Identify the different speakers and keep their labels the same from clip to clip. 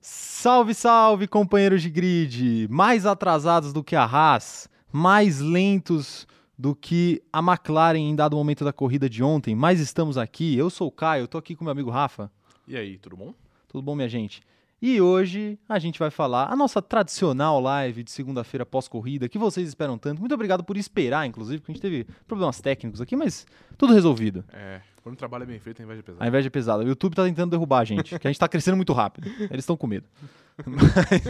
Speaker 1: Salve, salve, companheiros de grid! Mais atrasados do que a Haas, mais lentos do que a McLaren em dado momento da corrida de ontem, mas estamos aqui. Eu sou o Caio, tô aqui com meu amigo Rafa.
Speaker 2: E aí, tudo bom?
Speaker 1: Tudo bom, minha gente? E hoje a gente vai falar a nossa tradicional live de segunda-feira pós-corrida, que vocês esperam tanto. Muito obrigado por esperar, inclusive, porque a gente teve problemas técnicos aqui, mas tudo resolvido.
Speaker 2: É, quando o trabalho é bem feito, a inveja é pesada.
Speaker 1: A inveja é pesada. O YouTube tá tentando derrubar a gente, que a gente tá crescendo muito rápido. Eles estão com medo. Mas...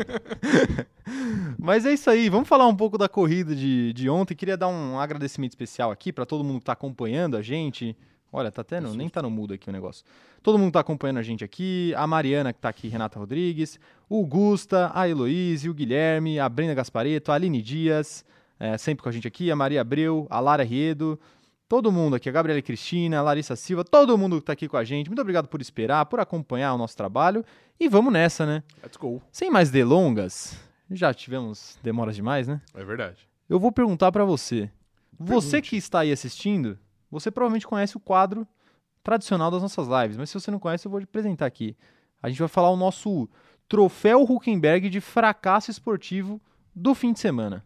Speaker 1: Mas é isso aí. Vamos falar um pouco da corrida de, de ontem. Queria dar um agradecimento especial aqui para todo mundo que tá acompanhando a gente. Olha, tá até no, nem tá no mudo aqui o negócio. Todo mundo tá acompanhando a gente aqui. A Mariana que tá aqui, Renata Rodrigues, o Gusta, a Heloíse, o Guilherme, a Brenda Gaspareto, a Aline Dias, é, sempre com a gente aqui, a Maria Abreu, a Lara Riedo, Todo mundo aqui, a Gabriela Cristina, a Larissa Silva, todo mundo que está aqui com a gente. Muito obrigado por esperar, por acompanhar o nosso trabalho. E vamos nessa, né?
Speaker 2: Let's go.
Speaker 1: Sem mais delongas, já tivemos demoras demais, né?
Speaker 2: É verdade.
Speaker 1: Eu vou perguntar para você. Você que está aí assistindo, você provavelmente conhece o quadro tradicional das nossas lives, mas se você não conhece, eu vou te apresentar aqui. A gente vai falar o nosso troféu Huckenberg de fracasso esportivo do fim de semana.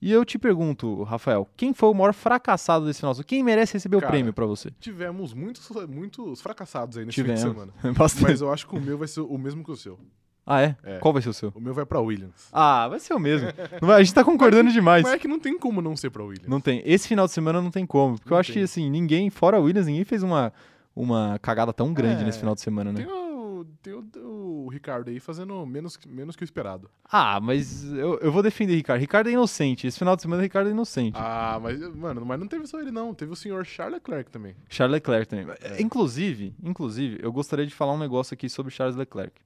Speaker 1: E eu te pergunto, Rafael, quem foi o maior fracassado desse nosso? Quem merece receber o
Speaker 2: Cara,
Speaker 1: prêmio para você?
Speaker 2: Tivemos muitos, muitos fracassados aí nesse fim de
Speaker 1: Tivemos.
Speaker 2: semana.
Speaker 1: Bastante.
Speaker 2: Mas eu acho que o meu vai ser o mesmo que o seu.
Speaker 1: Ah, é?
Speaker 2: É.
Speaker 1: Qual vai ser o seu?
Speaker 2: O meu vai pra Williams.
Speaker 1: Ah, vai ser o mesmo. Não vai- a gente tá concordando demais.
Speaker 2: Mas é que não tem como não ser pra Williams.
Speaker 1: Não tem. Esse final de semana não tem como. Porque
Speaker 2: Não
Speaker 1: eu acho que,
Speaker 2: tem.
Speaker 1: assim, ninguém, fora o Williams, ninguém fez uma, uma cagada tão grande
Speaker 2: É,
Speaker 1: nesse final de semana, né?
Speaker 2: Tem, o, tem o, o Ricardo aí fazendo menos, menos que o esperado.
Speaker 1: Ah, mas eu, eu vou defender o Ricardo. Ricardo é inocente. Esse final de semana o Ricardo é inocente.
Speaker 2: Ah, mas, mano, mas não teve só ele, não. Teve o senhor Charles Leclerc também.
Speaker 1: Charles Leclerc também.
Speaker 2: É.
Speaker 1: Inclusive, inclusive, eu gostaria de falar um negócio aqui sobre Charles Leclerc.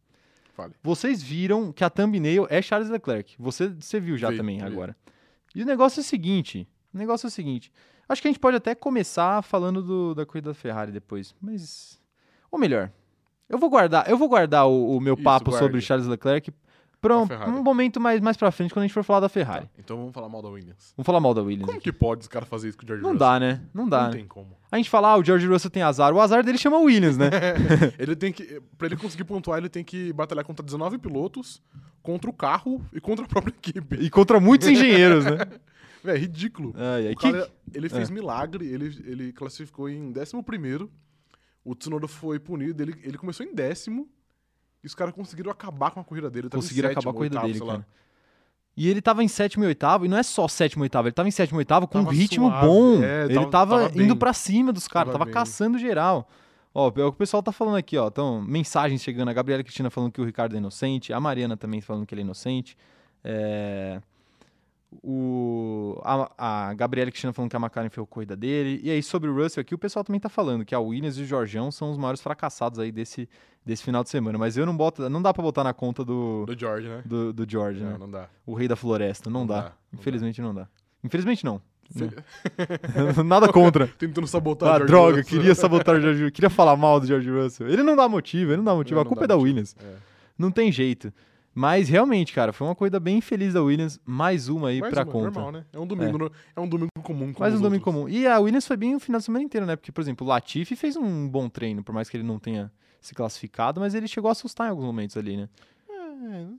Speaker 2: Fale.
Speaker 1: Vocês viram que a thumbnail é Charles Leclerc. Você, você viu já
Speaker 2: Vi,
Speaker 1: também
Speaker 2: vi.
Speaker 1: agora. E o negócio é o seguinte. O negócio é o seguinte. Acho que a gente pode até começar falando do- da corrida da Ferrari depois. Mas. Ou melhor, eu vou guardar, eu vou guardar o, o meu
Speaker 2: Isso,
Speaker 1: papo
Speaker 2: guarde.
Speaker 1: sobre Charles Leclerc para um,
Speaker 2: Da Ferrari.
Speaker 1: um momento mais, mais pra frente, quando a gente for falar da Ferrari.
Speaker 2: Então vamos falar mal da Williams.
Speaker 1: Vamos falar mal da Williams.
Speaker 2: Como
Speaker 1: aqui.
Speaker 2: que pode os caras fazer isso com o George
Speaker 1: Não
Speaker 2: Russell?
Speaker 1: dá, né? Não dá.
Speaker 2: Não
Speaker 1: né?
Speaker 2: tem como.
Speaker 1: A gente fala, ah, o George Russell tem azar. O azar dele chama Williams, né?
Speaker 2: Ele tem que. Pra ele conseguir pontuar, ele tem que batalhar contra 19 pilotos, contra o carro e contra a própria equipe.
Speaker 1: e contra muitos engenheiros, né?
Speaker 2: Véi, É ridículo.
Speaker 1: Ai, ai,
Speaker 2: O
Speaker 1: que- É.
Speaker 2: cara, ele fez milagre, ele, ele classificou em 11. O Tsunoda foi punido, ele, ele começou em décimo. E os caras conseguiram acabar com a corrida dele. Tava em
Speaker 1: conseguiram acabar
Speaker 2: tá sétimo,
Speaker 1: a corrida
Speaker 2: oitavo,
Speaker 1: dele,
Speaker 2: sei lá.
Speaker 1: cara. E ele tava em sétimo e oitavo, e não é só sétimo e oitavo, ele tava em sétimo e oitavo com um
Speaker 2: Tava
Speaker 1: ritmo
Speaker 2: suave,
Speaker 1: bom.
Speaker 2: é,
Speaker 1: ele
Speaker 2: tava-
Speaker 1: tava,
Speaker 2: tava
Speaker 1: indo
Speaker 2: bem.
Speaker 1: pra cima dos caras,
Speaker 2: Tava
Speaker 1: tava,
Speaker 2: bem.
Speaker 1: caçando geral. Ó, é o que o pessoal tá falando aqui, ó. Então, mensagens chegando, a Gabriela Cristina falando que o Ricardo é inocente, a Mariana também falando que ele é inocente. É, O, a, a Gabriela Cristina falando que a McLaren foi a corrida dele. E aí, sobre o Russell aqui, o pessoal também tá falando que a Williams e o Jorgão são os maiores fracassados aí desse, desse final de semana. Mas eu não boto, não dá pra botar na conta do,
Speaker 2: Do George, né?
Speaker 1: do, do George, né?
Speaker 2: Não, não dá.
Speaker 1: O rei da floresta. Não, dá.
Speaker 2: não
Speaker 1: Infelizmente não dá. Infelizmente não. né?
Speaker 2: Cê-
Speaker 1: Nada contra.
Speaker 2: Tentando sabotar o
Speaker 1: Ah,
Speaker 2: George
Speaker 1: droga,
Speaker 2: Russell.
Speaker 1: queria sabotar o George Russell. Queria falar mal do George Russell. Ele não dá motivo, ele não dá motivo.
Speaker 2: Ele
Speaker 1: a
Speaker 2: não
Speaker 1: culpa
Speaker 2: dá
Speaker 1: é da
Speaker 2: motivo.
Speaker 1: Williams.
Speaker 2: É.
Speaker 1: Não tem jeito. Mas realmente, cara, foi uma corrida bem infeliz da Williams. Mais uma aí
Speaker 2: Mais
Speaker 1: pra
Speaker 2: uma,
Speaker 1: conta.
Speaker 2: normal, né? É um domingo, no- é um domingo comum. como
Speaker 1: Mais um
Speaker 2: os
Speaker 1: domingo
Speaker 2: outros.
Speaker 1: comum. E a Williams foi bem o final de semana inteiro, né? Porque, por exemplo, o Latifi fez um bom treino, por mais que ele não tenha se classificado, mas ele chegou a assustar em alguns momentos ali, né?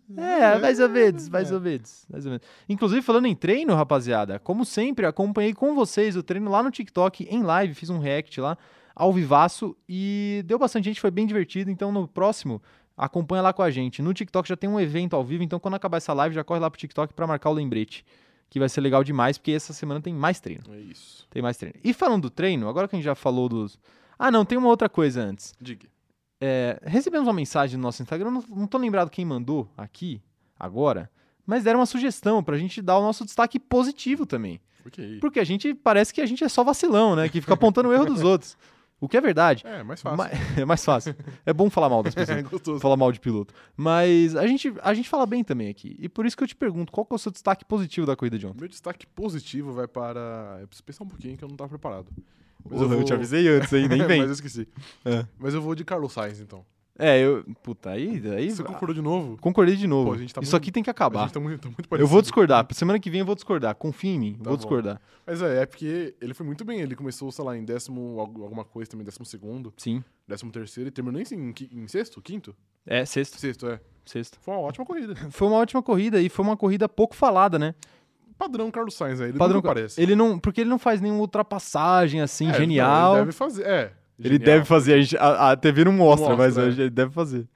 Speaker 2: né?
Speaker 1: É, mais ou menos, mais ou menos, mais ou menos. Inclusive, falando em treino, rapaziada, como sempre, acompanhei com vocês o treino lá no TikTok, em live, fiz um react lá, ao vivaço, e deu bastante gente, foi bem divertido, então no próximo, acompanha lá com a gente. No TikTok já tem um evento ao vivo, então quando acabar essa live, já corre lá pro TikTok pra marcar o lembrete, que vai ser legal demais, porque essa semana tem mais treino,
Speaker 2: É isso.
Speaker 1: tem mais treino. E falando do treino, agora que a gente já falou dos... Ah, não, tem uma outra coisa antes.
Speaker 2: Diga.
Speaker 1: É, recebemos uma mensagem no nosso Instagram, não, não tô lembrado quem mandou aqui, agora, mas deram uma sugestão pra gente dar o nosso destaque positivo também.
Speaker 2: Ok.
Speaker 1: Porque a gente parece que a gente é só vacilão, né? Que fica apontando o erro dos outros. O que é verdade.
Speaker 2: É, mais fácil.
Speaker 1: Ma- é mais fácil. É bom falar mal das pessoas.
Speaker 2: É gostoso.
Speaker 1: falar mal de piloto. Mas a gente, a gente fala bem também aqui. E por isso que eu te pergunto, qual que é o seu destaque positivo da corrida de ontem?
Speaker 2: Meu destaque positivo vai para. Eu preciso pensar um pouquinho que eu não tava preparado.
Speaker 1: Porra,
Speaker 2: vou-
Speaker 1: avisei antes aí, nem
Speaker 2: Mas eu esqueci.
Speaker 1: É.
Speaker 2: Mas eu vou de Carlos Sainz, então.
Speaker 1: É, eu... Puta, aí... aí
Speaker 2: Você concordou de novo?
Speaker 1: concordei de novo.
Speaker 2: Pô, a gente tá
Speaker 1: isso
Speaker 2: muito-
Speaker 1: aqui tem que
Speaker 2: A
Speaker 1: acabar.
Speaker 2: gente tá muito, tá muito
Speaker 1: Eu
Speaker 2: parecido.
Speaker 1: vou discordar. Semana que vem eu vou discordar. Confia em mim.
Speaker 2: Tá
Speaker 1: vou
Speaker 2: bom.
Speaker 1: discordar.
Speaker 2: Mas é, é porque ele foi muito bem. Ele começou, sei lá, em décimo algu- alguma coisa também, décimo segundo,
Speaker 1: Sim.
Speaker 2: décimo terceiro, e terminou em, em, qui- em sexto, quinto?
Speaker 1: É, sexto.
Speaker 2: Sexto, é.
Speaker 1: sexto.
Speaker 2: Foi uma ótima corrida.
Speaker 1: Foi uma ótima corrida e foi uma corrida pouco falada, né?
Speaker 2: Padrão Carlos Sainz aí, ele
Speaker 1: Padrão
Speaker 2: nunca
Speaker 1: Ca-
Speaker 2: aparece.
Speaker 1: Ele é não, porque ele não faz nenhuma ultrapassagem assim
Speaker 2: É,
Speaker 1: genial.
Speaker 2: não, Ele deve fazer, é.
Speaker 1: Ele
Speaker 2: genial.
Speaker 1: deve fazer, a, gente- a- a TV não mostra,
Speaker 2: Mostra,
Speaker 1: mas
Speaker 2: é.
Speaker 1: ele deve fazer.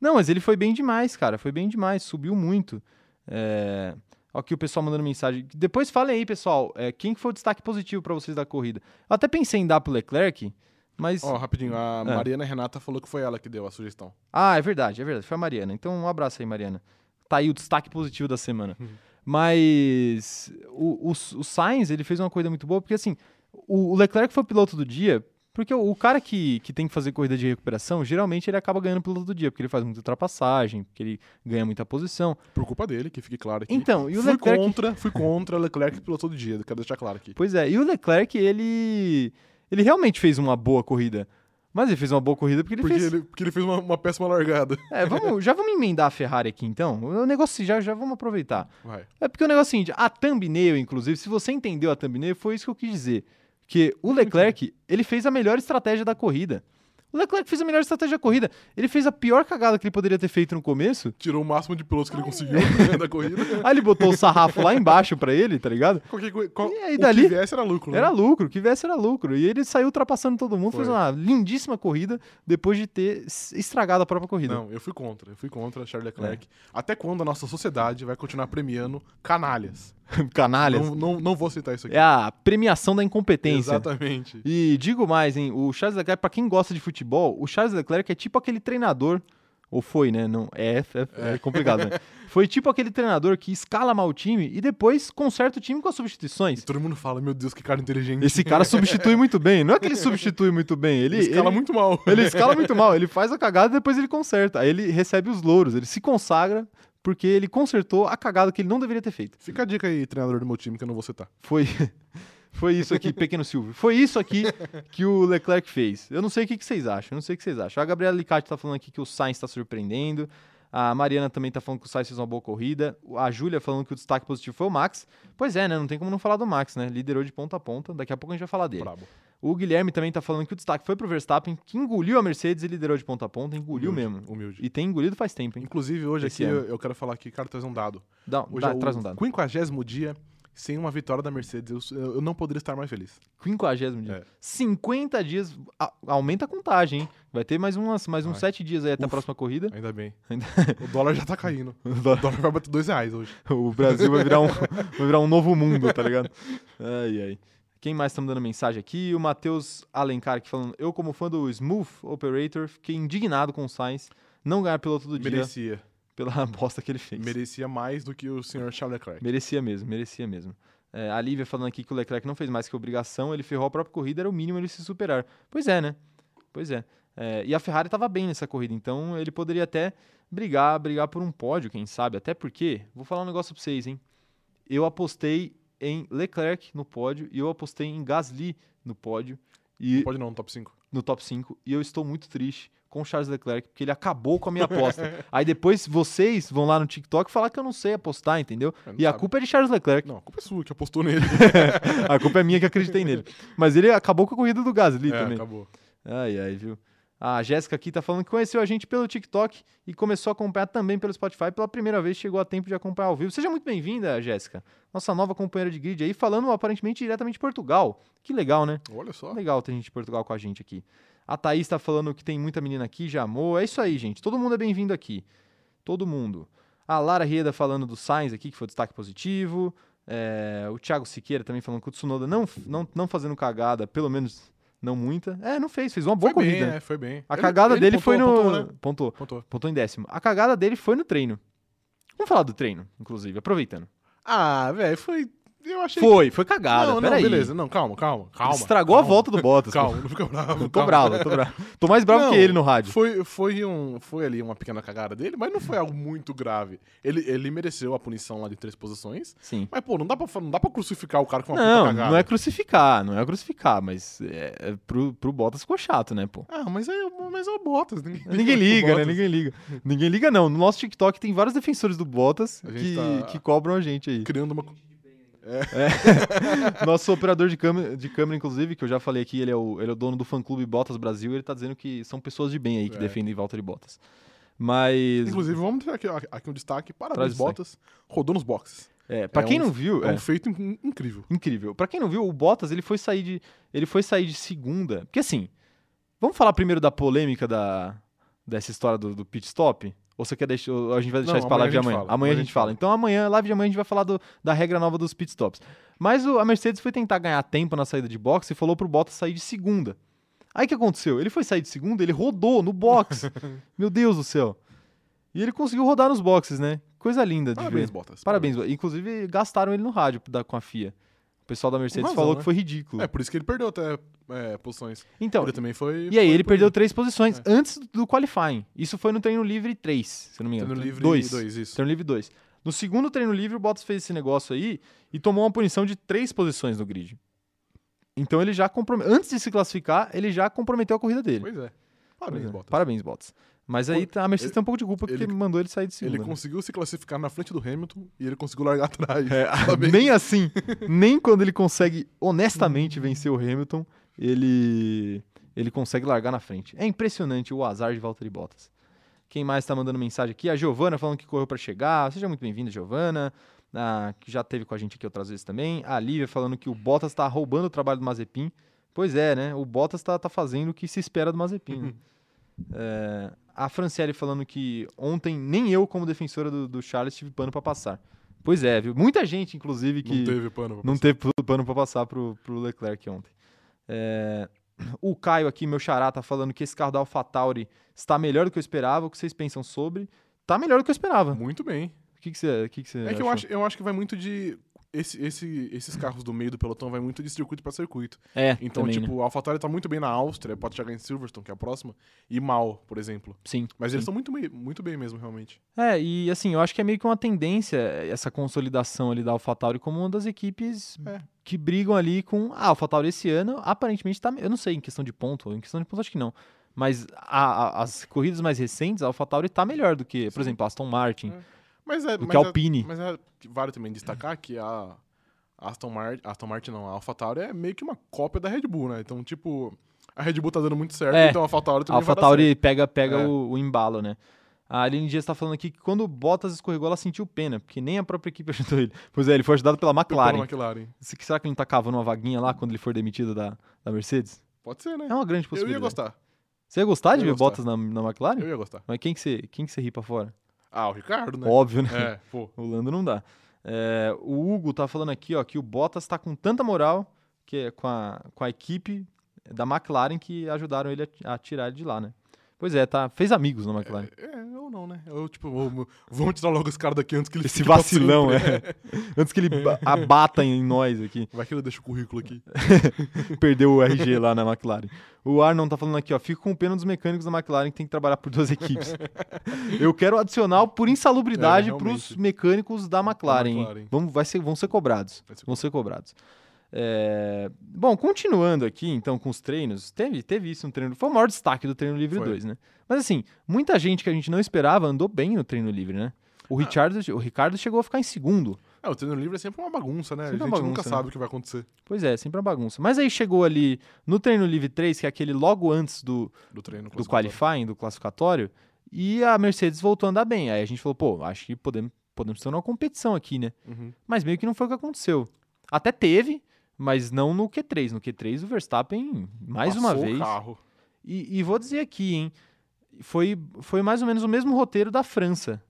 Speaker 1: Não, mas ele foi bem demais, cara. Foi bem demais, subiu muito. É... Aqui o pessoal mandando mensagem. Depois falem aí, pessoal, é, quem que foi o destaque positivo pra vocês da corrida? Eu até pensei em dar pro Leclerc, mas.
Speaker 2: Ó, rapidinho, a
Speaker 1: É.
Speaker 2: Mariana Renata falou que foi ela que deu a sugestão.
Speaker 1: Ah, é verdade, é verdade. Foi a Mariana. Então, um abraço aí, Mariana. Tá aí o destaque positivo da semana.
Speaker 2: Uhum.
Speaker 1: Mas o, o, o Sainz, ele fez uma coisa muito boa, porque assim, o, o Leclerc foi o piloto do dia, porque o, o cara que, que tem que fazer corrida de recuperação, geralmente ele acaba ganhando o piloto do dia, porque ele faz muita ultrapassagem, porque ele ganha muita posição.
Speaker 2: Por culpa dele, que fique claro aqui.
Speaker 1: Então, e o
Speaker 2: fui
Speaker 1: Leclerc.
Speaker 2: contra, fui contra Leclerc pelo todo dia, quero deixar claro aqui.
Speaker 1: Pois é, e o Leclerc, ele. Ele realmente fez uma boa corrida. Mas ele fez uma boa corrida porque ele
Speaker 2: porque,
Speaker 1: fez.
Speaker 2: ele, porque ele fez uma, uma péssima largada.
Speaker 1: É, vamos, já vamos emendar a Ferrari aqui então. O negócio já, já vamos aproveitar.
Speaker 2: Vai.
Speaker 1: É porque o negócio é o seguinte, a thumbnail, inclusive, se você entendeu a thumbnail, foi isso que eu quis dizer. Que o Leclerc, ele fez a melhor estratégia da corrida. O Leclerc fez a melhor estratégia da corrida. Ele fez a pior cagada que ele poderia ter feito no começo.
Speaker 2: Tirou o máximo de pilotos que ele conseguiu da corrida.
Speaker 1: Aí ele botou o sarrafo lá embaixo pra ele, tá ligado?
Speaker 2: Qualquer coisa. Qual,
Speaker 1: E aí,
Speaker 2: o
Speaker 1: dali-
Speaker 2: que viesse era lucro. né?
Speaker 1: Era lucro, o que viesse era lucro. E ele saiu ultrapassando todo mundo, fez
Speaker 2: Foi.
Speaker 1: uma lindíssima corrida depois de ter s- estragado a própria corrida.
Speaker 2: Não, eu fui contra. Eu fui contra Charles Leclerc. Até quando a nossa sociedade vai continuar premiando canalhas?
Speaker 1: Canalhas.
Speaker 2: Não, não, não vou aceitar isso aqui.
Speaker 1: É a premiação da incompetência.
Speaker 2: Exatamente.
Speaker 1: E digo mais, hein? O Charles Leclerc, pra quem gosta de futebol, o Charles Leclerc é tipo aquele treinador. Ou foi, né? Não, é, é, é complicado, né? Foi tipo aquele treinador que escala mal o time e depois conserta o time com as substituições.
Speaker 2: Todo mundo fala, meu Deus, que cara inteligente.
Speaker 1: Esse cara substitui muito bem. Não é que ele substitui muito bem, ele.
Speaker 2: Então, ele escala
Speaker 1: ele-
Speaker 2: muito mal.
Speaker 1: ele escala muito mal, ele faz a cagada e depois ele conserta. Aí ele recebe os louros, ele se consagra porque ele consertou a cagada que ele não deveria ter feito.
Speaker 2: Fica a dica aí, treinador do meu time, que eu não vou citar.
Speaker 1: Foi, foi isso aqui, pequeno Silvio. Foi isso aqui que o Leclerc fez. Eu não sei o que, que vocês acham, eu não sei o que vocês acham. A Gabriela Licati tá falando aqui que o Sainz tá surpreendendo. A Mariana também tá falando que o Sainz fez uma boa corrida. A Júlia falando que o destaque positivo foi o Max. Pois é, né? Não tem como não falar do Max, né? Liderou de ponta a ponta. Daqui a pouco a gente vai falar dele.
Speaker 2: Brabo.
Speaker 1: O Guilherme também tá falando que o destaque foi pro Verstappen, que engoliu a Mercedes e liderou de ponta a ponta. Engoliu
Speaker 2: Humilde,
Speaker 1: mesmo.
Speaker 2: Humilde.
Speaker 1: E tem engolido faz tempo, hein?
Speaker 2: Inclusive, hoje
Speaker 1: Esse
Speaker 2: aqui
Speaker 1: ano.
Speaker 2: eu, eu quero falar aqui, cara, traz um dado.
Speaker 1: Dá,
Speaker 2: Hoje
Speaker 1: dá-
Speaker 2: é o
Speaker 1: traz um dado.
Speaker 2: 50 dia sem uma vitória da Mercedes. Eu, eu não poderia estar mais feliz.
Speaker 1: 50 dia.
Speaker 2: É.
Speaker 1: 50 dias. a- aumenta a contagem, hein? Vai ter mais, umas, mais uns
Speaker 2: Vai.
Speaker 1: 7 dias aí até a
Speaker 2: Ufa.
Speaker 1: próxima corrida.
Speaker 2: Ainda bem.
Speaker 1: Ainda-
Speaker 2: O dólar já tá caindo.
Speaker 1: O
Speaker 2: O
Speaker 1: dó-
Speaker 2: dólar vai bater dois reais hoje.
Speaker 1: o Brasil vai virar, um, vai virar um novo mundo, tá ligado? Ai, ai. Quem mais tá me dando mensagem aqui? O Matheus Alencar aqui falando. Eu, como fã do Smooth Operator, fiquei indignado com o Sainz. Não ganhar piloto do dia É
Speaker 2: Merecia.
Speaker 1: pela bosta que ele fez.
Speaker 2: Merecia mais do que o senhor Charles Leclerc.
Speaker 1: Merecia mesmo, merecia mesmo. É, a Lívia falando aqui que o Leclerc não fez mais que obrigação, ele ferrou a própria corrida, era o mínimo ele se superar. Pois é, né? Pois é. É, e a Ferrari estava bem nessa corrida, então ele poderia até brigar, brigar por um pódio, quem sabe. Até porque, vou falar um negócio pra vocês, hein? Eu apostei em Leclerc no pódio e eu apostei em Gasly no pódio e
Speaker 2: Pode não, top 5.
Speaker 1: no top 5 e eu estou muito triste com o Charles Leclerc, porque ele acabou com a minha aposta. Aí depois vocês vão lá no TikTok falar que eu não sei apostar, entendeu?
Speaker 2: É, não
Speaker 1: E a
Speaker 2: sabe.
Speaker 1: culpa é de Charles Leclerc.
Speaker 2: Não, a culpa é sua, que apostou nele.
Speaker 1: A culpa é minha que acreditei nele. Mas ele acabou com a corrida do Gasly
Speaker 2: é,
Speaker 1: também.
Speaker 2: acabou.
Speaker 1: Ai, ai, viu? A Jéssica aqui tá falando que conheceu a gente pelo TikTok e começou a acompanhar também pelo Spotify. Pela primeira vez chegou a tempo de acompanhar ao vivo. Seja muito bem-vinda, Jéssica. Nossa nova companheira de grid aí, falando aparentemente diretamente de Portugal. Que legal, né?
Speaker 2: Olha só.
Speaker 1: Legal ter gente de Portugal com a gente aqui. A Thaís tá falando que tem muita menina aqui, já amou. É isso aí, gente. Todo mundo é bem-vindo aqui. Todo mundo. A Lara Rieda falando do Sainz aqui, que foi destaque positivo. É, o Thiago Siqueira também falando que o Tsunoda não, não, não fazendo cagada, pelo menos não muita. É, não fez, fez uma boa
Speaker 2: foi
Speaker 1: corrida.
Speaker 2: bem,
Speaker 1: né?
Speaker 2: né? Foi bem.
Speaker 1: A
Speaker 2: Ele-
Speaker 1: cagada
Speaker 2: ele
Speaker 1: dele
Speaker 2: pontuou,
Speaker 1: foi no.
Speaker 2: Pontuou, né?
Speaker 1: pontuou.
Speaker 2: Pontuou.
Speaker 1: Pontuou em décimo. A cagada dele foi no treino. Vamos falar do treino, inclusive, aproveitando.
Speaker 2: Ah, velho, foi... Eu achei...
Speaker 1: Foi, foi cagada,
Speaker 2: não, não,
Speaker 1: peraí.
Speaker 2: beleza. Não, calma, calma, calma.
Speaker 1: Estragou a
Speaker 2: calma,
Speaker 1: volta do Bottas.
Speaker 2: Calma, não fica bravo.
Speaker 1: Eu tô
Speaker 2: calma.
Speaker 1: bravo, eu tô bravo. Tô mais bravo
Speaker 2: Não,
Speaker 1: que ele no rádio.
Speaker 2: Foi, foi, um, foi ali uma pequena cagada dele, mas não foi algo muito grave. Ele, ele mereceu a punição lá de três posições,
Speaker 1: Sim.
Speaker 2: mas, pô, não dá pra, fa- não dá pra crucificar o cara com uma puta
Speaker 1: Não,
Speaker 2: cagada.
Speaker 1: não é crucificar, não é crucificar, mas é, é pro, pro Bottas ficou chato, né, pô?
Speaker 2: Ah, mas é, mas é o Bottas. Ninguém,
Speaker 1: Ninguém liga, né?
Speaker 2: Bottas.
Speaker 1: Ninguém liga. Ninguém liga, não. No nosso TikTok tem vários defensores do Bottas
Speaker 2: A gente
Speaker 1: que,
Speaker 2: tá-
Speaker 1: que cobram a gente aí.
Speaker 2: Criando uma...
Speaker 1: Nosso operador de câmera, de câmera, inclusive, que eu já falei aqui, ele é o, ele é o dono do fã-clube Bottas Brasil, ele tá dizendo que são pessoas de bem aí que
Speaker 2: É.
Speaker 1: defendem Walter Bottas. Mas.
Speaker 2: Inclusive, vamos ter aqui, aqui um destaque.
Speaker 1: Traz
Speaker 2: Parabéns,
Speaker 1: o
Speaker 2: Bottas. Rodou nos boxes.
Speaker 1: É, pra
Speaker 2: É
Speaker 1: quem
Speaker 2: um-
Speaker 1: não viu.
Speaker 2: É,
Speaker 1: é.
Speaker 2: um feito in- incrível.
Speaker 1: Incrível. Pra quem não viu, o Bottas ele foi sair de ele foi sair de segunda, porque assim, vamos falar primeiro da polêmica da dessa história do, do pit stop. Ou você quer deixar? ou A gente vai deixar
Speaker 2: Não,
Speaker 1: isso pra
Speaker 2: amanhã
Speaker 1: live de
Speaker 2: a gente
Speaker 1: amanhã.
Speaker 2: fala.
Speaker 1: Amanhã a gente fala. Então amanhã, live de amanhã, a gente vai falar do- da regra nova dos pit stops. Mas o- a Mercedes foi tentar ganhar tempo na saída de boxe e falou pro Bottas sair de segunda. Aí o que aconteceu? Ele foi sair de segunda, ele rodou no box. Meu Deus do céu. E ele conseguiu rodar nos boxes, né? Coisa linda de ver.
Speaker 2: Parabéns, Bottas.
Speaker 1: Parabéns, inclusive gastaram ele no rádio da- com a FIA. O pessoal da Mercedes
Speaker 2: razão,
Speaker 1: falou
Speaker 2: né?
Speaker 1: que foi ridículo.
Speaker 2: É, por isso que ele perdeu até é, posições.
Speaker 1: então,
Speaker 2: ele também foi.
Speaker 1: e aí
Speaker 2: foi
Speaker 1: ele
Speaker 2: punido.
Speaker 1: perdeu três posições
Speaker 2: É.
Speaker 1: antes do qualifying. Isso foi no treino livre 3, se não me engano.
Speaker 2: Treino livre
Speaker 1: Dois.
Speaker 2: e dois, isso.
Speaker 1: Treino livre 2. No segundo treino livre, o Bottas fez esse negócio aí e tomou uma punição de três posições no grid. Então ele já comprometeu. Antes de se classificar, ele já comprometeu a corrida dele.
Speaker 2: Pois é. Parabéns,
Speaker 1: Pois é.
Speaker 2: Bottas.
Speaker 1: Parabéns, Bottas. Mas aí tá- a Mercedes
Speaker 2: ele-
Speaker 1: tem um pouco de culpa porque
Speaker 2: ele-
Speaker 1: mandou ele sair de segunda.
Speaker 2: Ele
Speaker 1: né?
Speaker 2: conseguiu se classificar na frente do Hamilton e ele conseguiu largar atrás.
Speaker 1: É,
Speaker 2: Parabéns.
Speaker 1: nem assim, nem quando ele consegue honestamente vencer o Hamilton, ele ele consegue largar na frente. É impressionante o azar de Valtteri Bottas. Quem mais tá mandando mensagem aqui? A Giovana falando que correu para chegar. Seja muito bem-vinda, Giovana. Ah, que já teve com a gente aqui outras vezes também. A Lívia falando que o Bottas tá roubando o trabalho do Mazepin. Pois é, né? O Bottas tá, tá fazendo o que se espera do Mazepin. né? É, a Franciele falando que ontem nem eu, como defensora do, do Charles, tive pano pra passar. Pois é, viu? Muita gente, inclusive, que
Speaker 2: Não teve pano. pra
Speaker 1: não
Speaker 2: passar.
Speaker 1: teve pu- pano pra passar pro, pro Leclerc ontem. É, O Caio aqui, meu xará, tá falando que esse carro da AlphaTauri está melhor do que eu esperava. O que vocês pensam sobre? Tá melhor do que eu esperava.
Speaker 2: Muito bem.
Speaker 1: O que que você que que você
Speaker 2: É, que
Speaker 1: achou?
Speaker 2: eu acho, eu acho que vai muito de. Esse, esse- esses carros do meio do pelotão vai muito de circuito pra circuito.
Speaker 1: É,
Speaker 2: Então,
Speaker 1: também, né?
Speaker 2: tipo, a AlphaTauri tá muito bem na Áustria, pode chegar em Silverstone, que é a próxima, e mal, por exemplo.
Speaker 1: Sim.
Speaker 2: Mas eles
Speaker 1: sim.
Speaker 2: estão muito, bem- muito bem mesmo, realmente.
Speaker 1: É, e assim, eu acho que é meio que uma tendência eh, essa consolidação ali da AlphaTauri como uma das equipes
Speaker 2: É.
Speaker 1: que brigam ali com ah, a AlphaTauri esse ano. Aparentemente tá, eu não sei em questão de ponto, em questão de ponto acho que não. Mas a- a- as corridas mais recentes, a AlphaTauri tá melhor do que, por exemplo, a Aston Martin,
Speaker 2: É. Mas é.
Speaker 1: do
Speaker 2: mas
Speaker 1: que a Alpine.
Speaker 2: é, mas é, que vale também destacar que a Aston Martin. Aston Martin não, a AlphaTauri é meio que uma cópia da Red Bull, né? Então, tipo, a Red Bull tá dando muito certo,
Speaker 1: É.
Speaker 2: então a AlphaTauri
Speaker 1: A
Speaker 2: também vai dar
Speaker 1: AlphaTauri pega, pega
Speaker 2: É.
Speaker 1: o, o embalo, né? A Aline Dias tá falando aqui que quando o Bottas escorregou, ela sentiu pena, porque nem a própria equipe ajudou ele. Pois é, ele foi ajudado pela
Speaker 2: certo pela
Speaker 1: McLaren.
Speaker 2: McLaren.
Speaker 1: Se- Será que ele não tá cavando uma vaguinha lá quando ele for demitido da, da Mercedes?
Speaker 2: Pode ser, né?
Speaker 1: É uma grande
Speaker 2: Eu
Speaker 1: possibilidade.
Speaker 2: ia gostar.
Speaker 1: Você ia gostar de
Speaker 2: Eu
Speaker 1: ver
Speaker 2: ia
Speaker 1: Bottas na, na McLaren?
Speaker 2: Eu ia gostar.
Speaker 1: Mas quem que você, quem que você ri pra fora?
Speaker 2: Ah, o Ricardo, né?
Speaker 1: Óbvio, né?
Speaker 2: É, pô.
Speaker 1: O Lando não dá. É, o Hugo tá falando aqui, ó, que o Bottas tá com tanta moral que é com a, com a equipe da McLaren que ajudaram ele a, a tirar ele de lá, né? Pois é, tá, fez amigos na McLaren.
Speaker 2: É, eu não, né? Eu, tipo, vou- vamos tirar logo esse cara daqui antes que ele
Speaker 1: Esse
Speaker 2: fique pra
Speaker 1: vacilão,
Speaker 2: sempre.
Speaker 1: é. Antes que ele ba- abata em nós aqui.
Speaker 2: Vai que ele deixa o currículo aqui.
Speaker 1: Perdeu o RG lá na McLaren. O Arnon tá falando aqui, ó. Fico com pena dos mecânicos da McLaren que tem que trabalhar por duas equipes. Eu quero adicional por insalubridade
Speaker 2: É,
Speaker 1: pros
Speaker 2: realmente.
Speaker 1: mecânicos da McLaren. hein?
Speaker 2: McLaren.
Speaker 1: Vão, vai ser, vão ser cobrados.
Speaker 2: Vai ser
Speaker 1: Vão ser cobrados. É, Bom, continuando aqui, então, com os treinos, teve, teve isso no treino. Foi o maior destaque do treino livre
Speaker 2: Foi.
Speaker 1: 2, né? Mas assim, muita gente que a gente não esperava andou bem no treino livre, né? O,
Speaker 2: Ah.
Speaker 1: Richard, o Ricardo chegou a ficar em segundo.
Speaker 2: É, o treino livre é sempre uma bagunça, né?
Speaker 1: Sempre
Speaker 2: a
Speaker 1: uma
Speaker 2: gente
Speaker 1: bagunça,
Speaker 2: nunca
Speaker 1: né?
Speaker 2: sabe o que vai acontecer
Speaker 1: Pois é, sempre uma bagunça. Mas aí chegou ali no treino livre 3, que é aquele logo antes do,
Speaker 2: do treino.
Speaker 1: do
Speaker 2: classificatório.
Speaker 1: qualifying, do classificatório, e a Mercedes voltou a andar bem. Aí a gente falou, pô, acho que podemos, podemos ter uma competição aqui, né?
Speaker 2: Uhum.
Speaker 1: Mas meio que não foi o que aconteceu. Até teve, mas não no Q3. No Q3 o Verstappen, mais uma
Speaker 2: Passou o
Speaker 1: vez.
Speaker 2: carro.
Speaker 1: E, e vou dizer aqui, hein? Foi, foi mais ou menos o mesmo roteiro da França.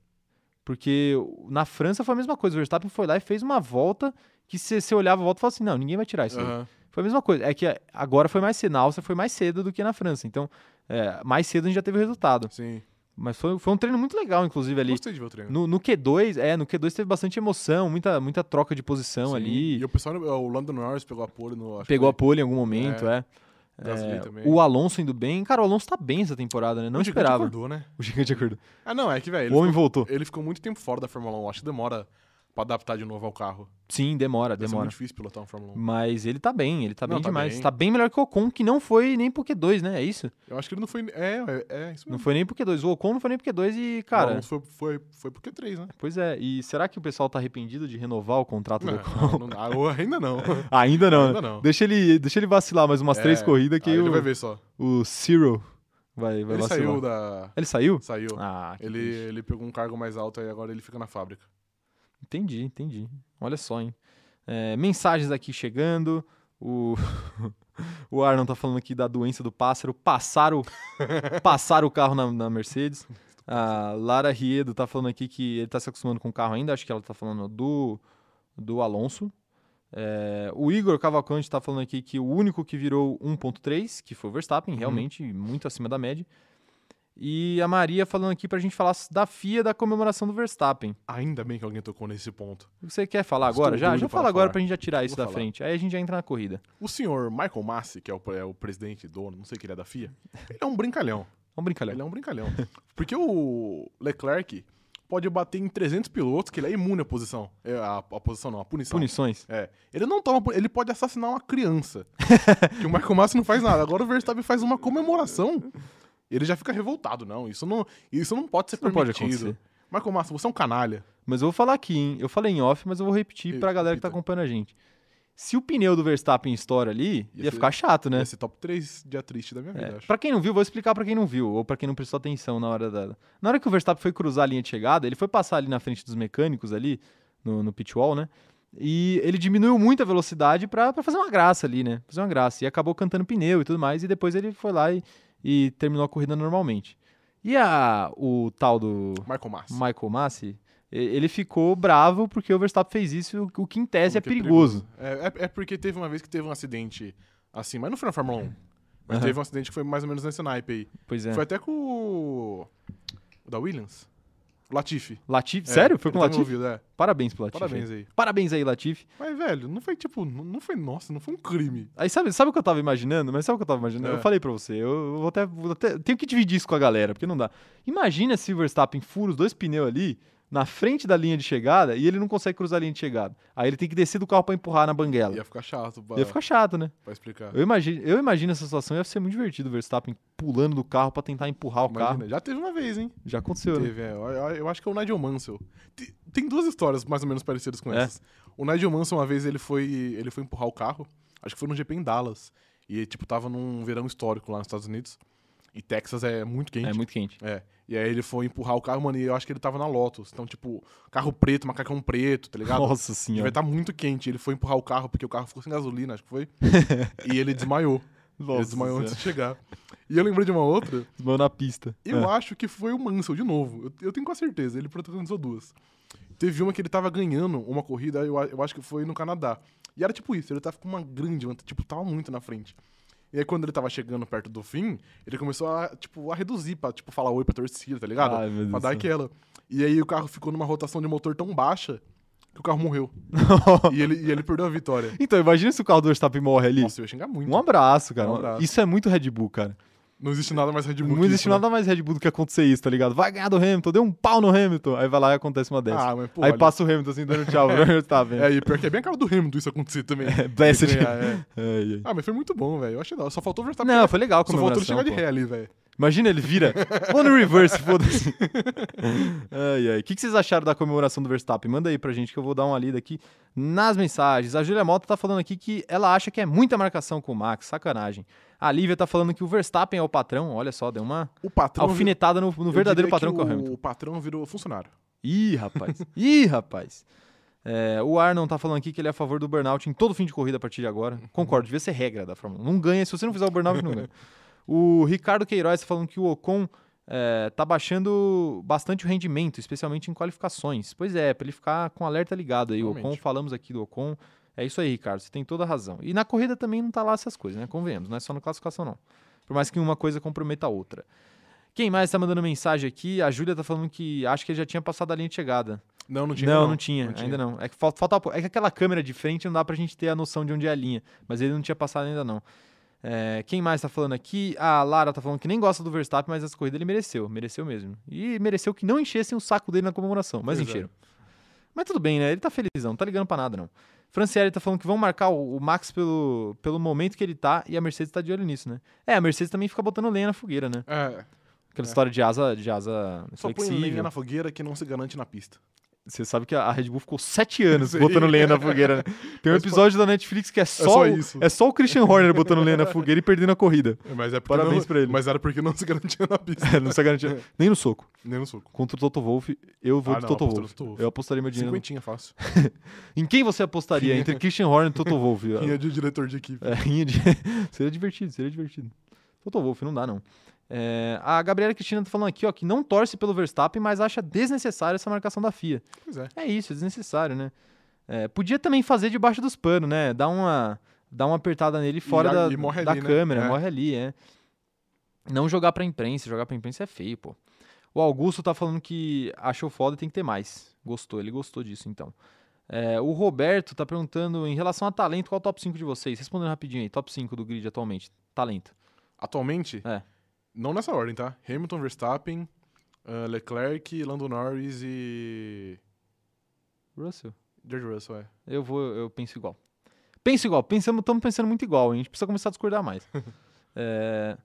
Speaker 1: Porque na França foi a mesma coisa. O Verstappen foi lá e fez uma volta que se você olhava a volta e falava assim: não, ninguém vai tirar isso. aí.
Speaker 2: Aham.
Speaker 1: Foi a mesma coisa. É que é, agora foi mais cedo. Na Áustria foi mais cedo do que na França. Então, é, mais cedo a gente já teve o resultado.
Speaker 2: Sim.
Speaker 1: Mas foi, foi um treino muito legal, inclusive, ali.
Speaker 2: Gostei de ver o treino.
Speaker 1: No, no Q2, é, no Q2 teve bastante emoção, muita, muita troca de posição
Speaker 2: Sim.
Speaker 1: ali.
Speaker 2: E o pessoal, é, o Lando Norris pegou a pole no. acho que
Speaker 1: Pegou a
Speaker 2: foi
Speaker 1: pole em algum momento, é.
Speaker 2: Gasly
Speaker 1: É,
Speaker 2: também.
Speaker 1: o Alonso indo bem. Cara, o Alonso tá bem essa temporada, né? Não
Speaker 2: O gigante
Speaker 1: esperava.
Speaker 2: acordou, né?
Speaker 1: O gigante acordou.
Speaker 2: Ah, não, é que, velho,
Speaker 1: o
Speaker 2: ele,
Speaker 1: homem voltou.
Speaker 2: ficou- ele ficou muito tempo fora da Fórmula 1. Acho que demora pra adaptar de novo ao carro.
Speaker 1: Sim, demora,
Speaker 2: Deve ser é muito
Speaker 1: demora.
Speaker 2: difícil pilotar uma Fórmula 1.
Speaker 1: Mas ele tá bem, ele tá
Speaker 2: Não,
Speaker 1: bem
Speaker 2: tá
Speaker 1: demais.
Speaker 2: bem.
Speaker 1: Tá bem melhor que o Ocon, que não foi nem pro Q2, né? É isso?
Speaker 2: Eu acho que ele não foi. É, é, é isso
Speaker 1: Não
Speaker 2: mesmo.
Speaker 1: foi né? nem pro Q2. O Ocon não foi nem pro Q2 e, cara.
Speaker 2: O Alonso foi, foi, foi pro Q3, né?
Speaker 1: Pois é, e será que o pessoal tá arrependido de renovar o contrato do Ocon?
Speaker 2: Não, não, dá. Ou ainda não.
Speaker 1: Ainda não, né?
Speaker 2: Ainda não.
Speaker 1: Deixa ele, deixa ele vacilar mais umas três
Speaker 2: É,
Speaker 1: corridas que
Speaker 2: Aí ele
Speaker 1: o-
Speaker 2: vai ver só.
Speaker 1: o Cyril vai, vai
Speaker 2: Ele
Speaker 1: vacilar.
Speaker 2: saiu da.
Speaker 1: Ele saiu?
Speaker 2: Saiu.
Speaker 1: Ah, que
Speaker 2: ele,
Speaker 1: triste.
Speaker 2: ele pegou um cargo mais alto e agora ele fica na fábrica.
Speaker 1: Entendi, entendi. Olha só, hein? É, mensagens aqui chegando. O, o Arnon tá falando aqui da doença do pássaro. Passaram, passaram o carro na, na Mercedes. A Lara Riedo tá falando aqui que ele tá se acostumando com o carro ainda. Acho que ela tá falando do, do Alonso. É, o Igor Cavalcante tá falando aqui que o único que virou 1.3, que foi o Verstappen, realmente muito acima da média. E a Maria falando aqui pra gente falar da FIA da comemoração do Verstappen.
Speaker 2: Ainda bem que alguém tocou nesse ponto.
Speaker 1: Você quer falar
Speaker 2: Estou
Speaker 1: agora? Já,
Speaker 2: doido
Speaker 1: já
Speaker 2: para
Speaker 1: fala agora
Speaker 2: falar.
Speaker 1: pra gente já tirar isso
Speaker 2: Vou
Speaker 1: da
Speaker 2: falar.
Speaker 1: frente. Aí a gente já entra na corrida.
Speaker 2: O senhor Michael Massi, que é o, pre- é o presidente, dono, não sei o que ele é da FIA, ele é um brincalhão.
Speaker 1: Vamos brincar, Léo.
Speaker 2: Ele é um brincalhão. Porque o Leclerc pode bater em 300 pilotos, que ele é imune à posição. É, a, a posição não, a punição.
Speaker 1: Punições.
Speaker 2: É. Ele não toma. pu- Ele pode assassinar uma criança. que o Michael Massi não faz nada. Agora o Verstappen faz uma comemoração. Ele já fica revoltado, não. Isso não, isso não pode ser
Speaker 1: Não pode
Speaker 2: permitido.
Speaker 1: acontecer.
Speaker 2: Michael Massi, você é um canalha.
Speaker 1: Mas eu vou falar aqui, hein? Eu falei em off, mas eu vou repetir
Speaker 2: Eu-
Speaker 1: pra galera que tá
Speaker 2: repita.
Speaker 1: acompanhando a gente. Se o pneu do Verstappen estoura ali, ia,
Speaker 2: Ia ser-
Speaker 1: ficar chato, né?
Speaker 2: Esse top 3 dia triste da minha vida,
Speaker 1: É.
Speaker 2: acho.
Speaker 1: Pra quem não viu, vou explicar pra quem não viu, ou pra quem não prestou atenção na hora da. Na hora que o Verstappen foi cruzar a linha de chegada, ele foi passar ali na frente dos mecânicos ali, no, no pit wall, né? E ele diminuiu muito a velocidade pra, pra fazer uma graça ali, né? Fazer uma graça. E acabou cantando pneu e tudo mais, e depois ele foi lá e, e terminou a corrida normalmente. E a, o tal do
Speaker 2: Michael Massi.
Speaker 1: Michael Massi, e- ele ficou bravo porque o Verstappen fez isso, o que em tese é
Speaker 2: Porque é
Speaker 1: perigoso.
Speaker 2: É, é- é porque teve uma vez que teve um acidente assim, mas não foi na Fórmula 1. Mas
Speaker 1: Aham.
Speaker 2: teve um acidente que foi mais ou menos nesse naipe aí.
Speaker 1: Pois é.
Speaker 2: Foi até com o. O da Williams? O Latifi.
Speaker 1: Latifi,
Speaker 2: É,
Speaker 1: sério? Foi
Speaker 2: ele
Speaker 1: com o
Speaker 2: tava
Speaker 1: Latifi?
Speaker 2: envolvido, é.
Speaker 1: Parabéns pro Latifi.
Speaker 2: Parabéns aí.
Speaker 1: Parabéns aí, Latifi.
Speaker 2: Mas, velho, não foi tipo. Não não foi, nossa, não foi um crime.
Speaker 1: Aí sabe, sabe o que eu tava imaginando? Mas sabe o que eu tava imaginando?
Speaker 2: É.
Speaker 1: Eu falei pra você, eu eu vou até, vou até- Tenho que dividir isso com a galera, porque não dá. Imagina se o Verstappen fura os dois pneus ali na frente da linha de chegada e ele não consegue cruzar a linha de chegada. Aí ele tem que descer do carro pra empurrar na banguela.
Speaker 2: Ia É. ficar chato pra,
Speaker 1: Ia ficar chato, né?
Speaker 2: pra explicar.
Speaker 1: Eu imagino, eu imagino essa situação, ia ser muito divertido o Verstappen pulando do carro pra tentar empurrar o carro.
Speaker 2: Imagina, já teve uma vez, hein?
Speaker 1: Já aconteceu, né?
Speaker 2: Teve, é. Eu, eu- eu acho que é o Nigel Mansell. Te- Tem duas histórias mais ou menos parecidas com
Speaker 1: É?
Speaker 2: essas. O Nigel Mansell, uma vez, ele foi, ele foi empurrar o carro. Acho que foi no GP em Dallas. E, tipo, tava num verão histórico lá nos Estados Unidos. E Texas é muito quente.
Speaker 1: É muito quente.
Speaker 2: É. E aí ele foi empurrar o carro, mano, e eu acho que ele tava na Lotus. Então, tipo, carro preto, macacão preto, tá ligado?
Speaker 1: Nossa
Speaker 2: Vai
Speaker 1: senhora.
Speaker 2: estar muito quente. Ele foi empurrar o carro porque o carro ficou sem gasolina, acho que foi. e ele desmaiou. ele
Speaker 1: Nossa
Speaker 2: desmaiou
Speaker 1: senhora.
Speaker 2: antes de chegar. E eu lembrei de uma outra.
Speaker 1: Desmaiou na pista.
Speaker 2: Eu
Speaker 1: Ah,
Speaker 2: acho que foi o Mansell, de novo. Eu, eu tenho quase certeza, ele protagonizou duas. Teve uma que ele tava ganhando uma corrida, eu, a- eu acho que foi no Canadá. E era tipo isso, ele tava com uma grande vantagem, tipo, tava muito na frente. E aí quando ele tava chegando perto do fim, ele começou a, tipo, a reduzir pra, tipo, falar oi pra torcida, tá ligado?
Speaker 1: Ai, meu Deus
Speaker 2: pra
Speaker 1: do
Speaker 2: dar
Speaker 1: céu.
Speaker 2: aquela. E aí o carro ficou numa rotação de motor tão baixa que o carro morreu. e, ele, e ele perdeu a vitória.
Speaker 1: Então, imagina se o carro do Verstappen morre ali.
Speaker 2: Nossa, eu ia xingar muito.
Speaker 1: Um abraço, cara.
Speaker 2: Um abraço.
Speaker 1: Isso é muito Red Bull, cara.
Speaker 2: Não existe nada mais Red Bull
Speaker 1: Não
Speaker 2: que
Speaker 1: existe
Speaker 2: isso, né?
Speaker 1: nada mais Red Bull do que acontecer isso, tá ligado? Vai ganhar do Hamilton, deu um pau no Hamilton. Aí vai lá e acontece uma dessa.
Speaker 2: Ah, mas pô,
Speaker 1: aí
Speaker 2: olha,
Speaker 1: passa o Hamilton assim, dando tchau pro Verstappen.
Speaker 2: É, e pior que é bem a cara do Hamilton isso acontecer também.
Speaker 1: É, Blessed.
Speaker 2: Ele ganhar, é.
Speaker 1: Ai, ai.
Speaker 2: Ah, mas foi muito bom, velho. Eu achei da hora. Só faltou o Verstappen.
Speaker 1: Não, foi legal a
Speaker 2: Só faltou ele
Speaker 1: comemoração.
Speaker 2: chegar de
Speaker 1: pô.
Speaker 2: ré ali, velho.
Speaker 1: Imagina, ele vira. Vou no reverse, foda-se. Ai, ai. O que que vocês acharam da comemoração do Verstappen? Manda aí pra gente que eu vou dar uma lida aqui nas mensagens. A Júlia Mota tá falando aqui que ela acha que é muita marcação com o Max. Sacanagem. A Lívia tá falando que o Verstappen é o patrão. Olha só, deu uma
Speaker 2: O patrão.
Speaker 1: alfinetada no, no
Speaker 2: eu
Speaker 1: verdadeiro
Speaker 2: diria
Speaker 1: patrão que é o
Speaker 2: o
Speaker 1: Hamilton.
Speaker 2: O patrão virou funcionário.
Speaker 1: Ih, rapaz. Ih, rapaz. É, o Arnon tá falando aqui que ele é a favor do burnout em todo fim de corrida a partir de agora. Concordo, devia ser regra da Fórmula 1. Não ganha, se você não fizer o burnout, não ganha. O Ricardo Queiroz tá falando que o Ocon é, tá baixando bastante o rendimento, especialmente em qualificações. Pois é, pra ele ficar com o alerta ligado aí. O Ocon,
Speaker 2: Realmente.
Speaker 1: falamos aqui do Ocon. É isso aí, Ricardo, você tem toda a razão. E na corrida também não tá lá essas coisas, né? Convenhamos, não é só na classificação, não. Por mais que uma coisa comprometa a outra. Quem mais tá mandando mensagem aqui? A Júlia tá falando que acha que ele já tinha passado a linha de chegada
Speaker 2: Não, não tinha.
Speaker 1: não,
Speaker 2: ainda
Speaker 1: não, tinha, ainda não. É que, falta, falta- é que aquela câmera de frente não dá pra gente ter a noção de onde é a linha, mas ele não tinha passado ainda não. É, quem mais tá falando aqui? A Lara tá falando que nem gosta do Verstappen, mas essa corrida ele mereceu, mereceu mesmo. E mereceu que não enchessem o saco dele na comemoração, mas
Speaker 2: Pois é.
Speaker 1: encheram. Mas tudo bem, né? Ele tá felizão, não tá ligando pra nada não. Franciele tá falando que vão marcar o, o Max pelo, pelo momento que ele tá e a Mercedes tá de olho nisso, né? É, a Mercedes também fica botando lenha na fogueira, né?
Speaker 2: É.
Speaker 1: Aquela
Speaker 2: É.
Speaker 1: história de asa, de asa
Speaker 2: Só põe um
Speaker 1: flexível.
Speaker 2: lenha na fogueira que não se garante na pista.
Speaker 1: Você sabe que a Red Bull ficou sete anos botando lenha na fogueira, né? Tem um episódio da Netflix que é só,
Speaker 2: só
Speaker 1: o-
Speaker 2: isso.
Speaker 1: é só o Christian Horner botando lenha na fogueira e perdendo a corrida.
Speaker 2: Mas é porque
Speaker 1: Parabéns
Speaker 2: não-
Speaker 1: pra ele.
Speaker 2: Mas era porque não se garantia na pista.
Speaker 1: É, não se garantia. Nem no soco.
Speaker 2: Nem no soco.
Speaker 1: Contra o Toto Wolff, eu vou
Speaker 2: Ah,
Speaker 1: de
Speaker 2: não,
Speaker 1: Toto
Speaker 2: aposto no
Speaker 1: Wolff.
Speaker 2: Toto Wolff.
Speaker 1: Eu apostaria meu dinheiro. no-
Speaker 2: Cinquentinha fácil.
Speaker 1: Tá. Em quem você apostaria? Entre Christian Horner e Toto Wolff?
Speaker 2: Quem é de diretor de equipe?
Speaker 1: É, rinha de- seria divertido, seria divertido. Toto Wolff, não dá não. É, a Gabriela Cristina tá falando aqui, ó, que não torce pelo Verstappen, mas acha desnecessária essa marcação da FIA.
Speaker 2: Pois é.
Speaker 1: É isso, é desnecessário, né? É, podia também fazer debaixo dos panos, né? Dar uma, dar uma apertada nele fora
Speaker 2: a-
Speaker 1: da,
Speaker 2: e morre
Speaker 1: da
Speaker 2: ali, né?
Speaker 1: câmera,
Speaker 2: É.
Speaker 1: morre ali, é. Não jogar pra imprensa, jogar pra imprensa é feio, pô. O Augusto tá falando que achou foda e tem que ter mais. Gostou, ele gostou disso, então. É, o Roberto tá perguntando em relação a talento, qual é o top 5 de vocês? Respondendo rapidinho aí, top 5 do grid atualmente. Talento.
Speaker 2: Atualmente,
Speaker 1: É.
Speaker 2: não nessa ordem, tá? Hamilton, Verstappen, ah, Leclerc, Lando Norris e.
Speaker 1: Russell?
Speaker 2: George Russell, é.
Speaker 1: Eu vou, eu penso igual. Penso igual, pensamos, estamos pensando muito igual, hein? a gente precisa começar a discordar mais. É,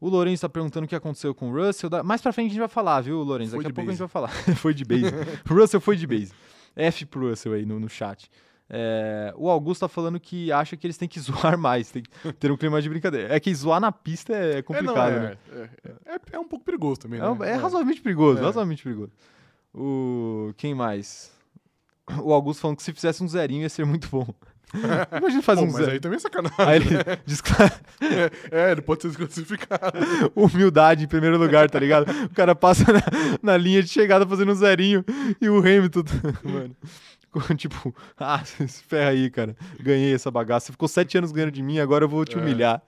Speaker 1: O Lourenço tá perguntando o que aconteceu com o Russell. da- Mais pra frente a gente vai falar, viu, Lourenço?
Speaker 2: Foi
Speaker 1: Daqui a
Speaker 2: de
Speaker 1: pouco
Speaker 2: base.
Speaker 1: a gente vai falar. foi de base. O Russell foi de base. F pro Russell aí no, no chat. É, O Augusto tá falando que acha que eles têm que zoar mais, tem que ter um clima de brincadeira. É que zoar na pista é complicado, né?
Speaker 2: é, é, é- é um pouco perigoso também,
Speaker 1: É, um-
Speaker 2: né?
Speaker 1: é razoavelmente perigoso,
Speaker 2: É.
Speaker 1: razoavelmente perigoso. O... Quem mais? O Augusto falando que se fizesse um zerinho ia ser muito bom. Imagina faz
Speaker 2: Bom,
Speaker 1: um
Speaker 2: mas
Speaker 1: zero.
Speaker 2: aí também é sacanagem.
Speaker 1: Aí ele diz que
Speaker 2: É, ele pode ser desclassificado.
Speaker 1: humildade em primeiro lugar, tá ligado? O cara passa na, na linha de chegada fazendo um zerinho e o Hamilton, mano, ficou tipo, ah, se ferra aí, cara. Ganhei essa bagaça. Você ficou sete anos ganhando de mim, agora eu vou te
Speaker 2: É.
Speaker 1: humilhar.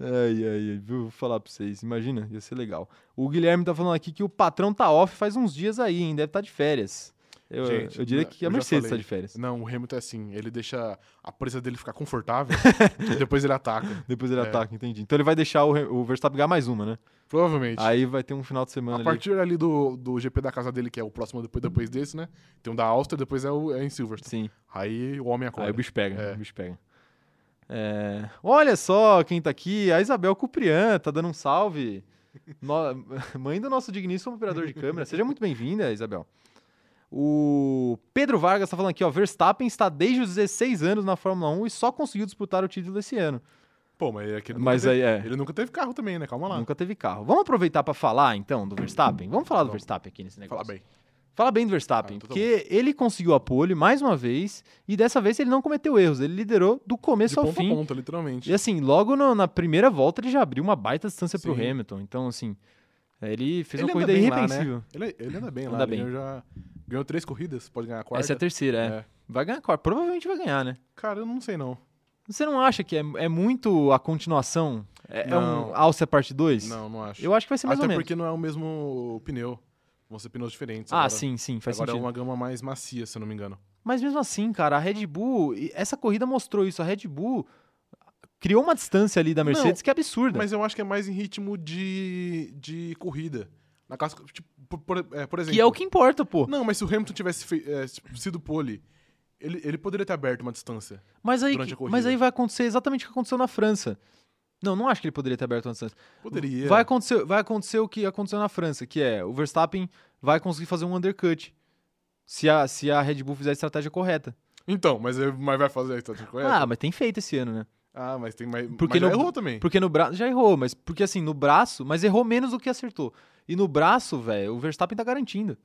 Speaker 1: Ai, ai, ai, viu? Vou falar pra vocês. Imagina, ia ser legal. O Guilherme tá falando aqui que o patrão tá off faz uns dias aí, hein? Deve estar de férias. Eu,
Speaker 2: Gente,
Speaker 1: eu diria
Speaker 2: né,
Speaker 1: que a
Speaker 2: eu já
Speaker 1: Mercedes tá
Speaker 2: falei.
Speaker 1: de férias.
Speaker 2: Não, o Hamilton é assim. Ele deixa a presa dele ficar confortável, depois ele ataca.
Speaker 1: Depois ele
Speaker 2: É.
Speaker 1: ataca, entendi. Então ele vai deixar o, Re- o Verstappen ganhar mais uma, né?
Speaker 2: Provavelmente.
Speaker 1: Aí vai ter um final de semana
Speaker 2: a
Speaker 1: ali.
Speaker 2: partir ali do, do GP da casa dele, que é o próximo depois, depois desse, né? Tem um da Áustria, depois é, o, é em Silverstone.
Speaker 1: Sim.
Speaker 2: Aí o homem acorda.
Speaker 1: Aí o bicho pega,
Speaker 2: É.
Speaker 1: o bicho pega. É, Olha só quem tá aqui, a Isabel Cuprian, tá dando um salve. No- Mãe do nosso digníssimo operador de câmera. Seja muito bem-vinda, Isabel. O Pedro Vargas tá falando aqui, ó, Verstappen está desde os 16 anos na Fórmula 1 e só conseguiu disputar o título esse ano.
Speaker 2: Pô, mas é que ele,
Speaker 1: Mas
Speaker 2: nunca
Speaker 1: aí, é,
Speaker 2: teve, ele nunca teve carro também, né? Calma lá.
Speaker 1: nunca teve carro. Vamos aproveitar pra falar, então, do Verstappen? Vamos falar do
Speaker 2: Vamos.
Speaker 1: Verstappen aqui nesse negócio.
Speaker 2: Fala bem.
Speaker 1: Fala bem do Verstappen,
Speaker 2: Ah, então tá
Speaker 1: porque ele conseguiu a pole mais uma vez e dessa vez ele não cometeu erros, ele liderou do
Speaker 2: De
Speaker 1: começo ao
Speaker 2: ponto
Speaker 1: é fim.
Speaker 2: a ponto, literalmente.
Speaker 1: E assim, logo no- na primeira volta ele já abriu uma baita distância pro
Speaker 2: Sim.
Speaker 1: Hamilton. Então, assim, ele fez
Speaker 2: Ele
Speaker 1: uma corrida
Speaker 2: anda bem lá, né?
Speaker 1: irrepreensível.
Speaker 2: Ele, ele anda bem lá.
Speaker 1: Anda
Speaker 2: ele
Speaker 1: bem.
Speaker 2: já ganhou três corridas, pode ganhar a quarta.
Speaker 1: Essa é a terceira, é.
Speaker 2: É.
Speaker 1: Vai ganhar a quarta. Provavelmente vai ganhar, né?
Speaker 2: Cara, eu não sei não.
Speaker 1: Você não acha que é, é muito a continuação? É, é um
Speaker 2: Não.
Speaker 1: Alce a parte 2?
Speaker 2: Não, não acho.
Speaker 1: Eu acho que vai ser mais
Speaker 2: Até
Speaker 1: ou menos.
Speaker 2: porque não é o mesmo pneu. Vão ser pneus diferentes.
Speaker 1: Ah,
Speaker 2: agora.
Speaker 1: sim, sim, faz
Speaker 2: agora
Speaker 1: sentido.
Speaker 2: é uma gama mais macia, se eu não me engano.
Speaker 1: Mas mesmo assim, cara, a Red Bull, e essa corrida mostrou isso. A Red Bull criou uma distância ali da
Speaker 2: Não,
Speaker 1: Mercedes que é absurda.
Speaker 2: Mas eu acho que é mais em ritmo de, de corrida. Na casa, tipo, por, por- é, por exemplo.
Speaker 1: Que é o que importa, pô.
Speaker 2: Não, mas se o Hamilton tivesse fei- é, sido pole, ele, ele poderia ter aberto uma distância.
Speaker 1: Mas aí,
Speaker 2: durante a corrida.
Speaker 1: mas aí vai acontecer exatamente o que aconteceu na França. Não, não acho que ele poderia ter aberto uma distância.
Speaker 2: Poderia.
Speaker 1: Vai acontecer, vai acontecer o que aconteceu na França, que é o Verstappen vai conseguir fazer um undercut. Se a, se a Red Bull fizer a estratégia correta.
Speaker 2: Então, mas, é- mas vai fazer a estratégia correta?
Speaker 1: Ah, mas tem feito esse ano, né?
Speaker 2: Ah, mas tem mais.
Speaker 1: Porque
Speaker 2: mas já
Speaker 1: no-
Speaker 2: errou também.
Speaker 1: Porque no braço. Já errou, mas. Porque assim, no braço. Mas errou menos do que acertou. E no braço, velho, o Verstappen tá garantindo.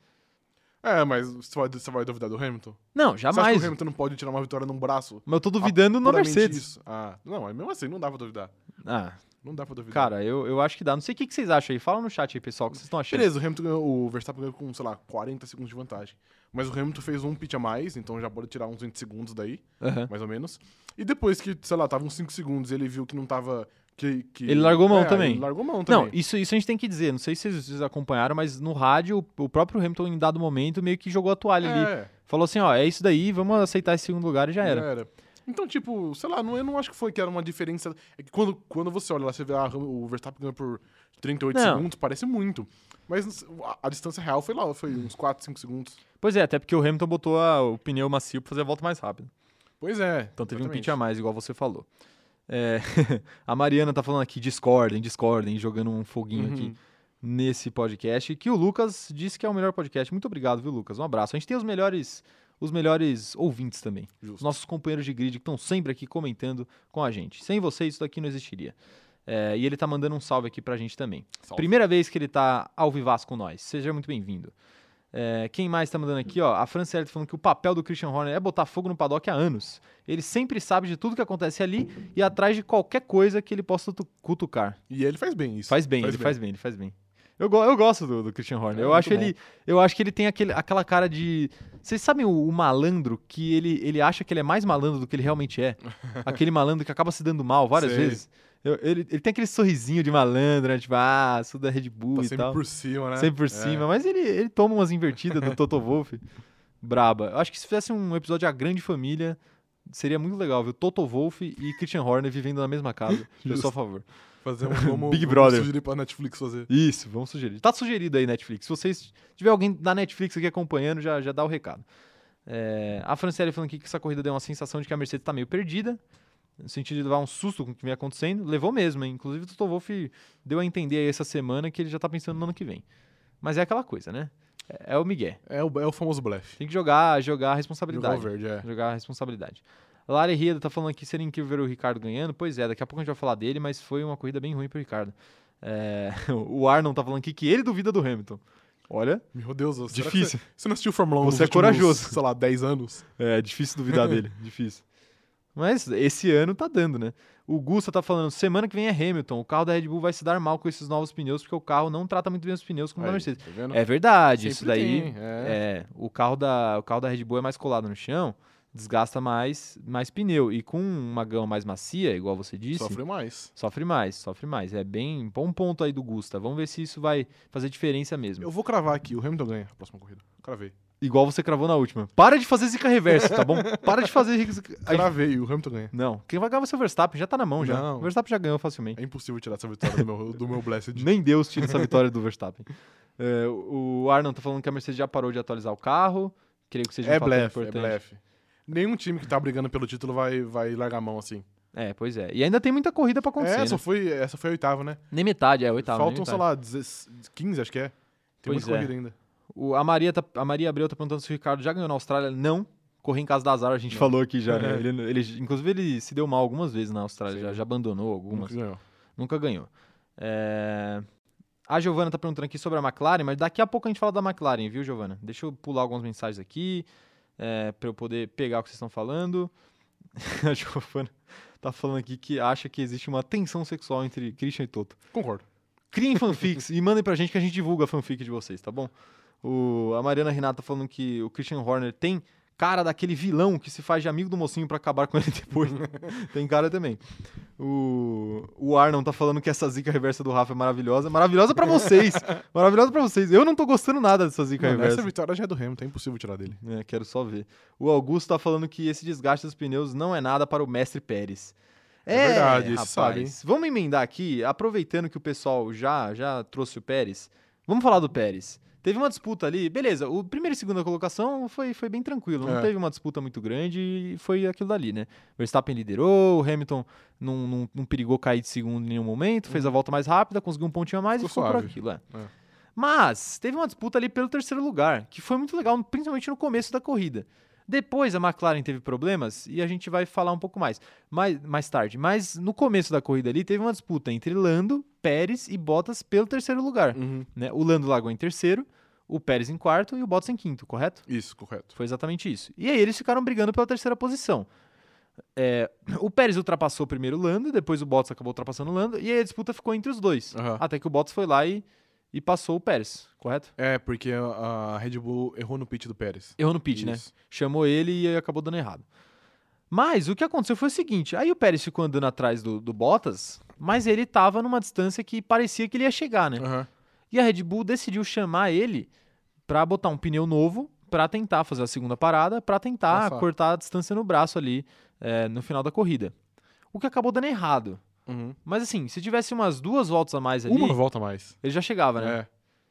Speaker 2: É, mas você vai, você vai duvidar do Hamilton?
Speaker 1: Não,
Speaker 2: Você acha
Speaker 1: jamais.
Speaker 2: que o Hamilton não pode tirar uma vitória num braço?
Speaker 1: Mas eu tô duvidando na
Speaker 2: Puramente
Speaker 1: Mercedes.
Speaker 2: isso. Ah, não, mas mesmo assim, não dá pra duvidar.
Speaker 1: Ah,
Speaker 2: Não dá pra duvidar.
Speaker 1: cara, eu, eu acho que dá. Não sei o que, que vocês acham aí. Fala no chat aí, pessoal, o que vocês estão achando.
Speaker 2: Beleza, o Hamilton ganhou, o Verstappen ganhou com, sei lá, 40 segundos de vantagem. Mas o Hamilton fez um pit a mais, então já pode tirar uns 20 segundos daí,
Speaker 1: Aham.
Speaker 2: mais ou menos. E depois que, sei lá, tava uns 5 segundos, ele viu que não tava. Que, que... É,
Speaker 1: Ele largou mão também.
Speaker 2: Ele largou mão também.
Speaker 1: Não, isso, isso a gente tem que dizer. Não sei se vocês- vocês acompanharam, mas no rádio, o- o próprio Hamilton, em dado momento, meio que jogou a toalha ali.
Speaker 2: é,
Speaker 1: Falou assim, ó, é isso daí, vamos aceitar esse segundo lugar e já era.
Speaker 2: Então, tipo, sei lá, não, eu não acho que foi que era uma diferença. É que quando, quando você olha lá, você vê ah, o Verstappen ganhou por 38
Speaker 1: Não.
Speaker 2: segundos, parece muito. Mas a, a distância real foi lá, foi uns 4, 5 segundos.
Speaker 1: Pois é, até porque o Hamilton botou a- o pneu macio pra fazer a volta mais rápida.
Speaker 2: Pois é.
Speaker 1: Então teve um
Speaker 2: exatamente.
Speaker 1: pit a mais, igual você falou. É, a Mariana tá falando aqui, discordem, discordem, jogando um foguinho
Speaker 2: Uhum.
Speaker 1: aqui. nesse podcast, que o Lucas disse que é o melhor podcast. Muito obrigado, viu, Lucas? Um abraço. A gente tem os melhores os melhores ouvintes também. Os
Speaker 2: Justo.
Speaker 1: nossos companheiros de grid que estão sempre aqui comentando com a gente. Sem vocês, isso daqui não existiria. É, e ele tá mandando um salve aqui pra gente também.
Speaker 2: Salve.
Speaker 1: Primeira vez que ele tá ao vivasso com nós. Seja muito bem-vindo. É, quem mais tá mandando aqui, ó? A Franciele tá falando que o papel do Christian Horner é botar fogo no paddock há anos. Ele sempre sabe de tudo que acontece ali e atrás de qualquer coisa que ele possa tu- cutucar.
Speaker 2: E ele faz bem isso.
Speaker 1: Faz bem, ele faz bem, ele faz bem. Eu, go- eu gosto do, do Christian Horner.
Speaker 2: É
Speaker 1: eu,
Speaker 2: muito
Speaker 1: acho ele, eu acho que ele tem aquele, aquela cara de. Vocês sabem o, o malandro que ele, ele acha que ele é mais malandro do que ele realmente é? aquele malandro que acaba se dando mal várias
Speaker 2: Sei.
Speaker 1: vezes. Eu- ele, ele tem aquele sorrisinho de malandro, né? Tipo, ah, sou da Red Bull
Speaker 2: Tá
Speaker 1: e
Speaker 2: sempre
Speaker 1: tal.
Speaker 2: por cima, né?
Speaker 1: Sempre por
Speaker 2: É.
Speaker 1: cima. Mas ele, ele toma umas invertidas do Toto Wolff. Braba. Eu acho que se fizesse um episódio A Grande Família, seria muito legal, viu? Toto Wolff e Christian Horner vivendo na mesma casa. Eu sou a
Speaker 2: Justo.
Speaker 1: favor.
Speaker 2: Fazer um como
Speaker 1: Big Brother.
Speaker 2: Sugerir pra Netflix fazer.
Speaker 1: Isso, vamos sugerir. Tá sugerido aí, Netflix. Se vocês tiver alguém da Netflix aqui acompanhando, já, já dá o recado. É, a Franciele falando aqui que essa corrida deu uma sensação de que a Mercedes tá meio perdida, no sentido de levar um susto com o que vem acontecendo. Levou mesmo, hein? Inclusive o Toto Wolff deu a entender aí essa semana que ele já tá pensando no ano que vem. Mas é aquela coisa, né? É, é o Miguel.
Speaker 2: É o, é o famoso blefe.
Speaker 1: Tem que jogar, jogar a
Speaker 2: Jogar o
Speaker 1: responsabilidade.
Speaker 2: verde, é.
Speaker 1: Jogar a responsabilidade. A Lari Rieda tá falando aqui, seria incrível ver o Ricardo ganhando. Pois é, daqui a pouco a gente vai falar dele, mas foi uma corrida bem ruim pro Ricardo. É, o Arnon tá falando aqui que ele duvida do Hamilton. Olha,
Speaker 2: Meu Deus, será que você-
Speaker 1: Difícil.
Speaker 2: Você não assistiu Fórmula 1
Speaker 1: Você
Speaker 2: nos
Speaker 1: é
Speaker 2: últimos,
Speaker 1: corajoso.
Speaker 2: sei lá, 10 anos?
Speaker 1: é difícil duvidar dele, difícil. Mas esse ano tá dando, né? O Gusta tá falando, semana que vem é Hamilton, o carro da Red Bull vai se dar mal com esses novos pneus, porque o carro não trata muito bem os pneus como o da
Speaker 2: Aí,
Speaker 1: Mercedes.
Speaker 2: Tá vendo?
Speaker 1: É verdade,
Speaker 2: Sempre
Speaker 1: isso daí
Speaker 2: tem,
Speaker 1: É,
Speaker 2: é.
Speaker 1: o carro da o carro da Red Bull é mais colado no chão, desgasta mais mais pneu e com uma gama mais macia, igual você disse, sofre,
Speaker 2: Sofre mais.
Speaker 1: mais, sofre mais. É bem bom ponto aí do Gusta. Vamos ver se isso vai fazer diferença mesmo.
Speaker 2: Eu vou cravar aqui, o Hamilton ganha a próxima corrida. Cravei.
Speaker 1: Igual você cravou na última. Para de fazer zica reversa, tá bom? Para de fazer zica... a gente-
Speaker 2: Cravei, o Hamilton ganha.
Speaker 1: Não, quem vai ganhar vai ser o Verstappen, já tá na mão já.
Speaker 2: Não.
Speaker 1: O Verstappen já ganhou facilmente.
Speaker 2: É impossível tirar essa vitória do meu, do meu Blessed.
Speaker 1: Nem Deus tira essa vitória do Verstappen. É, o Arnon tá falando que a Mercedes já parou de atualizar o carro. Creio que seja um
Speaker 2: É
Speaker 1: fator
Speaker 2: blefe, é
Speaker 1: importante.
Speaker 2: blefe. Nenhum time que tá brigando pelo título vai, vai largar a mão assim.
Speaker 1: É, pois é. E ainda tem muita corrida pra acontecer.
Speaker 2: É,
Speaker 1: né?
Speaker 2: essa foi, essa foi a oitava, né?
Speaker 1: Nem metade, é, oitava. nem
Speaker 2: Faltam, sei
Speaker 1: metade.
Speaker 2: lá, 16, 15, acho que é. Tem
Speaker 1: Pois
Speaker 2: muita
Speaker 1: é.
Speaker 2: corrida ainda.
Speaker 1: O- a, Maria tá- a Maria Abreu tá perguntando se o Ricardo já ganhou na Austrália. Não. Correr em casa da azar, a gente falou aqui já, né? Ele, ele- inclusive, ele se deu mal algumas vezes na Austrália,
Speaker 2: Sim.
Speaker 1: já, já abandonou algumas.
Speaker 2: Nunca ganhou.
Speaker 1: Nunca ganhou. É, A Giovana tá perguntando aqui sobre a McLaren, mas daqui a pouco a gente fala da McLaren, viu, Giovana? Deixa eu pular algumas mensagens aqui é, para eu poder pegar o que vocês estão falando. a Giovana tá falando aqui que acha que existe uma tensão sexual entre Christian e Toto.
Speaker 2: Concordo.
Speaker 1: Criem fanfics e mandem pra gente que a gente divulga a fanfic de vocês, tá bom? O, a Mariana Renata falando que o Christian Horner tem cara daquele vilão que se faz de amigo do mocinho pra acabar com ele depois. tem cara também. O, o Arnon tá falando que essa zica reversa do Rafa é maravilhosa. Maravilhosa pra vocês! maravilhosa pra vocês. Eu não tô gostando nada dessa zica
Speaker 2: Mano,
Speaker 1: reversa.
Speaker 2: essa vitória já é do Hamilton, é impossível tirar dele.
Speaker 1: É, quero só ver. O Augusto tá falando que esse desgaste dos pneus não é nada para o mestre Pérez.
Speaker 2: É verdade, esse
Speaker 1: rapaz.
Speaker 2: sabe, hein?
Speaker 1: Vamos emendar aqui, aproveitando que o pessoal já já trouxe o Pérez. Vamos falar do Pérez. Teve uma disputa ali, beleza, o primeiro e segunda colocação foi, foi bem tranquilo, não
Speaker 2: É.
Speaker 1: teve uma disputa muito grande e foi aquilo dali, né? Verstappen liderou, o Hamilton não, não, não perigou cair de segundo em nenhum momento, fez a volta mais rápida, conseguiu um pontinho a mais e
Speaker 2: Uhum. Ficou
Speaker 1: ficou por
Speaker 2: suave.
Speaker 1: aquilo, é.
Speaker 2: É.
Speaker 1: Mas teve uma disputa ali pelo terceiro lugar, que foi muito legal, principalmente no começo da corrida. Depois a McLaren teve problemas e a gente vai falar um pouco mais, mais, mais tarde. Mas no começo da corrida ali teve uma disputa entre Lando, Pérez e Bottas pelo terceiro lugar. né? O Lando largou em terceiro, o Pérez em quarto e o Bottas em quinto, correto?
Speaker 2: Isso, correto.
Speaker 1: Foi exatamente isso. E aí eles ficaram brigando pela terceira posição. É, o Pérez ultrapassou primeiro o Lando, depois o Bottas acabou ultrapassando o Lando, e aí a disputa ficou entre os dois.
Speaker 2: Aham.
Speaker 1: Até que o Bottas foi lá e, e passou o Pérez, correto?
Speaker 2: É, porque a a Red Bull errou no pit do Pérez.
Speaker 1: Errou no pit, né?
Speaker 2: Isso.
Speaker 1: Chamou ele e aí acabou dando errado. Mas o que aconteceu foi o seguinte: aí o Pérez ficou andando atrás do, do Bottas, mas ele tava numa distância que parecia que ele ia chegar, né?
Speaker 2: Aham.
Speaker 1: E a Red Bull decidiu chamar ele pra botar um pneu novo pra tentar fazer a segunda parada, pra tentar
Speaker 2: Passar.
Speaker 1: cortar a distância no braço ali eh, no final da corrida. O que acabou dando errado.
Speaker 2: Uhum.
Speaker 1: Mas assim, se tivesse umas duas voltas a mais ali,
Speaker 2: Uma volta a mais.
Speaker 1: ele já chegava, né?
Speaker 2: É.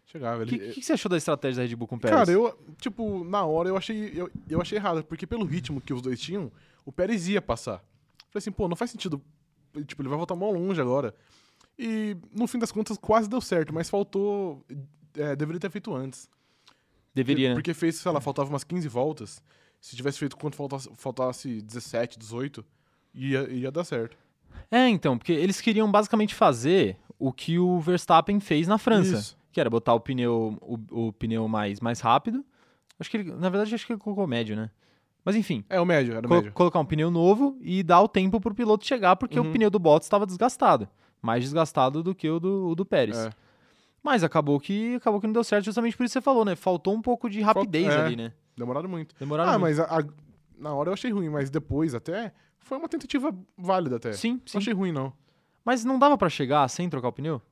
Speaker 2: Chegava.
Speaker 1: O
Speaker 2: Ele... é,
Speaker 1: que, que você achou da estratégia da Red Bull com o Pérez?
Speaker 2: Cara, eu, tipo, na hora eu achei, eu, eu achei errado, porque pelo ritmo que os dois tinham, o Pérez ia passar. Falei assim, pô, não faz sentido. Tipo, ele vai voltar mó longe agora. E no fim das contas quase deu certo, mas faltou. é, deveria ter feito antes.
Speaker 1: Deveria, né?
Speaker 2: Porque fez, sei lá, faltava umas 15 voltas. Se tivesse feito quanto faltasse, faltasse 17, 18, ia, ia dar certo.
Speaker 1: É, então, porque eles queriam basicamente fazer o que o Verstappen fez na França.
Speaker 2: Isso.
Speaker 1: Que era botar o pneu, o, o pneu mais, mais rápido. Acho que ele, na verdade, acho que ele colocou médio, né? Mas enfim,
Speaker 2: É, o médio, era o
Speaker 1: colo-
Speaker 2: médio.
Speaker 1: colocar um pneu novo e dar o tempo pro piloto chegar, porque
Speaker 2: Uhum.
Speaker 1: o pneu do Bottas estava desgastado. Mais desgastado do que o do, o do Pérez.
Speaker 2: É.
Speaker 1: Mas acabou que acabou que não deu certo, justamente por isso que você falou, né? Faltou um pouco de rapidez
Speaker 2: é.
Speaker 1: ali, né?
Speaker 2: Demoraram muito.
Speaker 1: Demoraram
Speaker 2: ah,
Speaker 1: muito.
Speaker 2: mas a- a- na hora eu achei ruim, mas depois até foi uma tentativa válida até.
Speaker 1: Sim, sim.
Speaker 2: Não é. achei ruim, não.
Speaker 1: Mas não dava pra chegar sem trocar o pneu?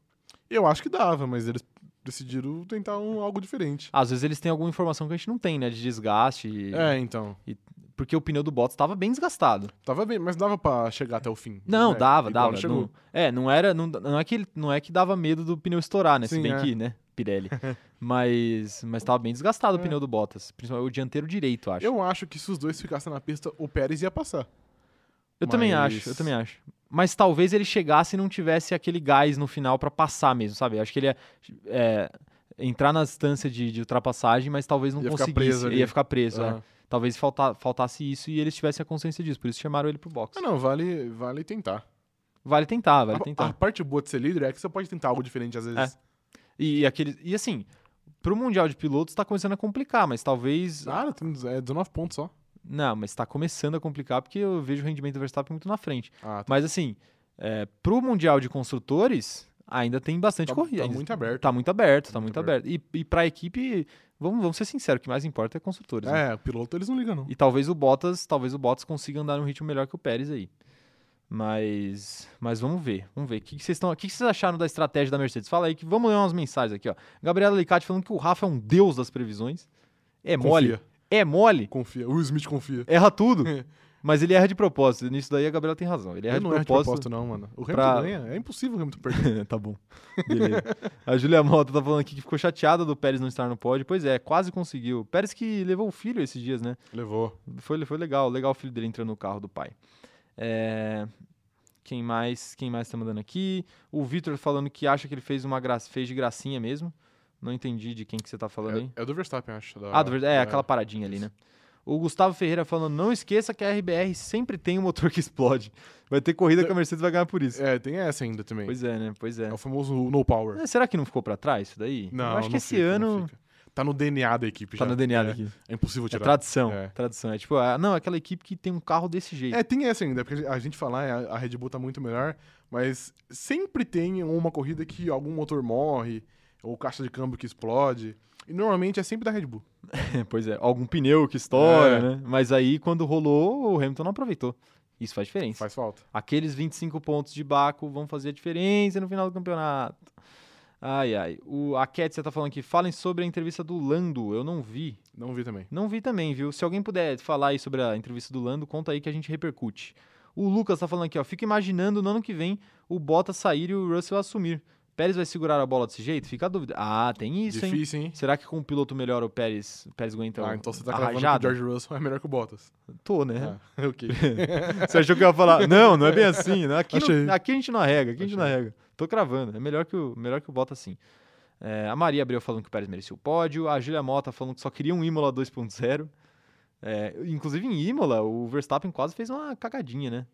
Speaker 2: Eu acho que dava, mas eles decidiram tentar um- algo diferente.
Speaker 1: Às vezes eles têm alguma informação que a gente não tem, né? De desgaste. e-
Speaker 2: É, então.
Speaker 1: Porque o pneu do Bottas estava bem desgastado.
Speaker 2: Tava bem, mas dava pra chegar até o fim.
Speaker 1: Não,
Speaker 2: né?
Speaker 1: dava,
Speaker 2: Igual
Speaker 1: dava.
Speaker 2: Chegou.
Speaker 1: Não, é, não era. Não, não, é que, ele- não é que dava medo do pneu estourar, né?
Speaker 2: Sim,
Speaker 1: Se bem
Speaker 2: é.
Speaker 1: que, né? Pirelli. mas, mas tava bem desgastado
Speaker 2: É.
Speaker 1: o pneu do Bottas. Principalmente o dianteiro direito, acho.
Speaker 2: Eu acho que se os dois ficassem na pista, o Pérez ia passar.
Speaker 1: Eu também
Speaker 2: Mas-
Speaker 1: acho, eu também acho. Mas talvez ele chegasse e não tivesse aquele gás no final pra passar mesmo, sabe? Eu Acho que ele ia é, entrar na distância de, de ultrapassagem, mas talvez não
Speaker 2: Ia ficar
Speaker 1: conseguisse.
Speaker 2: preso ali.
Speaker 1: Ia ficar preso, é.
Speaker 2: Ah.
Speaker 1: Talvez falta- faltasse isso e eles tivessem a consciência disso. Por isso chamaram ele pro box.
Speaker 2: Ah, não, vale, vale tentar.
Speaker 1: Vale tentar, vale
Speaker 2: a,
Speaker 1: tentar. É.
Speaker 2: a parte boa de ser líder é que você pode tentar algo diferente às vezes.
Speaker 1: E, aquele, e assim, pro Mundial de Pilotos tá começando a complicar, mas talvez.
Speaker 2: Nada, tem dez- é 19 pontos só.
Speaker 1: Não, mas tá começando a complicar porque eu vejo o rendimento do Verstappen muito na frente.
Speaker 2: Ah, tá,
Speaker 1: Mas assim, é, pro Mundial de Construtores, ainda tem bastante
Speaker 2: tá,
Speaker 1: corrida.
Speaker 2: tá
Speaker 1: ainda-
Speaker 2: muito aberto.
Speaker 1: Tá muito aberto,
Speaker 2: Tá
Speaker 1: tá
Speaker 2: muito
Speaker 1: muito aberto. E, e pra equipe, vamos, vamos ser sinceros, o que mais importa é construtores. né?
Speaker 2: É, o piloto eles não ligam, não.
Speaker 1: E talvez o Bottas, talvez o Bottas consiga andar num ritmo melhor que o Pérez aí. Mas, mas vamos ver, vamos ver. O que que vocês estão, o que que vocês acharam da estratégia da Mercedes? Fala aí que vamos ler umas mensagens aqui, ó. Gabriela Alicate falando que o Rafa é um deus das previsões. É mole,
Speaker 2: Confia,
Speaker 1: é mole,
Speaker 2: confia. O Will Smith confia.
Speaker 1: erra tudo. mas ele erra de propósito. Nisso daí a Gabriela tem razão. Ele erra
Speaker 2: Eu
Speaker 1: de
Speaker 2: não é de
Speaker 1: propósito.
Speaker 2: propósito, não, mano. O Hamilton
Speaker 1: pra-
Speaker 2: ganha. É impossível o Hamilton perder.
Speaker 1: tá bom. Beleza. A Julia Mota tá falando aqui que ficou chateada do Pérez não estar no pódio. Pois é, quase conseguiu. Pérez que levou o filho esses dias, né?
Speaker 2: Levou.
Speaker 1: Foi, foi legal, legal o filho dele entrando no carro do pai. É, Quem mais quem mais tá mandando aqui? O Vitor falando que acha que ele fez uma gra... fez de gracinha mesmo. Não entendi de quem que você tá falando aí.
Speaker 2: É, é do Verstappen, acho. da-
Speaker 1: Ah, do verdade, é,
Speaker 2: da-
Speaker 1: aquela paradinha ali, né? O Gustavo Ferreira falando, não esqueça que a RBR sempre tem um motor que explode. Vai ter corrida que a Mercedes vai ganhar por isso.
Speaker 2: É, tem essa ainda também.
Speaker 1: Pois é, né? Pois é.
Speaker 2: É o famoso no power.
Speaker 1: É, Será que não ficou pra trás isso daí?
Speaker 2: Não,
Speaker 1: Eu acho que
Speaker 2: não
Speaker 1: esse
Speaker 2: fica, não
Speaker 1: ano
Speaker 2: fica. Tá no DNA da equipe
Speaker 1: tá
Speaker 2: já.
Speaker 1: no DNA
Speaker 2: é,
Speaker 1: daqui.
Speaker 2: É impossível
Speaker 1: É
Speaker 2: tirar.
Speaker 1: tradição,
Speaker 2: É.
Speaker 1: tradição. É tipo, ah, não, é aquela equipe que tem um carro desse jeito.
Speaker 2: É, tem essa ainda, porque a gente falar, é, a a Red Bull tá muito melhor, mas sempre tem uma corrida que algum motor morre, ou caixa de câmbio que explode, e normalmente é sempre da Red Bull.
Speaker 1: pois é, algum pneu que estoura,
Speaker 2: É.
Speaker 1: né? Mas aí quando rolou, o Hamilton não aproveitou. Isso faz diferença.
Speaker 2: Faz falta.
Speaker 1: Aqueles 25 pontos de Baco vão fazer a diferença no final do campeonato. Ai, ai. O, a Cat, você tá falando aqui, falem sobre a entrevista do Lando. Eu não vi.
Speaker 2: Não vi também.
Speaker 1: Não vi também, viu? Se alguém puder falar aí sobre a entrevista do Lando, conta aí que a gente repercute. O Lucas tá falando aqui, ó. Fica imaginando no ano que vem o Bottas sair e o Russell assumir. Pérez vai segurar a bola desse jeito? Fica a dúvida. Ah, tem isso, hein?
Speaker 2: Difícil, hein?
Speaker 1: Será que com o piloto melhor o Pérez, Pérez aguenta um
Speaker 2: ah, então você tá
Speaker 1: a
Speaker 2: cravando que o
Speaker 1: rajada?
Speaker 2: George Russell é melhor que o Bottas.
Speaker 1: Tô, né?
Speaker 2: Ah, ok.
Speaker 1: Você achou que eu ia falar? Não, não é bem assim. Né? Aqui, É. não-
Speaker 2: Achei.
Speaker 1: aqui a gente não arrega, aqui a gente não
Speaker 2: Achei.
Speaker 1: arrega. Tô cravando. É melhor que o, melhor que o Bottas, sim. É, a Maria Abreu falando que o Pérez merecia o pódio. A Julia Mota falando que só queria um Imola 2.0. É, inclusive em Imola, o Verstappen quase fez uma cagadinha, né?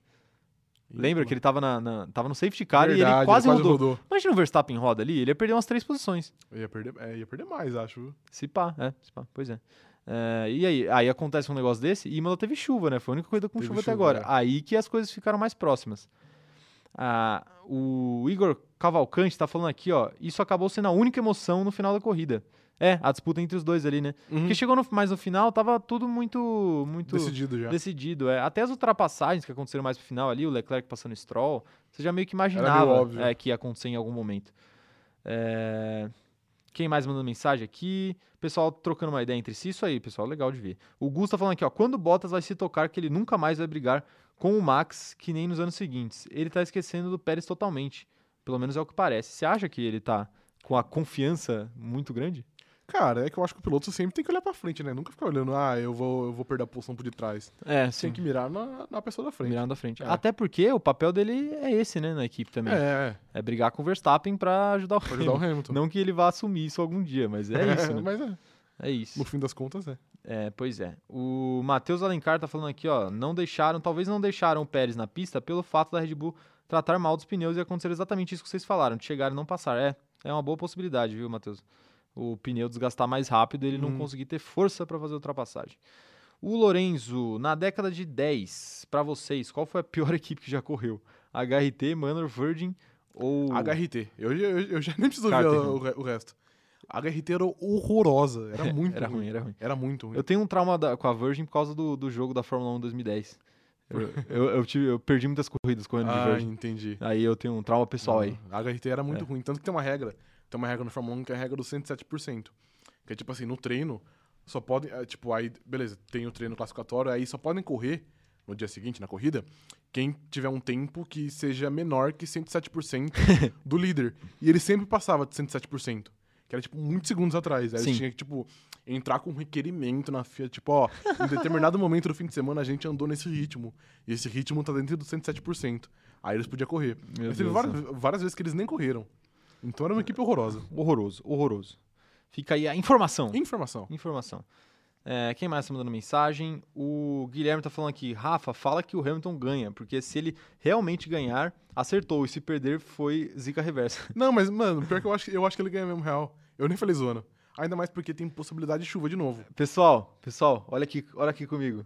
Speaker 1: Lembra que ele tava, na, na- tava no safety car
Speaker 2: Verdade,
Speaker 1: e ele quase rodou.
Speaker 2: rodou.
Speaker 1: Imagina o Verstappen roda ali, ele ia perder umas três posições.
Speaker 2: Eu Ia perder, é, ia perder mais, acho.
Speaker 1: Se pá, é, se pá, pois é. É, e aí, aí acontece um negócio desse, e Imola teve chuva, né? Foi a única corrida com
Speaker 2: Teve
Speaker 1: chuva, até
Speaker 2: chuva,
Speaker 1: agora.
Speaker 2: é.
Speaker 1: Aí que as coisas ficaram mais próximas. Ah, o Igor Cavalcante tá falando aqui, ó. Isso acabou sendo a única emoção no final da corrida. É, a disputa entre os dois ali, né? Porque chegou no, mais no final, tava tudo muito. muito
Speaker 2: Uhum. Decidido já.
Speaker 1: decidido, é. Até as ultrapassagens que aconteceram mais pro final ali, o Leclerc passando Stroll, você já meio que imaginava
Speaker 2: óbvio.
Speaker 1: é, que ia acontecer em algum momento. É, Quem mais mandando mensagem aqui? Pessoal trocando uma ideia entre si, isso aí, pessoal, legal de ver. O Gus tá falando aqui, ó, quando o Bottas vai se tocar que ele nunca mais vai brigar com o Max, que nem nos anos seguintes. Ele tá esquecendo do Pérez totalmente, pelo menos é o que parece. Você acha que ele tá com a confiança muito grande?
Speaker 2: Cara, é que eu acho que o piloto sempre tem que olhar pra frente, né? Nunca ficar olhando, ah, eu vou, eu vou perder a posição por detrás.
Speaker 1: É,
Speaker 2: Tem
Speaker 1: sim.
Speaker 2: que mirar na, na pessoa da frente.
Speaker 1: Mirando da frente.
Speaker 2: É.
Speaker 1: Até porque o papel dele é esse, né, na equipe também. É,
Speaker 2: É, é,
Speaker 1: brigar com o Verstappen pra ajudar o
Speaker 2: pra ajudar o
Speaker 1: Hamilton.
Speaker 2: Hamilton.
Speaker 1: Não que ele vá assumir isso algum dia, mas é isso, né?
Speaker 2: Mas é,
Speaker 1: É isso.
Speaker 2: no fim das contas é.
Speaker 1: É, pois é. O Matheus Alencar tá falando aqui, ó. Não deixaram, talvez não deixaram o Pérez na pista pelo fato da Red Bull tratar mal dos pneus e acontecer exatamente isso que vocês falaram, de chegar e não passar. É, é uma boa possibilidade, viu, Matheus? O pneu desgastar mais rápido e ele não
Speaker 2: Hum.
Speaker 1: conseguir ter força para fazer a ultrapassagem. O Lorenzo, na década de 10, para vocês, qual foi a pior equipe que já correu? HRT, Manor, Virgin ou.
Speaker 2: HRT. Eu, já- eu, eu já nem preciso ver
Speaker 1: Carter.
Speaker 2: o, o re- o resto. A HRT era horrorosa. Era muito
Speaker 1: Era
Speaker 2: ruim.
Speaker 1: ruim, era ruim.
Speaker 2: Era muito ruim.
Speaker 1: Eu tenho um trauma da- com a Virgin por causa do, do jogo da Fórmula 1 2010. Eu, eu, eu tive- eu perdi muitas corridas correndo de
Speaker 2: ah,
Speaker 1: Virgin.
Speaker 2: entendi.
Speaker 1: Aí eu tenho um trauma pessoal aí.
Speaker 2: A HRT era muito
Speaker 1: É.
Speaker 2: ruim. Tanto que tem uma regra. Tem uma regra no Fórmula 1 que é a regra do 107%. Que é tipo assim, no treino, só podem. é, Tipo, aí, beleza, tem o treino classificatório, aí só podem correr no dia seguinte, na corrida, quem tiver um tempo que seja menor que 107% do líder. E ele sempre passava de 107%. Que era, tipo, muitos segundos atrás. Aí
Speaker 1: Sim.
Speaker 2: eles tinham que, tipo, entrar com um requerimento na FIA. Tipo, ó, em determinado momento do fim de semana a gente andou nesse ritmo. E esse ritmo tá dentro do 107%. Aí eles podiam correr.
Speaker 1: Meu
Speaker 2: Mas teve
Speaker 1: Deus
Speaker 2: várias, várias vezes que eles nem correram. Então era uma equipe horrorosa.
Speaker 1: Horroroso, horroroso. Fica aí a informação.
Speaker 2: Informação.
Speaker 1: Informação. É, quem mais tá mandando mensagem? O Guilherme tá falando aqui, Rafa, fala que o Hamilton ganha, porque se ele realmente ganhar, acertou, e se perder, foi zica reversa.
Speaker 2: Não, mas, mano, pior que eu acho, que- eu acho que ele ganha mesmo real. Eu nem falei zoando. Ainda mais porque tem possibilidade de chuva de novo.
Speaker 1: Pessoal, pessoal, olha aqui, olha aqui comigo.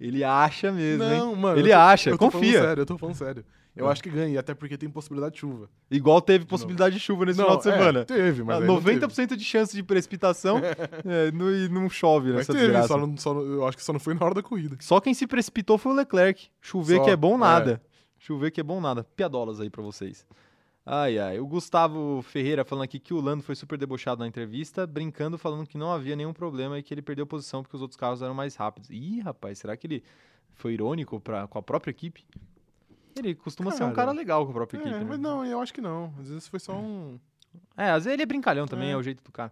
Speaker 1: Ele acha mesmo, hein?
Speaker 2: Não, mano.
Speaker 1: Ele
Speaker 2: eu tô-
Speaker 1: acha,
Speaker 2: eu tô
Speaker 1: confia.
Speaker 2: Falando sério, eu tô falando sério. Eu
Speaker 1: É.
Speaker 2: acho que ganha, e até porque tem possibilidade de chuva.
Speaker 1: Igual teve possibilidade de chuva nesse final de
Speaker 2: é,
Speaker 1: semana.
Speaker 2: teve, mas.
Speaker 1: Ah,
Speaker 2: aí não teve.
Speaker 1: 90% de chance de precipitação é, no- e não chove
Speaker 2: Mas
Speaker 1: nessa
Speaker 2: teve,
Speaker 1: desgraça.
Speaker 2: só não, só não- eu acho que só não foi na hora da corrida.
Speaker 1: Só quem se precipitou foi o Leclerc. Chover
Speaker 2: Só,
Speaker 1: que é bom
Speaker 2: é.
Speaker 1: nada. Chover que é bom nada. Piadolas aí pra vocês. Ai, ai. O Gustavo Ferreira falando aqui que o Lando foi super debochado na entrevista, brincando, falando que não havia nenhum problema e que ele perdeu posição porque os outros carros eram mais rápidos. Ih, rapaz, será que ele foi irônico pra, com a própria equipe? Ele costuma ser um
Speaker 2: Cara.
Speaker 1: cara legal com a própria equipe,
Speaker 2: É,
Speaker 1: né?
Speaker 2: mas não, eu acho que não. Às vezes foi só um.
Speaker 1: É, às vezes ele é brincalhão também, é,
Speaker 2: É.
Speaker 1: o jeito do cara.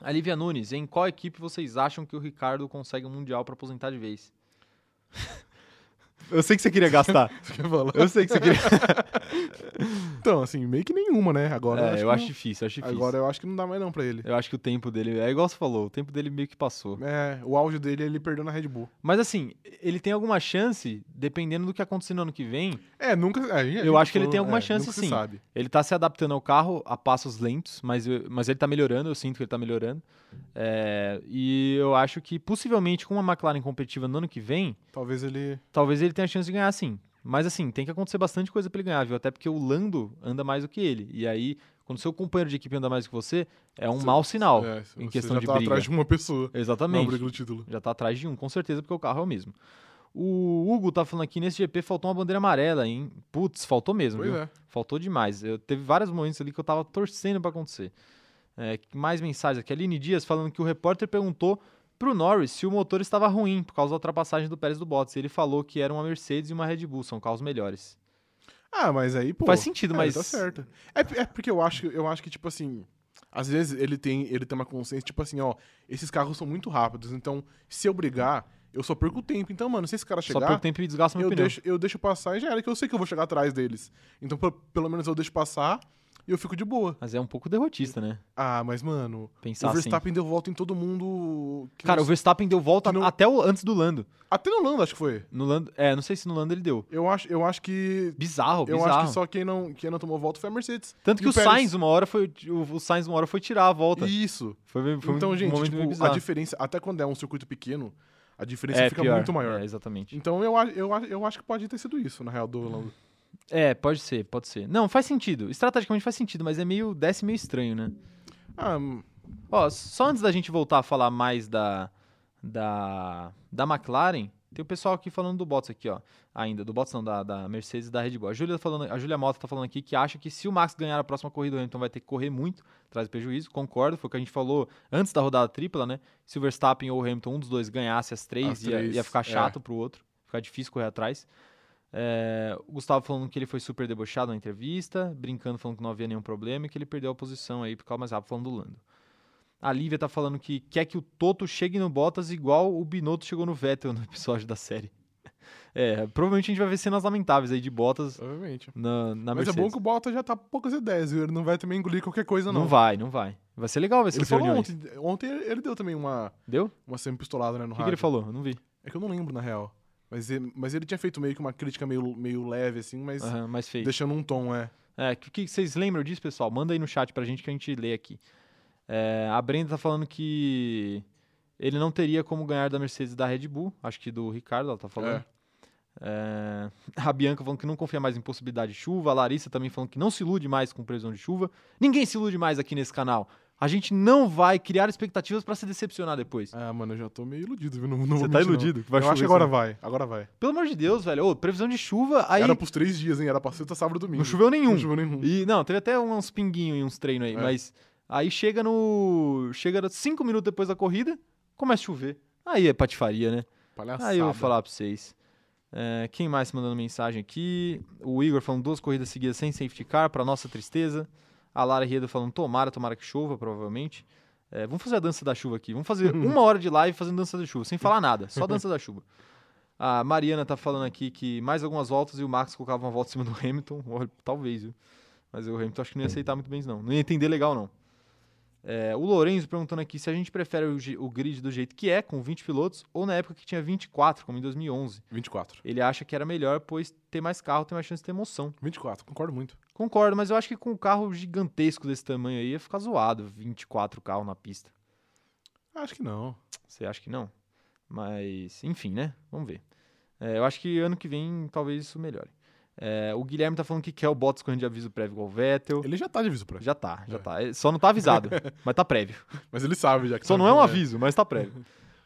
Speaker 1: A Lívia Nunes, em qual equipe vocês acham que o Ricardo consegue um Mundial pra aposentar de vez? Eu sei que você queria gastar.
Speaker 2: Você quer falar?
Speaker 1: Eu sei que você queria.
Speaker 2: Então, assim, meio que nenhuma, né? Agora
Speaker 1: é, eu acho
Speaker 2: que
Speaker 1: difícil, acho
Speaker 2: não-
Speaker 1: difícil.
Speaker 2: Agora eu acho que não dá mais não pra ele.
Speaker 1: Eu acho que o tempo dele. É igual você falou, o tempo dele meio que passou.
Speaker 2: É, o auge dele ele perdeu na Red Bull.
Speaker 1: Mas assim, ele tem alguma chance, dependendo do que acontecer no ano que vem.
Speaker 2: É, nunca. é, a gente
Speaker 1: Eu acho que ele
Speaker 2: falou-
Speaker 1: tem alguma
Speaker 2: é,
Speaker 1: chance,
Speaker 2: nunca se
Speaker 1: sim.
Speaker 2: sabe.
Speaker 1: Ele tá se adaptando ao carro a passos lentos, mas, eu- mas ele tá melhorando, eu sinto que ele tá melhorando. É, e eu acho que possivelmente com uma McLaren competitiva no ano que vem,
Speaker 2: Talvez ele.
Speaker 1: talvez ele tenha chance de ganhar sim. Mas assim, tem que acontecer bastante coisa pra ele ganhar, viu? Até porque o Lando anda mais do que ele. E aí, quando seu companheiro de equipe anda mais do que você, é um
Speaker 2: Você-
Speaker 1: mau sinal.
Speaker 2: é, você
Speaker 1: em questão
Speaker 2: já
Speaker 1: de
Speaker 2: tá
Speaker 1: briga.
Speaker 2: atrás de uma pessoa. Na
Speaker 1: Exatamente.
Speaker 2: briga do título.
Speaker 1: Já tá atrás de um, com certeza, porque o carro é o mesmo. O Hugo tá falando aqui, nesse GP faltou uma bandeira amarela, hein? Putz, faltou mesmo,
Speaker 2: Pois
Speaker 1: viu?
Speaker 2: é.
Speaker 1: Faltou demais. Eu, teve vários momentos ali que eu tava torcendo pra acontecer. É, mais mensagens aqui. Aline Dias falando que o repórter perguntou pro Norris se o motor estava ruim por causa da ultrapassagem do Pérez do Bottas. E Ele falou que era uma Mercedes e uma Red Bull, são carros melhores.
Speaker 2: Ah, mas aí, pô.
Speaker 1: Faz sentido,
Speaker 2: é,
Speaker 1: mas.
Speaker 2: Tá certo. É, p- é porque eu acho, eu acho que, tipo assim. Às vezes ele tem, ele tem uma consciência, tipo assim, ó, esses carros são muito rápidos, então se eu brigar, eu só perco o tempo. Então, mano, se esse cara
Speaker 1: Só pelo
Speaker 2: chegar,
Speaker 1: tempo e desgasta meu
Speaker 2: eu
Speaker 1: pneu.
Speaker 2: deixo, eu deixo passar e já era, que eu sei que eu vou chegar atrás deles. Então, pe- pelo menos eu deixo passar e eu fico de boa.
Speaker 1: Mas é um pouco derrotista, né?
Speaker 2: Ah, mas, mano,
Speaker 1: Pensar
Speaker 2: o
Speaker 1: assim.
Speaker 2: Verstappen deu volta em todo mundo. que
Speaker 1: Cara, o
Speaker 2: não-
Speaker 1: Verstappen deu volta
Speaker 2: que não-
Speaker 1: até o, antes do Lando.
Speaker 2: Até no Lando, acho que foi.
Speaker 1: No Lando. É, não sei se no Lando ele deu.
Speaker 2: Eu acho, eu acho que.
Speaker 1: Bizarro,
Speaker 2: Eu
Speaker 1: bizarro.
Speaker 2: acho que só quem não, quem não tomou volta foi a Mercedes.
Speaker 1: Tanto que
Speaker 2: e
Speaker 1: o,
Speaker 2: o Pérez.
Speaker 1: Sainz, uma hora, foi. O, o Sainz, uma hora, foi tirar a volta.
Speaker 2: Isso.
Speaker 1: Foi, foi
Speaker 2: então,
Speaker 1: um
Speaker 2: gente,
Speaker 1: momento
Speaker 2: tipo,
Speaker 1: meio
Speaker 2: a
Speaker 1: bizarro.
Speaker 2: diferença, até quando é um circuito pequeno, a diferença fica
Speaker 1: pior.
Speaker 2: muito maior.
Speaker 1: É, exatamente.
Speaker 2: Então eu, a- eu, a- eu acho que pode ter sido isso, na real, do Lando.
Speaker 1: É, pode ser, pode ser. Não, faz sentido. Estrategicamente faz sentido, mas é meio. desce meio estranho, né?
Speaker 2: Ah, hum,
Speaker 1: Ó, só antes da gente voltar a falar mais da. da. da McLaren. Tem o pessoal aqui falando do Bottas aqui, ó. Ainda, do Bottas não, da, da Mercedes e da Red Bull. A Júlia tá falando, a Júlia Mota tá falando aqui que acha que se o Max ganhar a próxima corrida, o Hamilton vai ter que correr muito, traz prejuízo. Concordo, foi o que a gente falou antes da rodada tripla, né? Se o Verstappen ou o Hamilton, um dos dois, ganhasse as três,
Speaker 2: As
Speaker 1: ia,
Speaker 2: três,
Speaker 1: ia ficar
Speaker 2: é.
Speaker 1: chato pro outro, ficar difícil correr atrás. É, o Gustavo falando que ele foi super debochado na entrevista, brincando, falando que não havia nenhum problema e que ele perdeu a posição aí por causa mais rápido, falando do Lando. A Lívia tá falando que quer que o Toto chegue no Bottas igual o Binotto chegou no Vettel no episódio da série. É, provavelmente a gente vai ver cenas lamentáveis aí de Bottas
Speaker 2: Obviamente.
Speaker 1: na, na
Speaker 2: Mas é
Speaker 1: Mercedes.
Speaker 2: bom que o Bottas já tá poucas ideias, viu? Ele não vai também engolir qualquer coisa, não.
Speaker 1: Não vai, não vai. Vai ser legal ver
Speaker 2: Ele
Speaker 1: essas
Speaker 2: falou
Speaker 1: reuniões.
Speaker 2: ontem. Ontem ele deu também uma,
Speaker 1: Deu? O
Speaker 2: uma semi-pistolada, né, no
Speaker 1: que, que ele
Speaker 2: rádio.
Speaker 1: falou? Eu Não vi.
Speaker 2: É que eu não lembro, na real. Mas ele, mas ele tinha feito meio que uma crítica meio, meio leve, assim, mas
Speaker 1: Aham, mas fez.
Speaker 2: deixando um tom, é.
Speaker 1: É, o que, que vocês lembram disso, pessoal? Manda aí no chat pra gente que a gente lê aqui. É, a Brenda tá falando que ele não teria como ganhar da Mercedes e da Red Bull, acho que do Ricardo ela tá falando.
Speaker 2: É.
Speaker 1: É, a Bianca falando que não confia mais em possibilidade de chuva, a Larissa também falando que não se ilude mais com previsão de chuva. Ninguém se ilude mais aqui nesse canal. A gente não vai criar expectativas pra se decepcionar depois.
Speaker 2: Ah, mano, eu já tô meio iludido, viu? Não, não
Speaker 1: Você
Speaker 2: vou
Speaker 1: tá
Speaker 2: mentir, não.
Speaker 1: iludido que vai
Speaker 2: eu acho que
Speaker 1: chover
Speaker 2: agora
Speaker 1: esse
Speaker 2: vai, agora vai.
Speaker 1: Pelo amor de Deus, velho. Ô, previsão de chuva, aí
Speaker 2: Era pros três dias, hein? Era pra sexta, sábado e domingo.
Speaker 1: não choveu nenhum.
Speaker 2: Não choveu nenhum.
Speaker 1: E não, teve até uns pinguinhos e uns treinos aí,
Speaker 2: Uhum. É.
Speaker 1: mas aí chega no. Chega cinco minutos depois da corrida, começa a chover. Aí é patifaria, né?
Speaker 2: Palhaçada.
Speaker 1: Aí eu vou falar pra vocês. É, quem mais mandando mensagem aqui? O Igor falando duas corridas seguidas sem safety car, pra nossa tristeza. A Lara Riedo falando tomara, tomara que chova, provavelmente. É, vamos fazer a dança da chuva aqui. Vamos fazer uma hora de live fazendo dança da chuva, sem falar nada, só dança da chuva. A Mariana tá falando aqui que mais algumas voltas e o Max colocava uma volta em cima do Hamilton. Olha, talvez, viu? Mas o Hamilton acho que não ia aceitar muito bem isso, não. Não ia entender legal, não. É, o Lourenço perguntando aqui se a gente prefere o, gi- o grid do jeito que é, com 20 pilotos, ou na época que tinha 24, como em 2011.
Speaker 2: 24.
Speaker 1: Ele acha que era melhor, pois ter mais carro tem mais chance de ter emoção.
Speaker 2: 24, concordo muito.
Speaker 1: Concordo, mas eu acho que com um carro gigantesco desse tamanho aí ia ficar zoado 24 carros na pista.
Speaker 2: Acho que não.
Speaker 1: Você acha que não? Mas, enfim, né? Vamos ver. É, eu acho que ano que vem talvez isso melhore. É, o Guilherme tá falando que quer o Bottas correndo de aviso prévio igual o Vettel.
Speaker 2: Ele já tá de aviso pra
Speaker 1: Já tá, já
Speaker 2: É.
Speaker 1: tá. É, Só não tá avisado, mas tá prévio.
Speaker 2: Mas ele sabe já que
Speaker 1: Só
Speaker 2: tá
Speaker 1: não é um
Speaker 2: vindo,
Speaker 1: aviso, mas tá prévio.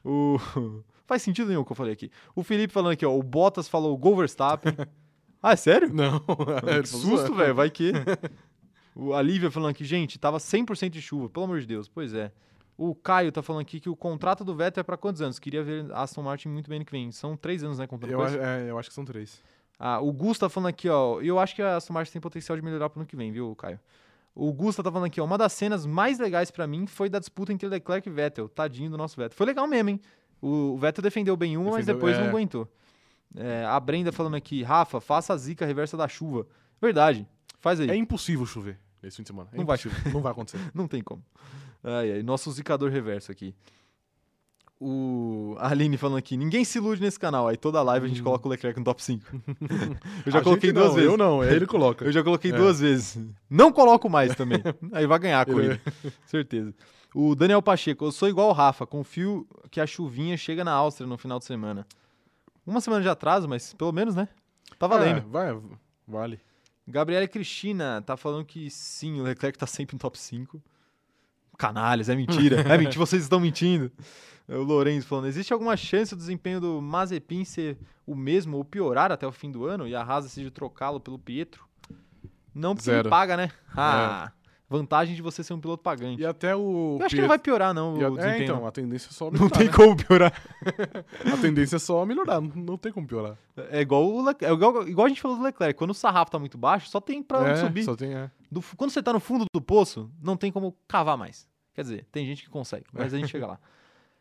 Speaker 1: O... Faz sentido nenhum o que eu falei aqui. O Felipe falando aqui, ó, o Bottas falou Go Verstappen. ah, é sério?
Speaker 2: Não. É, Ele
Speaker 1: que
Speaker 2: falou,
Speaker 1: susto, velho, vai que. O, a Lívia falando aqui, gente, tava 100% de chuva, pelo amor de Deus. Pois é. O Caio tá falando aqui que o contrato do Vettel é pra quantos anos? Queria ver a Aston Martin muito bem ano que vem. São três anos, né, contando
Speaker 2: Eu,
Speaker 1: com
Speaker 2: acho-
Speaker 1: esse?
Speaker 2: é, eu acho que são três.
Speaker 1: Ah, o Gusta tá falando aqui, ó, eu acho que a Aston Martin tem potencial de melhorar pro ano que vem, viu, Caio? O Gusta tá falando aqui, ó, uma das cenas mais legais pra mim foi da disputa entre Leclerc e Vettel. Tadinho do nosso Vettel. Foi legal mesmo, hein? O, o Vettel defendeu bem uma, mas
Speaker 2: Defendeu,
Speaker 1: depois não
Speaker 2: é.
Speaker 1: aguentou. É, a Brenda falando aqui, Rafa, faça a zica reversa da chuva. Verdade. Faz aí.
Speaker 2: É impossível chover esse fim de semana. É
Speaker 1: Não vai
Speaker 2: impossível, Não vai acontecer.
Speaker 1: Não tem como. Ai, ai, nosso zicador reverso aqui. O a Aline falando aqui, ninguém se ilude nesse canal. Aí toda live a gente coloca o Leclerc no top 5. Eu já
Speaker 2: Hum. A
Speaker 1: coloquei
Speaker 2: gente
Speaker 1: duas
Speaker 2: não,
Speaker 1: vezes.
Speaker 2: Eu não, é ele que coloca.
Speaker 1: Eu já coloquei
Speaker 2: É.
Speaker 1: duas vezes. Não coloco mais também. Aí vai ganhar a
Speaker 2: Ele-
Speaker 1: corrida. Certeza. O Daniel Pacheco, eu sou igual o Rafa, confio que a chuvinha chega na Áustria no final de semana. Uma semana de atraso, mas pelo menos, né? Tá valendo.
Speaker 2: É, vai, vale.
Speaker 1: Gabriela Cristina tá falando que sim, o Leclerc tá sempre no top 5. Canalhas, é mentira. é mentira, vocês estão mentindo. É O Lourenço falando: existe alguma chance do desempenho do Mazepin ser o mesmo ou piorar até o fim do ano e a Haas decide trocá-lo pelo Pietro? Não, porque ele
Speaker 2: Zero. É.
Speaker 1: paga, né? Ah, vantagem de você ser um piloto pagante.
Speaker 2: E até o.
Speaker 1: Eu acho que não vai piorar, não, o
Speaker 2: E a- É,
Speaker 1: desempenho.
Speaker 2: então,
Speaker 1: não.
Speaker 2: a tendência é só
Speaker 1: Não
Speaker 2: melhorar.
Speaker 1: tem
Speaker 2: né?
Speaker 1: como piorar.
Speaker 2: A tendência é só melhorar, não- não tem como piorar.
Speaker 1: É igual, o Lec- é igual, igual a gente falou do Leclerc. Quando o sarrafo tá muito baixo, só tem pra
Speaker 2: é,
Speaker 1: subir.
Speaker 2: Só tem, é.
Speaker 1: do fu- quando você tá no fundo do poço, não tem como cavar mais. Quer dizer, tem gente que consegue, mas a gente chega lá.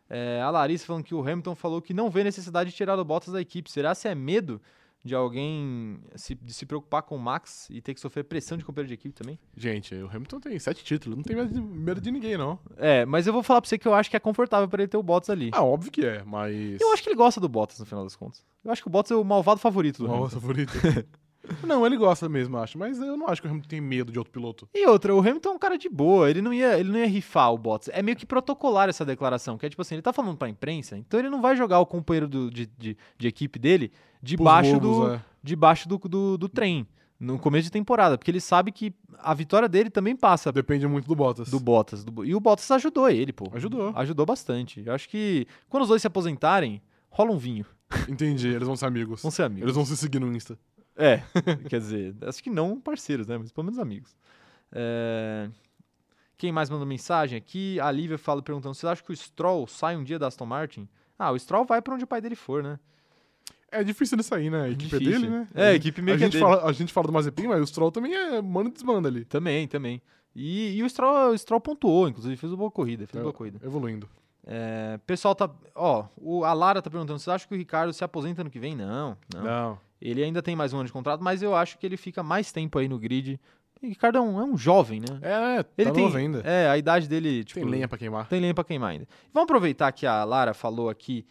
Speaker 1: É, a Larissa falando que o Hamilton falou que não vê necessidade de tirar o Bottas da equipe. Será se é medo de alguém se, de se preocupar com o Max e ter que sofrer pressão de companheiro de equipe também?
Speaker 2: Gente, o Hamilton tem sete títulos, não tem medo de, medo de ninguém, não.
Speaker 1: É, mas eu vou falar pra você que eu acho que é confortável pra ele ter o Bottas ali.
Speaker 2: Ah, óbvio que é, mas.
Speaker 1: Eu acho que ele gosta do Bottas no final das contas. Eu acho que o Bottas é o malvado favorito do
Speaker 2: Nossa,
Speaker 1: Hamilton.
Speaker 2: favorito. não, ele gosta mesmo, acho. Mas eu não acho que o Hamilton tem medo de outro piloto.
Speaker 1: E outra, o Hamilton é um cara de boa, ele não ia, ele não ia rifar o Bottas. É meio que protocolar essa declaração, que é tipo assim, ele tá falando pra imprensa, então ele não vai jogar o companheiro do- de, de, de equipe dele
Speaker 2: Pros
Speaker 1: debaixo,
Speaker 2: bobos,
Speaker 1: do,
Speaker 2: é.
Speaker 1: debaixo do, do, do trem, no começo de temporada, porque ele sabe que a vitória dele também passa
Speaker 2: Depende muito do Bottas.
Speaker 1: do Bottas. do Bo- e o Bottas ajudou ele, pô.
Speaker 2: Ajudou.
Speaker 1: Ajudou bastante. Eu acho que quando os dois se aposentarem, rola um vinho.
Speaker 2: Entendi, eles vão ser amigos.
Speaker 1: Vão ser amigos.
Speaker 2: Eles vão se seguir no Insta.
Speaker 1: É, quer dizer, acho que não parceiros, né? Mas pelo menos amigos. É, Quem mais mandou mensagem aqui? A Lívia fala perguntando: vocês acham que o Stroll sai um dia da Aston Martin? Ah, o Stroll vai pra onde o pai dele for, né?
Speaker 2: É difícil ele sair, né? A equipe é
Speaker 1: Difícil.
Speaker 2: dele, né?
Speaker 1: É, a equipe meio
Speaker 2: a
Speaker 1: que é
Speaker 2: gente
Speaker 1: dele.
Speaker 2: fala, A gente fala do Mazepin, mas o Stroll também é mano e desmanda ali.
Speaker 1: Também, também. E, e o, Stroll, o Stroll pontuou, inclusive, fez uma boa corrida. Fez uma boa corrida.
Speaker 2: Evoluindo.
Speaker 1: É, pessoal tá. Ó, o, a Lara tá perguntando: vocês acham que o Ricardo se aposenta ano que vem? Não, não.
Speaker 2: Não.
Speaker 1: Ele ainda tem mais um ano de contrato, mas eu acho que ele fica mais tempo aí no grid. E Ricardo é um, é um jovem, né?
Speaker 2: É, tá
Speaker 1: Ele
Speaker 2: novo
Speaker 1: tem.
Speaker 2: ainda.
Speaker 1: É, a idade dele, tipo.
Speaker 2: Tem lenha pra queimar.
Speaker 1: Tem lenha pra queimar ainda. Vamos aproveitar que a Lara falou aqui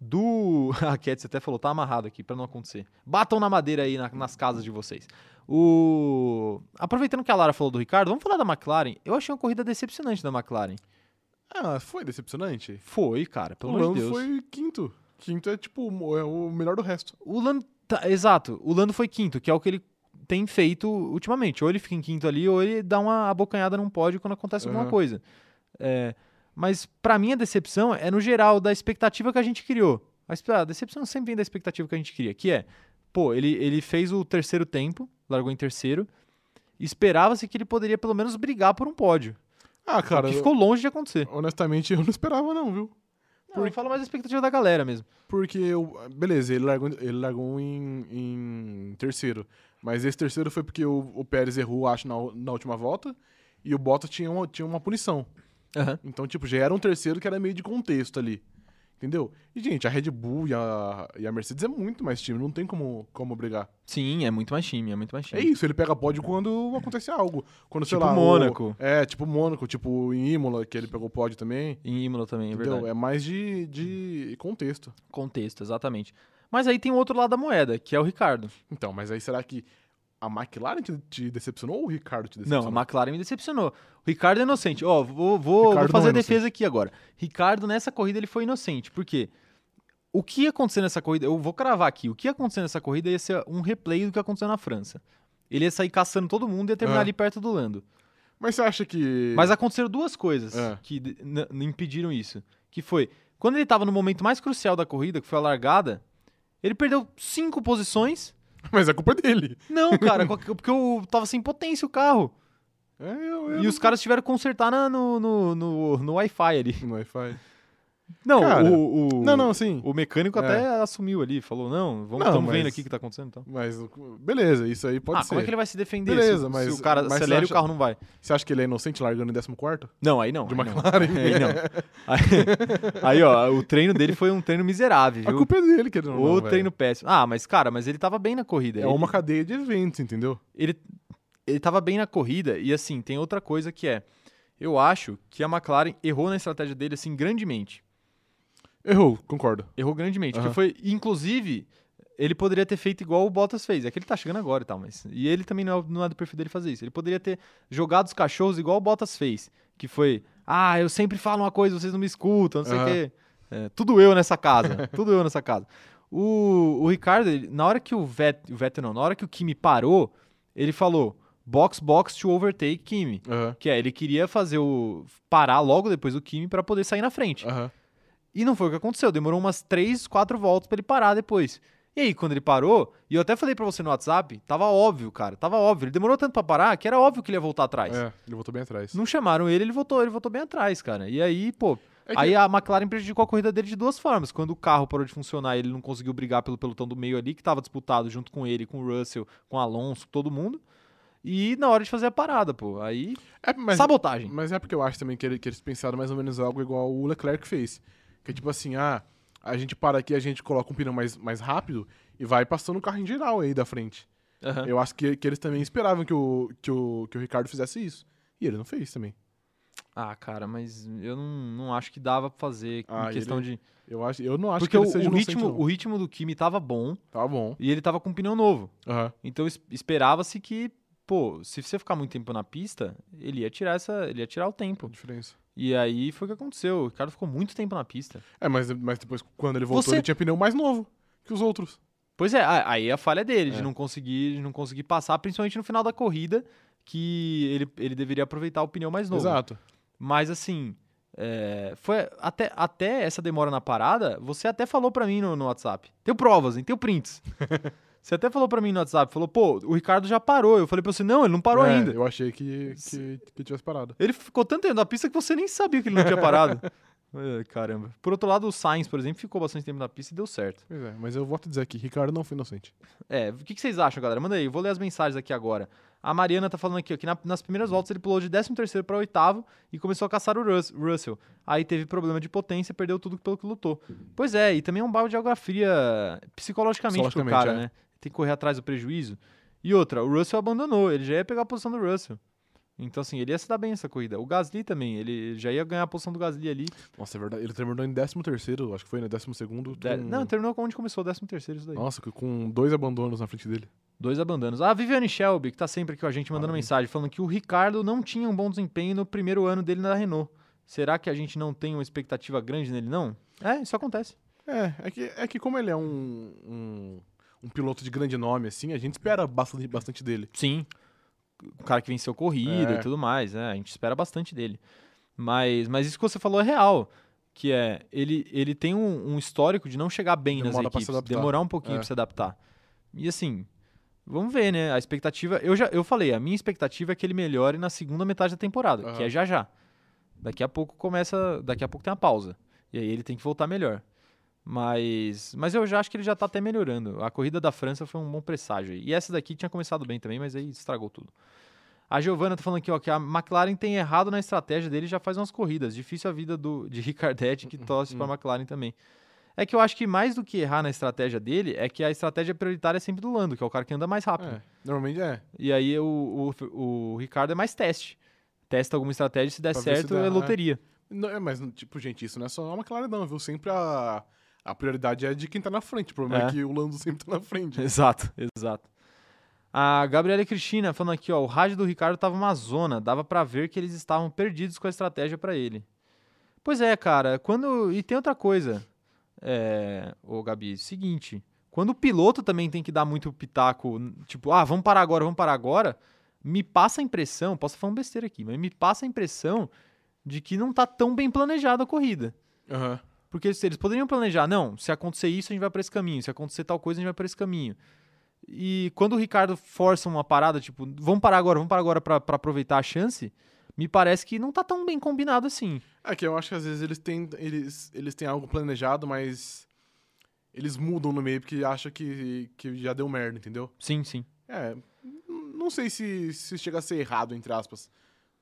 Speaker 1: do. A Cat, você até falou, tá amarrado aqui pra não acontecer. Batam na madeira aí na- nas casas de vocês. O. Aproveitando que a Lara falou do Ricardo, vamos falar da McLaren. Eu achei uma corrida decepcionante da McLaren.
Speaker 2: Ah, foi decepcionante.
Speaker 1: Foi, cara, pelo
Speaker 2: o
Speaker 1: amor
Speaker 2: Lando
Speaker 1: de Deus.
Speaker 2: foi quinto. Quinto é tipo o- é o melhor do resto.
Speaker 1: O Lando. tá, exato, o Lando foi quinto, que é o que ele tem feito ultimamente. Ou ele fica em quinto ali, ou ele dá uma abocanhada num pódio quando acontece alguma
Speaker 2: Aham.
Speaker 1: coisa. É, mas pra mim a decepção é no geral da expectativa que a gente criou. A, espe- a decepção sempre vem da expectativa que a gente cria, que é, pô, ele, ele fez o terceiro tempo, largou em terceiro. Esperava-se que ele poderia pelo menos brigar por um pódio.
Speaker 2: Ah, cara,
Speaker 1: que ficou longe de acontecer.
Speaker 2: honestamente eu não esperava não, viu?
Speaker 1: Não, eu falo mais a expectativa da galera mesmo.
Speaker 2: Porque, eu, beleza, ele largou, ele largou um em, em terceiro. Mas esse terceiro foi porque o, o Pérez errou, acho, na, u- na última volta. E o Bottas tinha uma, tinha uma punição. Então, tipo, já era um terceiro que era meio de contexto ali. Entendeu? E, gente, a Red Bull e a, e a Mercedes é muito mais time, não tem como, como brigar.
Speaker 1: Sim, é muito mais time, é muito mais time.
Speaker 2: É isso, ele pega pódio quando acontece algo. Quando, sei
Speaker 1: Tipo
Speaker 2: lá. o-
Speaker 1: Mônaco.
Speaker 2: é, tipo Mônaco, tipo em Imola, que ele pegou pódio também.
Speaker 1: Em Imola também, é
Speaker 2: entendeu?
Speaker 1: verdade.
Speaker 2: É mais de, de contexto.
Speaker 1: Contexto, exatamente. Mas aí tem o outro lado da moeda, que é o Ricardo.
Speaker 2: Então, mas aí será que a McLaren te, te decepcionou ou o Ricardo te
Speaker 1: Não, a
Speaker 2: decepcionou?
Speaker 1: McLaren me decepcionou. O Ricardo é inocente. Ó, vou, vou, vou
Speaker 2: Ricardo
Speaker 1: fazer
Speaker 2: não
Speaker 1: a
Speaker 2: é
Speaker 1: defesa aqui agora. Ricardo, nessa corrida, ele foi inocente. Por quê? O que ia acontecer nessa corrida, eu vou cravar aqui, o que ia acontecer nessa corrida ia ser um replay do que aconteceu na França. Ele ia sair caçando todo mundo e ia terminar
Speaker 2: Ah.
Speaker 1: ali perto do Lando.
Speaker 2: Mas você acha que.
Speaker 1: Mas aconteceram duas coisas
Speaker 2: É.
Speaker 1: que de- n- n- impediram isso. Que foi, quando ele tava no momento mais crucial da corrida, que foi a largada, ele perdeu cinco posições
Speaker 2: Mas a culpa é dele.
Speaker 1: Não, cara, qual que- porque eu tava sem potência o carro.
Speaker 2: É, eu, eu
Speaker 1: E os caras tiveram que consertar na- no, no, no, no Wi-Fi ali.
Speaker 2: No Wi-Fi.
Speaker 1: Não,
Speaker 2: Cara,
Speaker 1: o, o-
Speaker 2: é, Não, não, sim.
Speaker 1: O mecânico
Speaker 2: É.
Speaker 1: até assumiu ali, falou: não, vamos
Speaker 2: Não,
Speaker 1: tamo
Speaker 2: mas-
Speaker 1: vendo aqui o que tá acontecendo então.
Speaker 2: Mas, beleza, isso aí pode
Speaker 1: ah,
Speaker 2: ser.
Speaker 1: como é que ele vai se defender
Speaker 2: Beleza,
Speaker 1: se, o- se
Speaker 2: mas-
Speaker 1: o cara
Speaker 2: mas
Speaker 1: acelera e o
Speaker 2: você acha-
Speaker 1: carro não vai?
Speaker 2: Você acha que ele é inocente largando em 14?
Speaker 1: Não, aí não.
Speaker 2: De
Speaker 1: aí não.
Speaker 2: McLaren?
Speaker 1: Aí não. Aí, aí, ó, o treino dele foi um treino miserável,
Speaker 2: A
Speaker 1: viu?
Speaker 2: culpa é dele, querendo ou não.
Speaker 1: O
Speaker 2: velho.
Speaker 1: treino péssimo. Ah, mas cara, mas ele tava bem na corrida.
Speaker 2: É
Speaker 1: ele-
Speaker 2: uma cadeia de eventos, entendeu?
Speaker 1: ele, ele tava bem na corrida, e assim, tem outra coisa que é. Eu acho que a McLaren errou na estratégia dele, assim, grandemente.
Speaker 2: Errou, concordo.
Speaker 1: Errou grandemente.
Speaker 2: Aham.
Speaker 1: Porque foi, inclusive, ele poderia ter feito igual o Bottas fez. É que ele tá chegando agora e tal, mas. E ele também não é, não é do perfil dele fazer isso. Ele poderia ter jogado os cachorros igual o Bottas fez. Que foi. Ah, eu sempre falo uma coisa, vocês não me escutam, não sei o
Speaker 2: Aham.
Speaker 1: quê. É, tudo eu nessa casa. tudo eu nessa casa. O, o Ricardo, ele- na hora que o Vettel, o Vettel não, na hora que o Kimi parou, ele falou: box, box to overtake Kimi.
Speaker 2: Aham.
Speaker 1: Que é, ele queria fazer o. parar logo depois do Kimi pra poder sair na frente.
Speaker 2: Aham.
Speaker 1: E não foi o que aconteceu. Demorou umas 3, 4 voltas pra ele parar depois. E aí, quando ele parou, e eu até falei pra você no WhatsApp, tava óbvio, cara, tava óbvio. Ele demorou tanto pra parar que era óbvio que ele ia voltar atrás.
Speaker 2: É, ele voltou bem atrás.
Speaker 1: Não chamaram ele, ele voltou, ele voltou bem atrás, cara. E aí, pô,
Speaker 2: É que-
Speaker 1: aí a McLaren prejudicou a corrida dele de duas formas. Quando o carro parou de funcionar, ele não conseguiu brigar pelo pelotão do meio ali, que tava disputado junto com ele, com o Russell, com o Alonso, com todo mundo. E na hora de fazer a parada, pô, aí
Speaker 2: É, mas,
Speaker 1: sabotagem.
Speaker 2: mas é porque eu acho também que, ele- que eles pensaram mais ou menos algo igual o Leclerc fez. Que é tipo assim, ah, a gente para aqui, a gente coloca um pneu mais, mais rápido e vai passando o carro em geral aí da frente.
Speaker 1: Aham.
Speaker 2: Eu acho que, que eles também esperavam que o, que, o, que o Ricardo fizesse isso. E ele não fez também.
Speaker 1: Ah, cara, mas eu não, não acho que dava pra fazer
Speaker 2: Ah,
Speaker 1: em questão de
Speaker 2: Eu, acho, eu não acho
Speaker 1: Porque
Speaker 2: que
Speaker 1: o,
Speaker 2: ele seja
Speaker 1: o
Speaker 2: inocente,
Speaker 1: ritmo,
Speaker 2: não.
Speaker 1: o ritmo do Kimi tava bom
Speaker 2: Tá bom.
Speaker 1: e ele tava com um pneu novo.
Speaker 2: Aham.
Speaker 1: Então es- esperava-se que, pô, se você ficar muito tempo na pista, ele ia tirar essa, ele ia tirar o
Speaker 2: a
Speaker 1: tempo.
Speaker 2: diferença.
Speaker 1: E aí foi o que aconteceu. O Ricardo ficou muito tempo na pista.
Speaker 2: É, mas, mas depois, quando ele voltou,
Speaker 1: Você-
Speaker 2: ele tinha pneu mais novo que os outros.
Speaker 1: Pois é, a- aí a falha dele de
Speaker 2: É.
Speaker 1: não conseguir, de não conseguir passar, principalmente no final da corrida, que ele, ele deveria aproveitar o pneu mais novo.
Speaker 2: Exato.
Speaker 1: Mas assim, é, foi até, até essa demora na parada, você até falou pra mim no, no WhatsApp. Tenho provas, hein? Tenho prints. você até falou pra mim no WhatsApp, falou, pô, o Ricardo já parou. Eu falei pra você, não, ele não parou
Speaker 2: É,
Speaker 1: ainda.
Speaker 2: Eu achei que, que, que tivesse parado.
Speaker 1: Ele ficou tanto tempo na pista que você nem sabia que ele não tinha parado. É, Caramba. Por outro lado, o Sainz, por exemplo, ficou bastante tempo na pista e deu certo.
Speaker 2: Pois é, mas eu volto a dizer aqui, Ricardo não foi inocente.
Speaker 1: É, o que, que vocês acham, galera? Manda aí, eu vou ler as mensagens aqui agora. A Mariana tá falando aqui ó, que na- nas primeiras voltas ele pulou de 13º para oitavo e começou a caçar o Rus- Russell. Aí teve problema de potência, perdeu tudo pelo que lutou. Pois é, e também é um balde de geografia psicologicamente pro
Speaker 2: Psicologicamente,
Speaker 1: cara,
Speaker 2: é.
Speaker 1: né? Tem que correr atrás do prejuízo. E outra, o Russell abandonou, ele já ia pegar a posição do Russell. Então, assim, ele ia se dar bem nessa corrida. O Gasly também, ele já ia ganhar a posição do Gasly ali.
Speaker 2: Nossa, é verdade. Ele terminou em 13º, acho que foi, né? 12º.
Speaker 1: De-
Speaker 2: com-
Speaker 1: Não, terminou onde começou, 13 terceiro isso daí.
Speaker 2: Nossa, com dois abandonos na frente dele.
Speaker 1: Dois abandonos. Ah, Viviane Shelby, que tá sempre aqui com a gente mandando
Speaker 2: Parabéns.
Speaker 1: mensagem, falando que o Ricardo não tinha um bom desempenho no primeiro ano dele na Renault. Será que a gente não tem uma expectativa grande nele, não? É, isso acontece.
Speaker 2: É, é que, é que como ele é um, um, um piloto de grande nome, assim, a gente espera bastante, bastante dele.
Speaker 1: Sim. O cara que venceu corrida
Speaker 2: É.
Speaker 1: e tudo mais, né? A gente espera bastante dele. Mas, mas isso que você falou é real. Que é, ele, ele tem um, um histórico de não chegar bem nas
Speaker 2: Demora pra
Speaker 1: equipes,
Speaker 2: se adaptar.
Speaker 1: demorar um pouquinho
Speaker 2: É.
Speaker 1: pra se adaptar. E assim, vamos ver, né? A expectativa. Eu já eu falei, a minha expectativa é que ele melhore na segunda metade da temporada, que
Speaker 2: Aham.
Speaker 1: é já já. Daqui a pouco começa. Daqui a pouco tem uma pausa. E aí ele tem que voltar melhor. Mas, mas eu já acho que ele já tá até melhorando. A corrida da França foi um bom presságio. aí. E essa daqui tinha começado bem também, mas aí estragou tudo. A Giovanna tá falando aqui, ó, que a McLaren tem errado na estratégia dele já faz umas corridas. Difícil a vida do, de Ricardetti, que torce
Speaker 2: Uhum.
Speaker 1: pra McLaren também. É que eu acho que mais do que errar na estratégia dele, é que a estratégia prioritária é sempre do Lando, que é o cara que anda mais rápido.
Speaker 2: É, normalmente é.
Speaker 1: E aí o, o, o Ricardo é mais teste. Testa alguma estratégia, se der
Speaker 2: Pra ver se
Speaker 1: certo,
Speaker 2: dá,
Speaker 1: é
Speaker 2: é.
Speaker 1: loteria.
Speaker 2: Não, é, mas, tipo, gente, isso não é só uma clara não, viu? Sempre a, a prioridade é de quem tá na frente. O problema é,
Speaker 1: É.
Speaker 2: que o Lando sempre tá na frente.
Speaker 1: Exato, exato. A Gabriela Cristina falando aqui, ó, o rádio do Ricardo tava uma zona, dava pra ver que eles estavam perdidos com a estratégia pra ele. Pois é, cara, quando e tem outra coisa, é, ô Gabi, seguinte, quando o piloto também tem que dar muito pitaco, n- tipo, ah, vamos parar agora, vamos parar agora, me passa a impressão, posso falar um besteira aqui, mas me passa a impressão de que não tá tão bem planejada a corrida.
Speaker 2: Aham.
Speaker 1: Porque se eles poderiam planejar, não, se acontecer isso, a gente vai para esse caminho, se acontecer tal coisa, a gente vai para esse caminho. E quando o Ricardo força uma parada, tipo, vamos parar agora, vamos parar agora para aproveitar a chance, me parece que não tá tão bem combinado assim.
Speaker 2: É que eu acho que às vezes eles têm, eles, eles têm algo planejado, mas eles mudam no meio porque acham que, que já deu merda, entendeu?
Speaker 1: Sim, sim.
Speaker 2: É, n- não sei se, se chega a ser errado, entre aspas.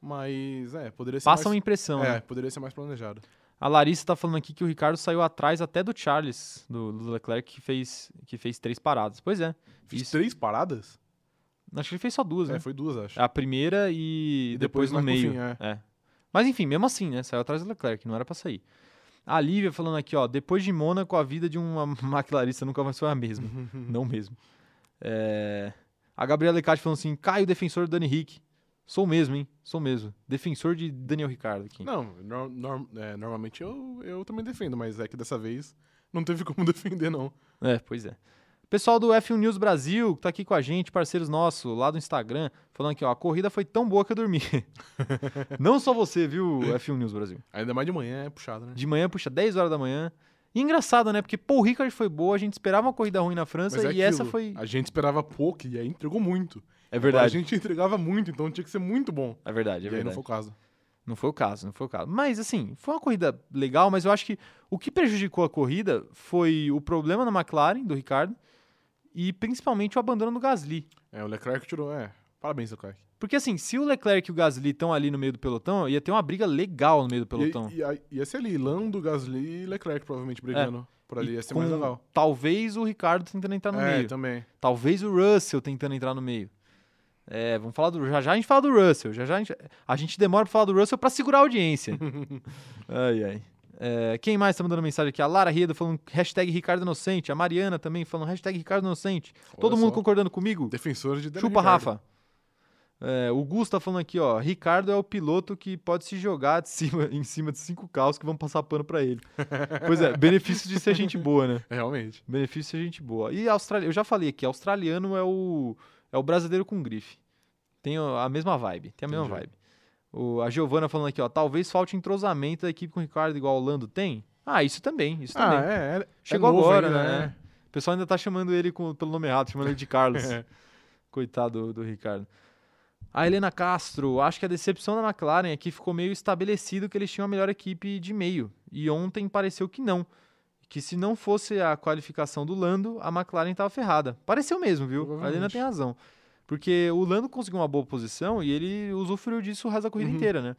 Speaker 2: Mas, é, poderia ser
Speaker 1: Passa uma
Speaker 2: mais...
Speaker 1: impressão.
Speaker 2: É,
Speaker 1: né?
Speaker 2: poderia ser mais planejado.
Speaker 1: A Larissa tá falando aqui que o Ricardo saiu atrás até do Charles, do, do Leclerc, que fez, que fez três paradas. Pois é.
Speaker 2: Fiz
Speaker 1: Isso.
Speaker 2: três paradas?
Speaker 1: Acho que ele fez só duas,
Speaker 2: É,
Speaker 1: né?
Speaker 2: foi duas, acho.
Speaker 1: A primeira e,
Speaker 2: E
Speaker 1: depois,
Speaker 2: depois
Speaker 1: no
Speaker 2: mais pro
Speaker 1: meio.
Speaker 2: fim, é.
Speaker 1: É. Mas enfim, mesmo assim, né? Saiu atrás do Leclerc, não era pra sair. A Lívia falando aqui, ó, depois de Mônaco, a vida de uma maquilarista nunca mais foi a mesma. não mesmo. É, A Gabriela Lecati falando assim, Caio, defensor do Dani Rick. Sou mesmo, hein? Sou mesmo. Defensor de Daniel Ricardo aqui.
Speaker 2: Não, nor- nor- é, normalmente eu, eu também defendo, mas é que dessa vez não teve como defender, não.
Speaker 1: É, pois é. Pessoal do F1 News Brasil, que tá aqui com a gente, parceiros nossos, lá do Instagram, falando aqui, ó, a corrida foi tão boa que eu dormi. não só você, viu, F1 News Brasil.
Speaker 2: Ainda mais de manhã é puxado, né?
Speaker 1: De manhã, puxa, 10 horas da manhã. E engraçado, né? Porque Paul Ricard foi boa, a gente esperava uma corrida ruim na
Speaker 2: Mas
Speaker 1: França
Speaker 2: é
Speaker 1: e
Speaker 2: aquilo,
Speaker 1: essa foi.
Speaker 2: A gente esperava pouco e aí entregou muito.
Speaker 1: É
Speaker 2: A gente entregava muito, então tinha que ser muito bom.
Speaker 1: É verdade, é
Speaker 2: e aí não
Speaker 1: verdade.
Speaker 2: foi o caso.
Speaker 1: Não foi o caso, não foi o caso. Mas assim, foi uma corrida legal, mas eu acho que o que prejudicou a corrida foi o problema na McLaren, do Ricardo, e principalmente o abandono do Gasly.
Speaker 2: É, o Leclerc tirou. É, parabéns, Leclerc.
Speaker 1: Porque assim, se o Leclerc e o Gasly estão ali no meio do pelotão, ia ter uma briga legal no meio do pelotão.
Speaker 2: E, e, aí- ia ser ali, Lando, Gasly e Leclerc provavelmente brigando por
Speaker 1: É.
Speaker 2: ali.
Speaker 1: E
Speaker 2: Ia ser
Speaker 1: com
Speaker 2: mais legal.
Speaker 1: Talvez o Ricardo tentando entrar no
Speaker 2: é,
Speaker 1: meio.
Speaker 2: também.
Speaker 1: Talvez o Russell tentando entrar no meio. É, vamos falar do. Já já a gente fala do Russell. Já já a gente, a gente demora pra falar do Russell pra segurar a audiência. ai, ai. É, quem mais tá mandando mensagem aqui? A Lara Riedo falando hashtag Ricardo Inocente. A Mariana também falando hashtag Ricardo Inocente. Todo
Speaker 2: Olha
Speaker 1: mundo
Speaker 2: só.
Speaker 1: concordando comigo?
Speaker 2: Defensor de Daniel
Speaker 1: Chupa,
Speaker 2: Ricciardo.
Speaker 1: Rafa. É, o Gus tá falando aqui, ó. Ricardo é o piloto que pode se jogar de cima, em cima de cinco carros que vão passar pano pra ele. pois é, benefício de ser gente boa, né?
Speaker 2: É, Realmente.
Speaker 1: Benefício é gente boa. E Austrália, eu já falei aqui, australiano é o é o brasileiro com grife. Tem a a mesma vibe, tem a mesma
Speaker 2: Entendi.
Speaker 1: vibe. O, a Giovana falando aqui, ó, talvez falte entrosamento da equipe com o Ricardo igual o Lando tem? Ah, isso também, isso
Speaker 2: Ah,
Speaker 1: também.
Speaker 2: é. é
Speaker 1: Chegou
Speaker 2: é novo
Speaker 1: agora,
Speaker 2: ainda,
Speaker 1: né? O pessoal ainda tá chamando ele com- pelo nome errado, chamando ele de Carlos.
Speaker 2: É.
Speaker 1: Coitado do, do Ricardo. A Helena Castro, acho que a decepção da McLaren é que ficou meio estabelecido que eles tinham a melhor equipe de meio. E ontem pareceu que não. Que se não fosse a qualificação do Lando, a McLaren estava ferrada. Pareceu mesmo, viu? A Helena
Speaker 2: Provavelmente.
Speaker 1: tem razão. Porque o Lando conseguiu uma boa posição e ele usufruiu disso o resto da corrida
Speaker 2: Uhum.
Speaker 1: inteira, né?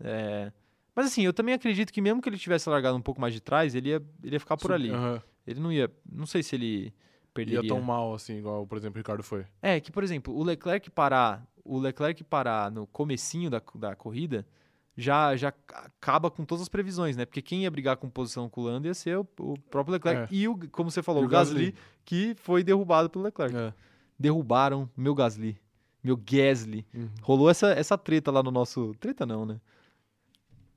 Speaker 1: É, Mas assim, eu também acredito que mesmo que ele tivesse largado um pouco mais de trás, ele ia, ele ia ficar Tá por
Speaker 2: Sub-
Speaker 1: ali.
Speaker 2: Aham.
Speaker 1: Ele não ia. Não sei se ele perderia.
Speaker 2: Ia tão mal assim, igual, por exemplo, o Ricardo foi.
Speaker 1: É, que, por exemplo, o Leclerc parar, o Leclerc parar no comecinho da, da corrida já, já ca- acaba com todas as previsões, né? Porque quem ia brigar com posição com o Lando ia ser o, o próprio Leclerc. E o, como você falou,
Speaker 2: É. E
Speaker 1: o,
Speaker 2: o É.
Speaker 1: Gasly, que foi derrubado pelo Leclerc. Derrubaram meu Gasly. Meu Gasly.
Speaker 2: Uhum.
Speaker 1: Rolou essa, essa treta lá no nosso. Treta não, né?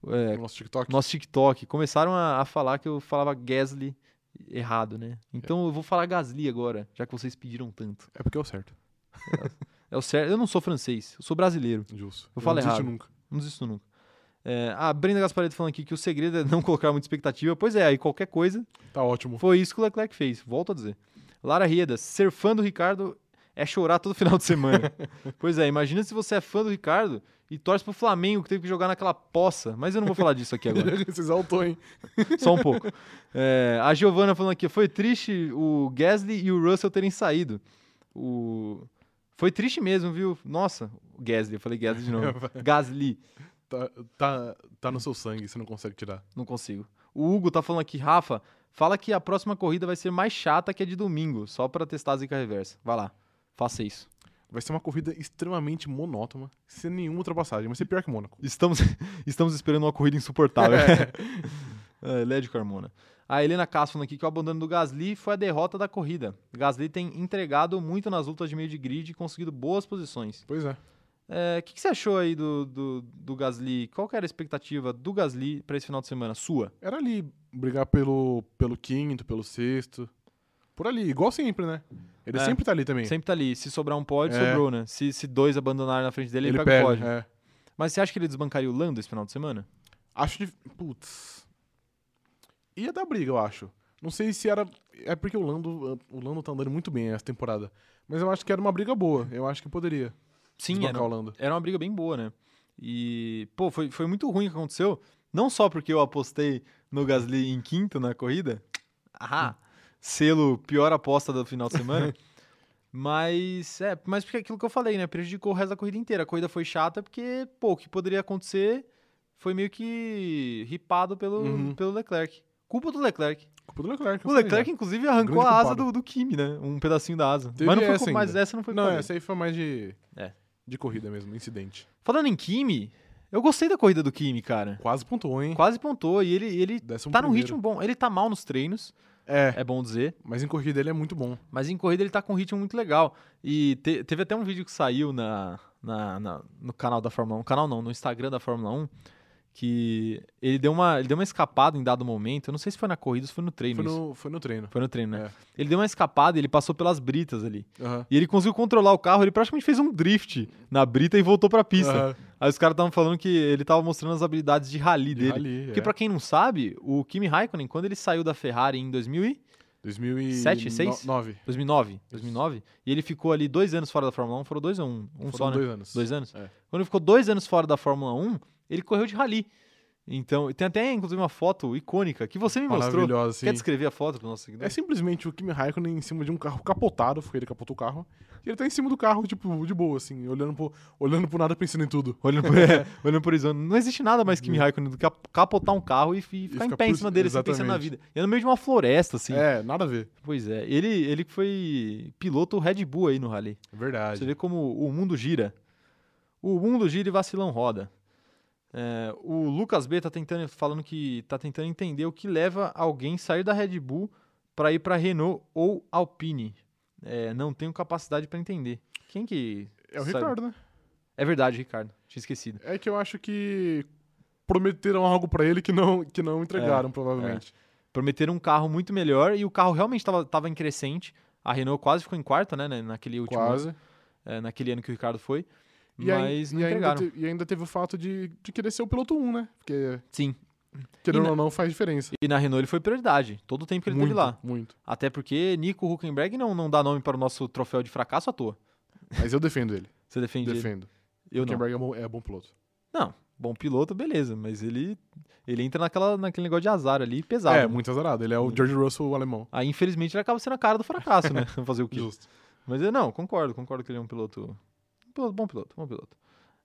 Speaker 1: É,
Speaker 2: No nosso TikTok.
Speaker 1: nosso TikTok. Começaram a, a falar que eu falava Gasly errado, né? Então eu vou falar Gasly agora, já que vocês pediram tanto.
Speaker 2: É porque é o certo.
Speaker 1: É o certo. Eu não sou francês, eu sou brasileiro.
Speaker 2: Justo.
Speaker 1: Eu falo
Speaker 2: não desisto
Speaker 1: errado.
Speaker 2: nunca.
Speaker 1: Não desisto nunca. É, a Brenda Gaspareto falando aqui que o segredo é não colocar muita expectativa. Pois é, aí qualquer coisa.
Speaker 2: Tá ótimo.
Speaker 1: Foi isso que o Leclerc fez, volto a dizer. Lara Rieda, ser fã do Ricardo é chorar todo final de semana. pois é, imagina se você é fã do Ricardo e torce pro Flamengo que teve que jogar naquela poça. Mas eu não vou falar disso aqui agora.
Speaker 2: Você exaltou, hein?
Speaker 1: Só um pouco. É, a Giovana falando aqui, foi triste o Gasly e o Russell terem saído. O... Foi triste mesmo, viu? Nossa, o Gasly, eu falei Gasly de novo. Gasly,
Speaker 2: Tá, tá, tá no seu sangue, você não consegue tirar.
Speaker 1: não consigo. O Hugo tá falando aqui, Rafa, fala que a próxima corrida vai ser mais chata que a de domingo, só pra testar a zica reversa. Vai lá, faça isso.
Speaker 2: Vai ser uma corrida extremamente monótona, sem nenhuma ultrapassagem. Vai ser pior que Mônaco.
Speaker 1: Estamos, estamos esperando uma corrida insuportável. É, Led Carmona. A Helena Castro falando aqui que o abandono do Gasly foi a derrota da corrida. Gasly tem entregado muito nas lutas de meio de grid e conseguido boas posições.
Speaker 2: Pois é.
Speaker 1: É, O que, que você achou aí do, do, do Gasly? Qual que era a expectativa do Gasly pra esse final de semana? Sua?
Speaker 2: Era ali brigar pelo, pelo quinto, pelo sexto. Por ali, igual sempre, né? Ele
Speaker 1: É.
Speaker 2: sempre tá ali também.
Speaker 1: Sempre tá ali. Se sobrar um pódio,
Speaker 2: É.
Speaker 1: sobrou, né? Se, se dois abandonarem na frente dele, ele,
Speaker 2: ele
Speaker 1: pega,
Speaker 2: pega,
Speaker 1: o pódio.
Speaker 2: é.
Speaker 1: Mas você acha que ele desbancaria o Lando esse final de semana?
Speaker 2: Acho de. Putz. Ia dar briga, eu acho. Não sei se era. É porque o Lando, o Lando tá andando muito bem essa temporada. Mas eu acho que era uma briga boa. Eu acho que poderia.
Speaker 1: Sim, é,
Speaker 2: desbancar
Speaker 1: era,
Speaker 2: o Lando.
Speaker 1: era uma briga bem boa, né? E, pô, foi, foi muito ruim o que aconteceu. Não só porque eu apostei no Gasly em quinto na corrida. Ah, selo pior aposta do final de semana. mas, é, mas porque aquilo que eu falei, né? Prejudicou o resto da corrida inteira. A corrida foi chata porque, pô, o que poderia acontecer foi meio que ripado pelo,
Speaker 2: Uhum.
Speaker 1: pelo Leclerc. Culpa do Leclerc.
Speaker 2: Culpa do Leclerc.
Speaker 1: O
Speaker 2: isso aí,
Speaker 1: Leclerc, inclusive, arrancou
Speaker 2: Grande
Speaker 1: a asa
Speaker 2: culpado.
Speaker 1: do, do Kimi, né? Um pedacinho da asa.
Speaker 2: Teve
Speaker 1: mas não foi
Speaker 2: essa
Speaker 1: culpa, mas
Speaker 2: ainda.
Speaker 1: essa não
Speaker 2: né?
Speaker 1: foi
Speaker 2: Não,
Speaker 1: culpa dele.
Speaker 2: essa aí foi mais de.
Speaker 1: É.
Speaker 2: De corrida mesmo, incidente.
Speaker 1: Falando em Kimi, eu gostei da corrida do Kimi, cara.
Speaker 2: Quase pontuou, hein?
Speaker 1: Quase pontou e ele, ele
Speaker 2: Décimo
Speaker 1: tá num
Speaker 2: um primeiro.
Speaker 1: ritmo bom. Ele tá mal nos treinos,
Speaker 2: É,
Speaker 1: é bom dizer,
Speaker 2: mas em corrida ele é muito bom.
Speaker 1: mas em corrida ele tá com um ritmo muito legal. E te- teve até um vídeo que saiu na, na- na- no canal da Fórmula 1, canal não, no Instagram da Fórmula 1, que ele deu uma, ele deu uma escapada em dado momento. Eu não sei se foi na corrida ou se foi no treino.
Speaker 2: Foi
Speaker 1: isso.
Speaker 2: no, É. foi no treino.
Speaker 1: Foi no treino, né? Ele deu uma escapada e ele passou pelas britas ali.
Speaker 2: Aham.
Speaker 1: E ele conseguiu controlar o carro, ele praticamente fez um drift na brita e voltou pra pista.
Speaker 2: Aham.
Speaker 1: Aí os caras estavam falando que ele tava mostrando as habilidades de rally dele.
Speaker 2: Ali,
Speaker 1: Porque
Speaker 2: é.
Speaker 1: pra quem não sabe, o Kimi Raikkonen, quando ele saiu da Ferrari em 2000 e-
Speaker 2: 2007,
Speaker 1: seis?
Speaker 2: 9.
Speaker 1: 2009, 2009, e ele ficou ali dois anos fora da Fórmula 1, foram dois ou um? Um só, né?
Speaker 2: dois anos.
Speaker 1: Dois anos?
Speaker 2: É.
Speaker 1: Quando ele ficou dois anos fora da Fórmula 1, ele correu de rally. Então, tem até, inclusive, uma foto icônica que você me mostrou.
Speaker 2: Maravilhosa, assim.
Speaker 1: Quer descrever a foto pro nosso
Speaker 2: É
Speaker 1: seguidor?
Speaker 2: simplesmente o Kimi Raikkonen em cima de um carro capotado, porque ele capotou o carro. E ele tá em cima do carro, tipo, de boa, assim, olhando pro, olhando pro nada, pensando em tudo.
Speaker 1: Olhando por, é, olhando por horizonte. Não existe nada mais Kimi Raikkonen do que ap- capotar um carro e, fi- ficar em
Speaker 2: Uhum. ficar
Speaker 1: pé em
Speaker 2: por-
Speaker 1: cima dele, assim, pensando na vida.
Speaker 2: exatamente.
Speaker 1: E é no meio de uma floresta, assim.
Speaker 2: É, nada a ver.
Speaker 1: Pois é. Ele, ele que foi piloto Red Bull aí no rally.
Speaker 2: É Verdade.
Speaker 1: Você vê como o mundo gira. O mundo gira e vacilão roda. É, o Lucas B tá tentando falando que tá tentando entender o que leva alguém sair da Red Bull para ir para Renault ou Alpine. É, não tenho capacidade para entender. Quem que
Speaker 2: É o
Speaker 1: sabe?
Speaker 2: Ricardo, né?
Speaker 1: É verdade, Ricardo. Tinha esquecido.
Speaker 2: É que eu acho que prometeram algo pra ele que não, que não
Speaker 1: É,
Speaker 2: entregaram, provavelmente.
Speaker 1: Prometeram um carro muito melhor e o carro realmente tava, tava em crescente. A Renault quase ficou em quarta, né, né, naquele último
Speaker 2: Quase.
Speaker 1: é, naquele ano que o Ricardo foi,
Speaker 2: E, aí-
Speaker 1: mas
Speaker 2: e
Speaker 1: não
Speaker 2: ainda
Speaker 1: entregaram.
Speaker 2: te- e ainda teve o fato de, de querer ser o piloto 1, né? Porque,
Speaker 1: Sim.
Speaker 2: querendo
Speaker 1: na-
Speaker 2: ou não, faz diferença.
Speaker 1: E na Renault ele foi prioridade, todo o tempo que ele
Speaker 2: muito,
Speaker 1: teve lá.
Speaker 2: Muito.
Speaker 1: Até porque Nico Huckenberg não, não dá nome para o nosso troféu de fracasso à toa.
Speaker 2: Mas eu defendo ele.
Speaker 1: Você defende ele.
Speaker 2: defendo.
Speaker 1: Eu não.
Speaker 2: Hülkenberg é bom, é bom piloto.
Speaker 1: Não, bom piloto, beleza, mas ele ele entra naquela, naquele negócio de azar ali pesado. né?
Speaker 2: É, muito azarado. Ele é o George Russell alemão.
Speaker 1: Aí, infelizmente, ele acaba sendo a cara do fracasso, né? Fazer o quê?
Speaker 2: Justo.
Speaker 1: Mas eu não, concordo, concordo que ele é um piloto. um piloto- bom piloto, bom piloto.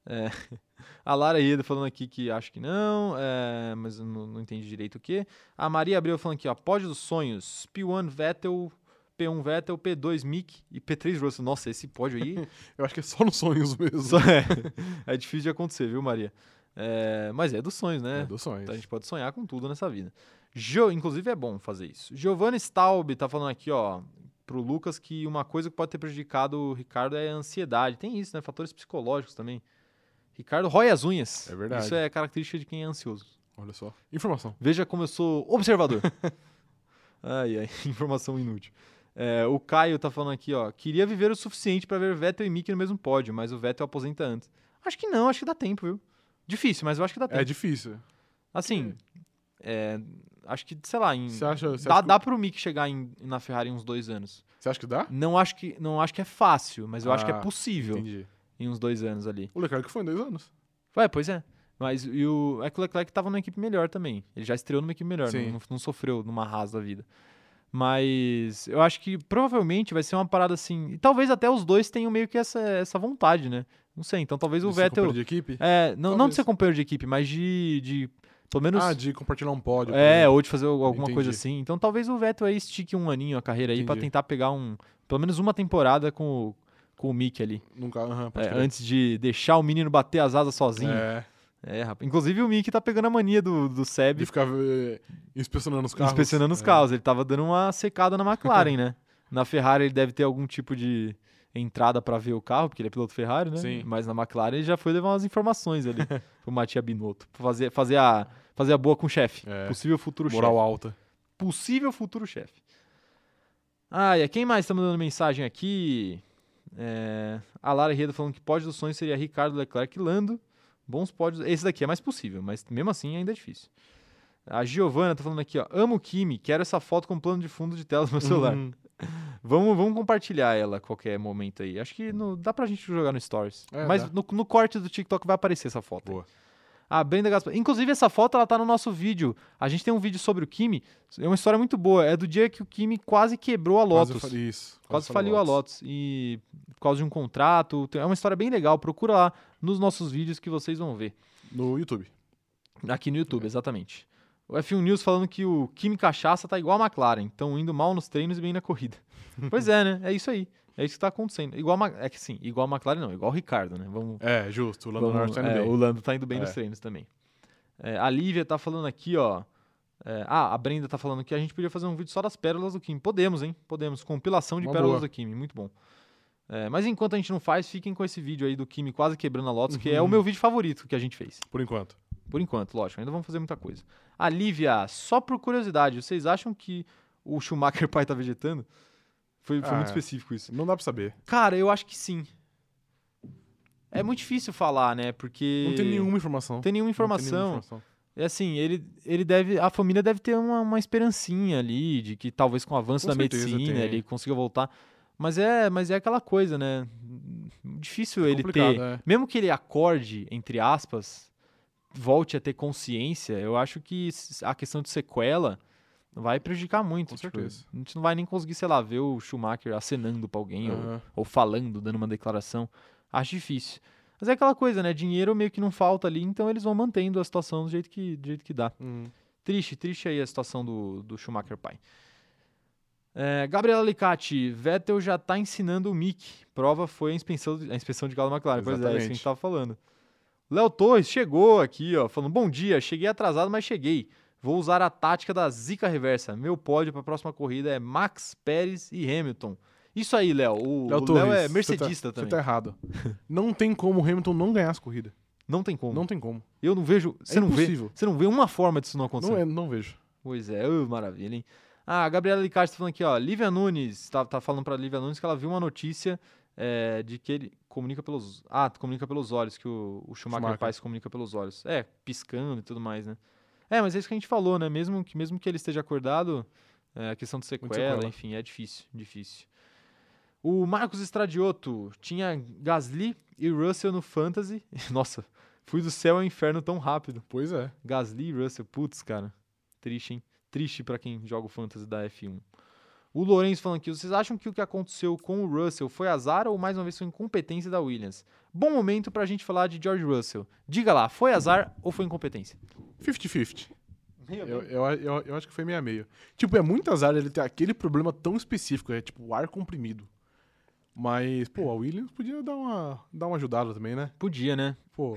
Speaker 1: É, a Lara Iedo falando aqui que acho que não, é, mas eu não, não entendi direito o que. A Maria Abreu falando aqui, ó, pós dos sonhos, P1 Vettel, P1 Vettel, P2 Mick e P3 Russell. Nossa, esse pódio aí
Speaker 2: Eu acho que é só nos sonhos mesmo.
Speaker 1: só é, é difícil de acontecer, viu, Maria? É, mas é dos sonhos, né?
Speaker 2: É dos sonhos.
Speaker 1: Então a gente pode sonhar com tudo nessa vida. Jo- inclusive é bom fazer isso. Giovanni Staub tá falando aqui, ó, pro Lucas que uma coisa que pode ter prejudicado o Ricardo é a ansiedade. Tem isso, né? Fatores psicológicos também. Ricardo rói as unhas.
Speaker 2: É verdade.
Speaker 1: Isso é característica de quem é ansioso.
Speaker 2: Olha só. Informação.
Speaker 1: Veja como eu sou observador. ai, ai, informação inútil. É, o Caio tá falando aqui, ó. Queria viver o suficiente pra ver Vettel e Mick no mesmo pódio, mas o Vettel aposenta antes. Acho que não, acho que dá tempo, viu? Difícil, mas eu acho que dá tempo.
Speaker 2: É difícil.
Speaker 1: Assim, é, acho que, sei lá, em,
Speaker 2: Hum. Você acha, você,
Speaker 1: Hum. dá,
Speaker 2: acha
Speaker 1: dá pro Mick chegar em- na Ferrari em uns dois anos.
Speaker 2: que, você acha que dá?
Speaker 1: Não acho que, não acho que é fácil, mas eu acho que é
Speaker 2: Ah,
Speaker 1: possível
Speaker 2: Entendi.
Speaker 1: em uns dois anos ali.
Speaker 2: O Leclerc foi em dois anos.
Speaker 1: Ué, pois é. Mas e o, é que o Leclerc tava numa equipe melhor também. Ele já estreou numa equipe melhor,
Speaker 2: Sim.
Speaker 1: não, não sofreu numa rasa da vida. Mas eu acho que provavelmente vai ser uma parada assim. E talvez até os dois tenham meio que essa, essa vontade, né? Não sei, então talvez o
Speaker 2: De ser
Speaker 1: Vettel.
Speaker 2: companheiro De equipe?
Speaker 1: É, não, não de
Speaker 2: Talvez.
Speaker 1: ser companheiro de equipe, mas de. de pelo menos.
Speaker 2: Ah, de compartilhar um pódio. por
Speaker 1: É,
Speaker 2: exemplo.
Speaker 1: ou de fazer alguma coisa
Speaker 2: Entendi.
Speaker 1: assim. Então talvez o Vettel aí estique um aninho a carreira aí pra
Speaker 2: Entendi.
Speaker 1: tentar pegar um, pelo menos uma temporada com, o- com o Mick ali,
Speaker 2: Nunca. aham, pode
Speaker 1: É,
Speaker 2: crer.
Speaker 1: antes de deixar o menino bater as asas sozinho. É,
Speaker 2: É,
Speaker 1: rapaz. Inclusive o Mick tá pegando a mania do, do Seb
Speaker 2: de ficar eh, inspecionando os carros.
Speaker 1: inspecionando os
Speaker 2: É.
Speaker 1: carros. Ele tava dando uma secada na McLaren, né? Na Ferrari ele deve ter algum tipo de entrada pra ver o carro, porque ele é piloto Ferrari, né?
Speaker 2: Sim.
Speaker 1: Mas na McLaren ele já foi levar umas informações ali pro Matia Binotto, pra fazer, fazer, a, fazer a boa com o chefe,
Speaker 2: É.
Speaker 1: possível futuro chefe.
Speaker 2: Moral alta.
Speaker 1: possível futuro chefe. Ah, e quem mais está mandando mensagem aqui? É, a Lara Reda falando que pódio dos sonhos seria Ricardo Leclerc e Lando. Bons pódios. Esse daqui é mais possível, mas mesmo assim ainda é difícil. A Giovana tá falando aqui, ó. Amo o Kimi, quero essa foto com plano de fundo de tela do meu celular.
Speaker 2: Hum,
Speaker 1: Vamos, vamos compartilhar ela a qualquer momento aí. Acho que no- dá pra gente jogar no Stories.
Speaker 2: É,
Speaker 1: Mas
Speaker 2: dá.
Speaker 1: no, no corte do TikTok vai aparecer essa foto. aí.
Speaker 2: Boa.
Speaker 1: A Brenda Gaspar. Inclusive, essa foto ela tá no nosso vídeo. A gente tem um vídeo sobre o Kimi. É uma história muito boa. É do dia que o Kimi quase quebrou a
Speaker 2: quase
Speaker 1: Lotus.
Speaker 2: eu falei Isso.
Speaker 1: Quase
Speaker 2: eu falei
Speaker 1: faliu a Lotus. E por causa de um contrato. Tem- É uma história bem legal. Procura lá nos nossos vídeos que vocês vão ver.
Speaker 2: No YouTube.
Speaker 1: Aqui
Speaker 2: É.
Speaker 1: no YouTube, exatamente. O F1 News falando que o Kimi Cachaça tá igual a McLaren, estão indo mal nos treinos e bem na corrida. pois é, né? É isso aí. É isso que tá acontecendo. Igual a, Ma- é que sim, igual a McLaren não, igual o Ricardo, né? Vamos,
Speaker 2: É, justo. O Lando
Speaker 1: vamos-
Speaker 2: Norris tá indo
Speaker 1: é,
Speaker 2: bem.
Speaker 1: o Lando tá indo bem nos
Speaker 2: É.
Speaker 1: treinos também. É, a Lívia tá falando aqui, ó. é, ah, a Brenda tá falando que a gente podia fazer um vídeo só das pérolas do Kimi. Podemos, hein? Podemos. Compilação de
Speaker 2: Uma
Speaker 1: pérolas
Speaker 2: boa.
Speaker 1: do Kimi, muito bom. É, mas enquanto a gente não faz, fiquem com esse vídeo aí do Kimi quase quebrando a Lotus, que
Speaker 2: Uhum.
Speaker 1: é o meu vídeo favorito que a gente fez.
Speaker 2: Por enquanto.
Speaker 1: Por enquanto, lógico, ainda vamos fazer muita coisa. A Lívia, só por curiosidade, vocês acham que o Schumacher pai tá vegetando? Foi, foi
Speaker 2: Ah,
Speaker 1: muito
Speaker 2: é.
Speaker 1: específico isso.
Speaker 2: Não dá pra saber.
Speaker 1: Cara, eu acho que sim. É muito difícil falar, né? Porque.
Speaker 2: Não tem nenhuma informação.
Speaker 1: não tem nenhuma
Speaker 2: Não
Speaker 1: informação.
Speaker 2: tem nenhuma informação.
Speaker 1: É assim, ele, ele deve. A família deve ter uma, uma esperancinha ali de que talvez com o avanço
Speaker 2: Com
Speaker 1: da
Speaker 2: certeza
Speaker 1: medicina
Speaker 2: tem.
Speaker 1: ele consiga voltar. Mas é, mas é aquela coisa, né? Difícil ele
Speaker 2: complicado,
Speaker 1: ter.
Speaker 2: é.
Speaker 1: Mesmo que ele acorde, entre aspas, volte a ter consciência, eu acho que s- a questão de sequela vai prejudicar muito.
Speaker 2: Com
Speaker 1: tipo,
Speaker 2: certeza.
Speaker 1: a gente não vai nem conseguir, sei lá, ver o Schumacher acenando pra alguém ou,
Speaker 2: Aham.
Speaker 1: ou falando, dando uma declaração. Acho difícil. Mas é aquela coisa, né? Dinheiro meio que não falta ali, então eles vão mantendo a situação do jeito que, do jeito que dá.
Speaker 2: Hum.
Speaker 1: Triste, triste aí a situação do, do Schumacher pai. É, Gabriel Alicate, Vettel já tá ensinando o Mick. Prova foi a inspeção, a inspeção de galo da McLaren. Pois é, isso que a gente
Speaker 2: Exatamente.
Speaker 1: tava falando. Léo Torres chegou aqui, ó, falando: Bom dia, cheguei atrasado, mas cheguei. Vou usar a tática da zica reversa. Meu pódio para a próxima corrida é Max Pérez e Hamilton. Isso aí, Léo. O
Speaker 2: Léo
Speaker 1: o Léo
Speaker 2: Torres,
Speaker 1: é
Speaker 2: você tá-
Speaker 1: mercedista
Speaker 2: Você
Speaker 1: também.
Speaker 2: tá errado. não tem como o Hamilton não ganhar as corridas.
Speaker 1: Não tem como.
Speaker 2: Não tem como.
Speaker 1: Eu não vejo. Você não vê.
Speaker 2: impossível.
Speaker 1: Você não vê uma forma disso não acontecer.
Speaker 2: Não, é, não vejo.
Speaker 1: Pois é, ô, maravilha, hein? Ah, a Gabriela Licarte tá falando aqui, ó. Lívia Nunes, tá, tá falando pra Lívia Nunes que ela viu uma notícia é, de que ele comunica pelos. Ah, comunica pelos olhos, que o, o Schumacher,
Speaker 2: Schumacher.
Speaker 1: Paz comunica pelos olhos. É, piscando e tudo mais, né? É, mas é isso que a gente falou, né? Mesmo que, mesmo que ele esteja acordado, é, a questão de sequela,
Speaker 2: sequela.
Speaker 1: enfim, é difícil, difícil. O Marcos Estradioto tinha Gasly e Russell no Fantasy. Nossa, fui do céu ao inferno tão rápido.
Speaker 2: Pois é.
Speaker 1: Gasly e Russell, putz, cara. Triste, hein? Triste pra quem joga o Fantasy da F1. O Lourenço falando aqui, vocês acham que o que aconteceu com o Russell foi azar ou mais uma vez foi incompetência da Williams? Bom momento pra gente falar de George Russell. Diga lá, foi azar ou foi incompetência?
Speaker 2: 50-50.
Speaker 1: É
Speaker 2: Eu, eu, eu, eu acho que foi meia-meia. Tipo, é muito azar ele ter aquele problema tão específico, é tipo o ar comprimido. Mas, pô, a Williams podia dar uma, dar uma ajudada também, né?
Speaker 1: Podia, né?
Speaker 2: Pô,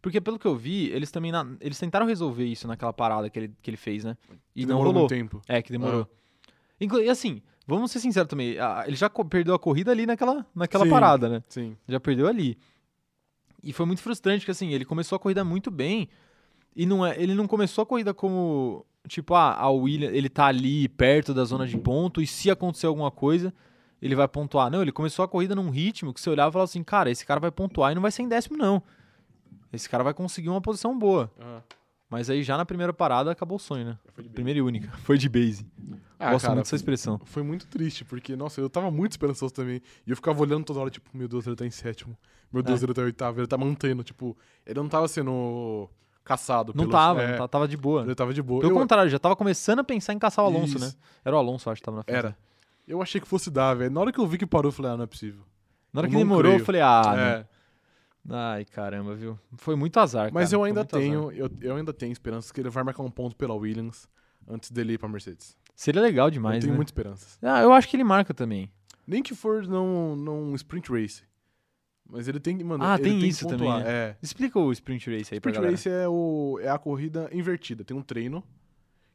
Speaker 1: Porque pelo que eu vi, eles também na- eles tentaram resolver isso naquela parada que ele, que ele fez, né? E não
Speaker 2: demorou
Speaker 1: rolou.
Speaker 2: muito tempo.
Speaker 1: É, que demorou. Inclu e assim, vamos ser sinceros também, a- ele já co- perdeu a corrida ali naquela, naquela
Speaker 2: Sim.
Speaker 1: parada, né?
Speaker 2: Sim.
Speaker 1: Já perdeu ali. E foi muito frustrante, porque assim, ele começou a corrida muito bem e não é, ele não começou a corrida como, tipo, ah, a William, ele tá ali perto da zona de ponto e se acontecer alguma coisa, ele vai pontuar. Não, ele começou a corrida num ritmo que você olhava e falava assim, cara, esse cara vai pontuar e não vai ser em décimo, não. Esse cara vai conseguir uma posição boa. Mas aí já na primeira parada acabou o sonho, né? Primeira e única. Foi de base.
Speaker 2: Ah,
Speaker 1: Gosto
Speaker 2: cara,
Speaker 1: muito dessa expressão.
Speaker 2: Foi muito triste, porque, nossa, eu tava muito esperançoso também. E eu ficava olhando toda hora, tipo, meu Deus, ele tá em sétimo. Meu
Speaker 1: É.
Speaker 2: Deus, ele tá em oitavo. Ele tá mantendo, tipo, ele não tava sendo caçado.
Speaker 1: Não
Speaker 2: pelos-
Speaker 1: tava,
Speaker 2: é,
Speaker 1: não tava, tava de boa.
Speaker 2: Ele tava de boa.
Speaker 1: Pelo
Speaker 2: Eu-
Speaker 1: contrário, já tava começando a pensar em caçar o Alonso,
Speaker 2: Isso.
Speaker 1: né? Era o Alonso, acho que tava na frente.
Speaker 2: Era. Eu achei que fosse dar, velho. Na hora que eu vi que parou, eu falei, ah, não é possível.
Speaker 1: Na hora
Speaker 2: Eu
Speaker 1: que
Speaker 2: não
Speaker 1: demorou,
Speaker 2: creio.
Speaker 1: eu falei, ah,
Speaker 2: é.
Speaker 1: não. ai, caramba, viu? Foi muito azar,
Speaker 2: Mas
Speaker 1: cara,
Speaker 2: eu
Speaker 1: foi
Speaker 2: ainda
Speaker 1: muito azar.
Speaker 2: tenho, eu, eu ainda tenho esperanças que ele vai marcar um ponto pela Williams antes dele ir pra Mercedes.
Speaker 1: Seria legal
Speaker 2: eu
Speaker 1: demais,
Speaker 2: tenho
Speaker 1: né?
Speaker 2: muitas esperanças.
Speaker 1: Ah, eu acho que ele marca também.
Speaker 2: Nem que for num, num sprint race. Mas ele tem que, mano,
Speaker 1: Ah,
Speaker 2: ele
Speaker 1: tem
Speaker 2: que
Speaker 1: isso também, né?
Speaker 2: pontuar. É.
Speaker 1: Explica o sprint race aí pra
Speaker 2: Sprint
Speaker 1: galera.
Speaker 2: Race é, o, é a corrida invertida. Tem um treino,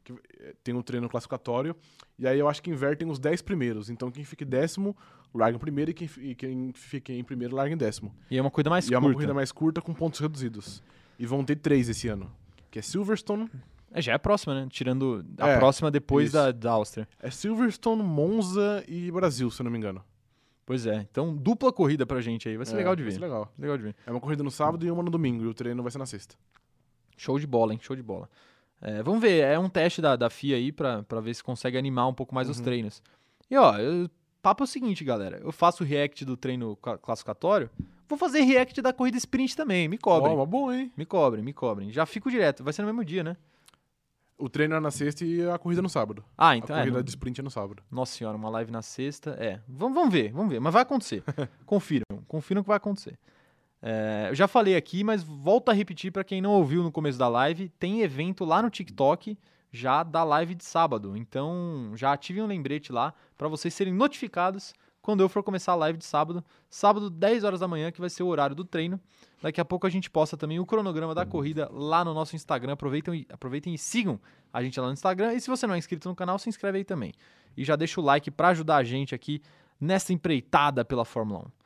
Speaker 2: que, eh, tem um treino classificatório, e aí eu acho que invertem os 10 primeiros. Então quem fica em décimo, larga em primeiro, e quem, fi- e quem fica em primeiro, larga em décimo.
Speaker 1: E é uma coisa mais
Speaker 2: e é
Speaker 1: curta.
Speaker 2: uma corrida mais curta com pontos reduzidos. E vão ter três esse ano. Que é Silverstone,
Speaker 1: É, já é a próxima, né? Tirando a
Speaker 2: É,
Speaker 1: próxima depois
Speaker 2: isso.
Speaker 1: da, da Áustria.
Speaker 2: é Silverstone, Monza e Brasil, se eu não me engano.
Speaker 1: Pois é. Então, dupla corrida pra gente aí. Vai ser
Speaker 2: É,
Speaker 1: legal de
Speaker 2: vai
Speaker 1: ver.
Speaker 2: ser legal.
Speaker 1: legal de ver.
Speaker 2: É uma corrida no sábado e uma no domingo, e o treino vai ser na sexta.
Speaker 1: Show de bola, hein? Show de bola. É, vamos ver, é um teste da, da FIA aí pra, pra ver se consegue animar um pouco mais os
Speaker 2: Uhum.
Speaker 1: treinos. E ó, eu- o papo é o seguinte, galera. Eu faço o react do treino ca- classificatório, vou fazer react da corrida sprint também. Me cobrem.
Speaker 2: Ó, mas bom, hein?
Speaker 1: Me cobrem, me cobrem. Já fico direto, vai ser no mesmo dia, né?
Speaker 2: O treino é na sexta e a corrida no sábado.
Speaker 1: Ah, então
Speaker 2: a
Speaker 1: é.
Speaker 2: corrida
Speaker 1: não-
Speaker 2: de sprint é no sábado.
Speaker 1: Nossa senhora, uma live na sexta. É. Vamos, vamos ver, vamos ver. Mas vai acontecer. Confiram, confiram que vai acontecer. É, eu já falei aqui, mas volto a repetir para quem não ouviu no começo da live: tem evento lá no TikTok já da live de sábado. Então já ativem um lembrete lá para vocês serem notificados quando eu for começar a live de sábado. Sábado, 10 horas da manhã, que vai ser o horário do treino. Daqui a pouco a gente posta também o cronograma da corrida lá no nosso Instagram. Aproveitem, e- aproveitem e sigam a gente lá no Instagram. E se você não é inscrito no canal, se inscreve aí também e já deixa o like pra ajudar a gente aqui nessa empreitada pela Fórmula 1.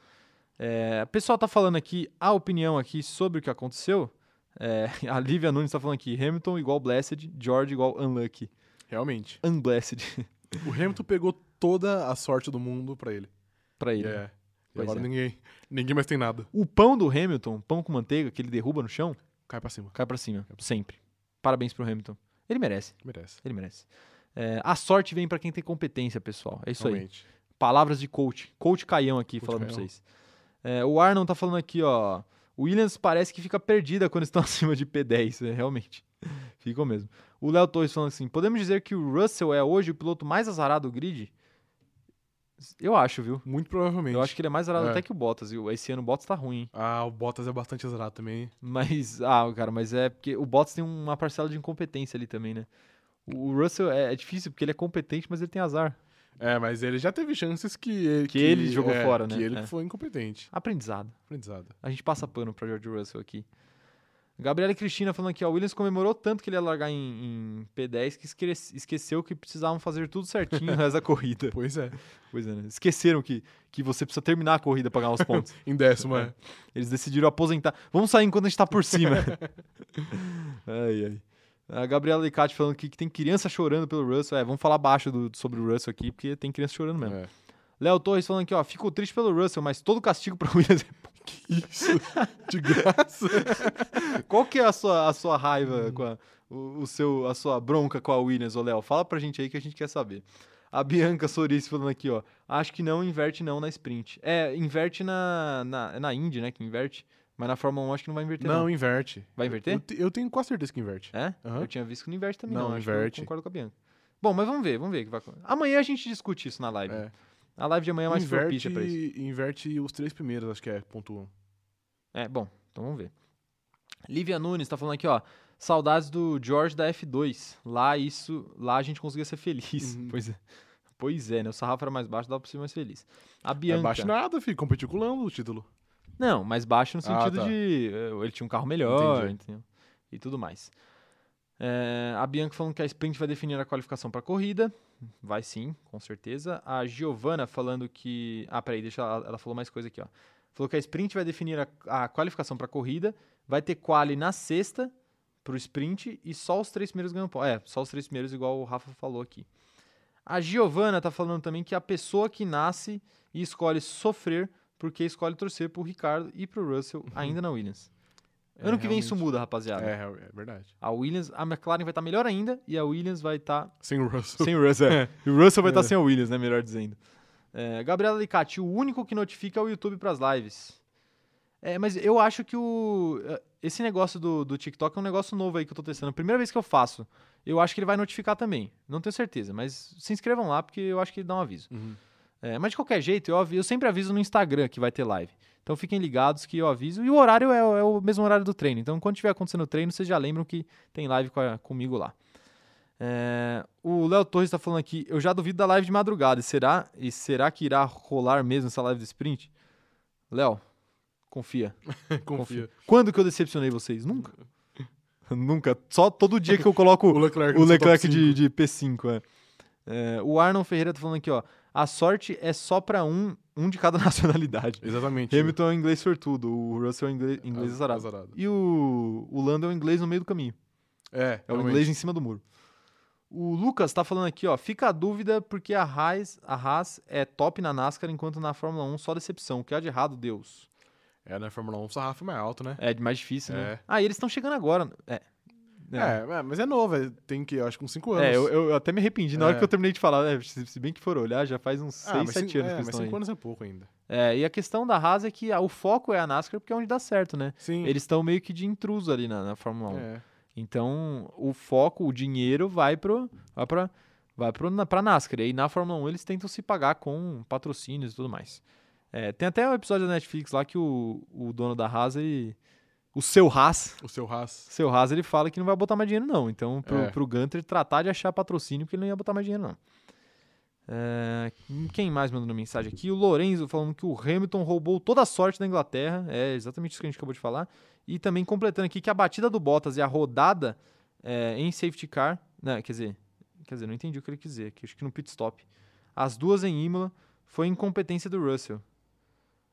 Speaker 1: É, o pessoal tá falando aqui a opinião aqui sobre o que aconteceu. É, a Lívia Nunes tá falando aqui, Hamilton igual Blessed, George igual Unlucky.
Speaker 2: Realmente.
Speaker 1: Unblessed
Speaker 2: O Hamilton pegou toda a sorte do mundo pra ele.
Speaker 1: pra ele.
Speaker 2: É. E
Speaker 1: Pois
Speaker 2: agora
Speaker 1: é.
Speaker 2: ninguém, ninguém mais tem nada.
Speaker 1: O pão do Hamilton, pão com manteiga que ele derruba no chão,
Speaker 2: Cai pra cima.
Speaker 1: cai pra cima, sempre. Parabéns pro Hamilton. Ele merece,
Speaker 2: Merece.
Speaker 1: ele merece. É, a sorte vem pra quem tem competência, pessoal. É isso aí.
Speaker 2: Realmente.
Speaker 1: Palavras de coach. Coach Caião aqui
Speaker 2: Coach
Speaker 1: falando pra
Speaker 2: Caião.
Speaker 1: vocês. É, o Arnon tá falando aqui, ó. O Williams parece que fica perdida quando estão acima de P10, é, realmente. Ficou mesmo. O Léo Torres falando assim: podemos dizer que o Russell é hoje o piloto mais azarado do grid? Eu acho, viu?
Speaker 2: Muito provavelmente.
Speaker 1: Eu acho que ele é mais azarado
Speaker 2: É.
Speaker 1: até que o Bottas. E o- esse ano o Bottas tá ruim. hein?
Speaker 2: Ah, o Bottas é bastante azarado também. hein?
Speaker 1: Mas, ah, cara, mas é porque o Bottas tem uma parcela de incompetência ali também, né? O Russell é, é difícil porque ele é competente, mas ele tem azar.
Speaker 2: É, mas ele já teve chances que ele...
Speaker 1: Que ele jogou
Speaker 2: é,
Speaker 1: fora, né?
Speaker 2: Que ele
Speaker 1: É.
Speaker 2: foi incompetente.
Speaker 1: Aprendizado.
Speaker 2: Aprendizado.
Speaker 1: A gente passa pano pra George Russell aqui. Gabriela e Cristina falando aqui, ó, o Williams comemorou tanto que ele ia largar em, em P10 que esquece- esqueceu que precisavam fazer tudo certinho no resto da corrida.
Speaker 2: Pois é.
Speaker 1: Pois é, né? Esqueceram que, que você precisa terminar a corrida pra ganhar os pontos.
Speaker 2: Em décimo, é.
Speaker 1: Eles decidiram aposentar. Vamos sair enquanto a gente tá por cima. ai, ai. A Gabriela Licati falando aqui que tem criança chorando pelo Russell. É, vamos falar baixo do- sobre o Russell aqui, porque tem criança chorando mesmo.
Speaker 2: É.
Speaker 1: Léo Torres falando aqui, ó, fico triste pelo Russell, mas todo castigo pra Williams é
Speaker 2: Que isso? De graça.
Speaker 1: Qual que é a sua, a sua
Speaker 2: Hum.
Speaker 1: raiva, com a, o, o seu, a sua bronca com a Williams, ô Léo? Fala pra gente aí que a gente quer saber. A Bianca Soris falando aqui, ó. Acho que não inverte não na sprint. É, inverte na, na, é na Indy, né? Que inverte. Mas na Fórmula 1 acho que não vai inverter, não.
Speaker 2: Não, inverte.
Speaker 1: Vai inverter?
Speaker 2: Eu, te- eu tenho quase certeza que inverte.
Speaker 1: É?
Speaker 2: Aham.
Speaker 1: Eu tinha visto que não inverte também. Não,
Speaker 2: Não,
Speaker 1: acho que eu
Speaker 2: inverte.
Speaker 1: concordo com a Bianca. Bom, mas vamos ver, vamos ver o que vai acontecer. Amanhã a gente discute isso na live.
Speaker 2: É.
Speaker 1: A live de amanhã é mais
Speaker 2: inverte,
Speaker 1: propícia pra isso.
Speaker 2: inverte os três primeiros, acho que é, pontuam.
Speaker 1: É, bom, então vamos ver. Lívia Nunes tá falando aqui, ó. Saudades do George da F2. Lá isso, lá a gente conseguia ser feliz.
Speaker 2: Uhum.
Speaker 1: Pois é. Pois é, né? O sarrafo era mais baixo, dava pra ser mais feliz. A
Speaker 2: É
Speaker 1: Bianca.
Speaker 2: baixo nada, filho. Competiu com o Lando o título.
Speaker 1: Não, mais baixo no
Speaker 2: Ah,
Speaker 1: sentido
Speaker 2: tá.
Speaker 1: de eh, ele tinha um carro melhor,
Speaker 2: Entendi.
Speaker 1: entendeu? E tudo mais. Eh, a Bianca falando que a sprint vai definir a qualificação para a corrida. Vai sim, com certeza. A Giovana falando que. Ah, peraí, deixa ela. Ela falou mais coisa aqui, ó. Falou que a sprint vai definir a, a qualificação para a corrida. Vai ter quali na sexta pro sprint e só os três primeiros ganham ponto. É, só os três primeiros, igual o Rafa falou aqui. A Giovana tá falando também que a pessoa que nasce e escolhe sofrer porque escolhe torcer pro Ricardo e pro Russell, ainda na Williams.
Speaker 2: É,
Speaker 1: Ano que vem isso
Speaker 2: realmente.
Speaker 1: muda, rapaziada.
Speaker 2: É, é verdade.
Speaker 1: A Williams, a McLaren vai estar melhor ainda e a Williams vai tá estar
Speaker 2: Sem o Russell.
Speaker 1: sem o Russell. é. E o Russell vai estar
Speaker 2: É.
Speaker 1: sem a Williams, né? Melhor dizendo. É, Gabriela Alicati, o único que notifica é o YouTube pras lives. É, mas eu acho que o. eh, Esse negócio do, do TikTok é um negócio novo aí que eu tô testando. Primeira vez que eu faço. Eu acho que ele vai notificar também. Não tenho certeza, mas se inscrevam lá porque eu acho que ele dá um aviso.
Speaker 2: Uhum.
Speaker 1: É, mas de qualquer jeito, eu, avi- eu sempre aviso no Instagram que vai ter live. Então fiquem ligados que eu aviso. E o horário é, o- é o mesmo horário do treino. Então quando tiver acontecendo o treino, vocês já lembram que tem live com a- comigo lá. É, o Léo Torres está falando aqui, eu já duvido da live de madrugada. E será, e será que irá rolar mesmo essa live do sprint? Léo, confia.
Speaker 2: Confia.
Speaker 1: Quando que eu decepcionei vocês? Nunca. Nunca. Só todo dia que eu coloco
Speaker 2: O Leclerc,
Speaker 1: o
Speaker 2: no seu top
Speaker 1: Leclerc
Speaker 2: cinco.
Speaker 1: de, de P5, é. É, O Arnon Ferreira tá falando aqui, ó. A sorte é só pra um, um de cada nacionalidade.
Speaker 2: Exatamente. Ah,
Speaker 1: Hamilton é um inglês sortudo, o Russell é um inglês, inglês
Speaker 2: Az-
Speaker 1: azarado. E o, o Lando é um inglês no meio do caminho.
Speaker 2: É,
Speaker 1: É o inglês em cima do muro. O Lucas tá falando aqui, ó. Fica a dúvida porque a Haas, a Haas é top na NASCAR, enquanto na Fórmula 1 só decepção. O que há de errado, Deus?
Speaker 2: É, na Fórmula 1 o sarrafo é mais alto, né?
Speaker 1: É de mais difícil, né?
Speaker 2: É.
Speaker 1: Ah, e eles estão chegando agora. É.
Speaker 2: É, é, mas é novo, é- tem que, eu acho que uns 5 anos.
Speaker 1: É, eu, eu até me arrependi. Na hora
Speaker 2: É.
Speaker 1: que eu terminei de falar, né, se, se bem que for olhar, já faz uns 6,
Speaker 2: mas
Speaker 1: 7
Speaker 2: cinco-
Speaker 1: anos
Speaker 2: é,
Speaker 1: que eles
Speaker 2: mas
Speaker 1: estão aí.
Speaker 2: 5 anos é pouco ainda.
Speaker 1: É, e a questão da Haas é que ah, o foco é a NASCAR porque é onde dá certo, né?
Speaker 2: Sim.
Speaker 1: Eles estão meio que de intruso ali na, na Fórmula 1.
Speaker 2: É.
Speaker 1: Então, o foco, o dinheiro vai pro vai pra, vai pro, na, pra NASCAR. E aí, na Fórmula 1, eles tentam se pagar com patrocínios e tudo mais. É, tem até um episódio da Netflix lá que o, o dono da Haas, ele, o seu Haas,
Speaker 2: O seu Haas.
Speaker 1: seu Haas, ele fala que não vai botar mais dinheiro, não. Então, pro,
Speaker 2: É.
Speaker 1: pro Gunter tratar de achar patrocínio, porque ele não ia botar mais dinheiro, não. É, quem mais mandando mensagem aqui? O Lorenzo falando que o Hamilton roubou toda a sorte da Inglaterra. É exatamente isso que a gente acabou de falar. E também completando aqui que a batida do Bottas e a rodada é, em safety car. Não, quer dizer, quer dizer, não entendi o que ele quis dizer aqui. Acho que no pit stop. As duas em Imola foi incompetência do Russell.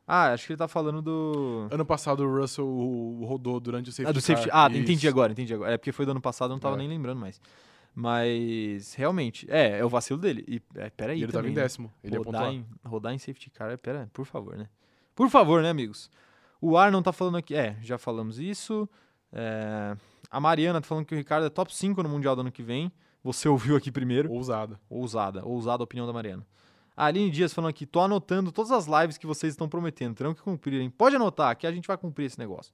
Speaker 1: Ah, acho que ele tá falando do.
Speaker 2: Ano passado o Russell o- rodou durante o safety
Speaker 1: Ah, do safety.
Speaker 2: car.
Speaker 1: Ah, entendi
Speaker 2: Isso.
Speaker 1: agora, entendi agora. É porque foi do ano passado, eu não tava
Speaker 2: É.
Speaker 1: nem lembrando mais. Mas, realmente, é, é o vacilo dele. E, é, peraí,
Speaker 2: E ele tava
Speaker 1: também,
Speaker 2: em
Speaker 1: né?
Speaker 2: décimo. Ele ia
Speaker 1: rodar,
Speaker 2: pontuar.
Speaker 1: em, rodar em safety car, é, pera, por favor, né? Por favor, né, amigos? O Ar não tá falando aqui. É, já falamos isso. É, a Mariana tá falando que o Ricardo é top 5 no Mundial do ano que vem. Você ouviu aqui primeiro.
Speaker 2: Ousado.
Speaker 1: Ousada, ousada a opinião da Mariana. A Aline Dias falando aqui, tô anotando todas as lives que vocês estão prometendo, terão que cumprir, hein? Pode anotar, que a gente vai cumprir esse negócio.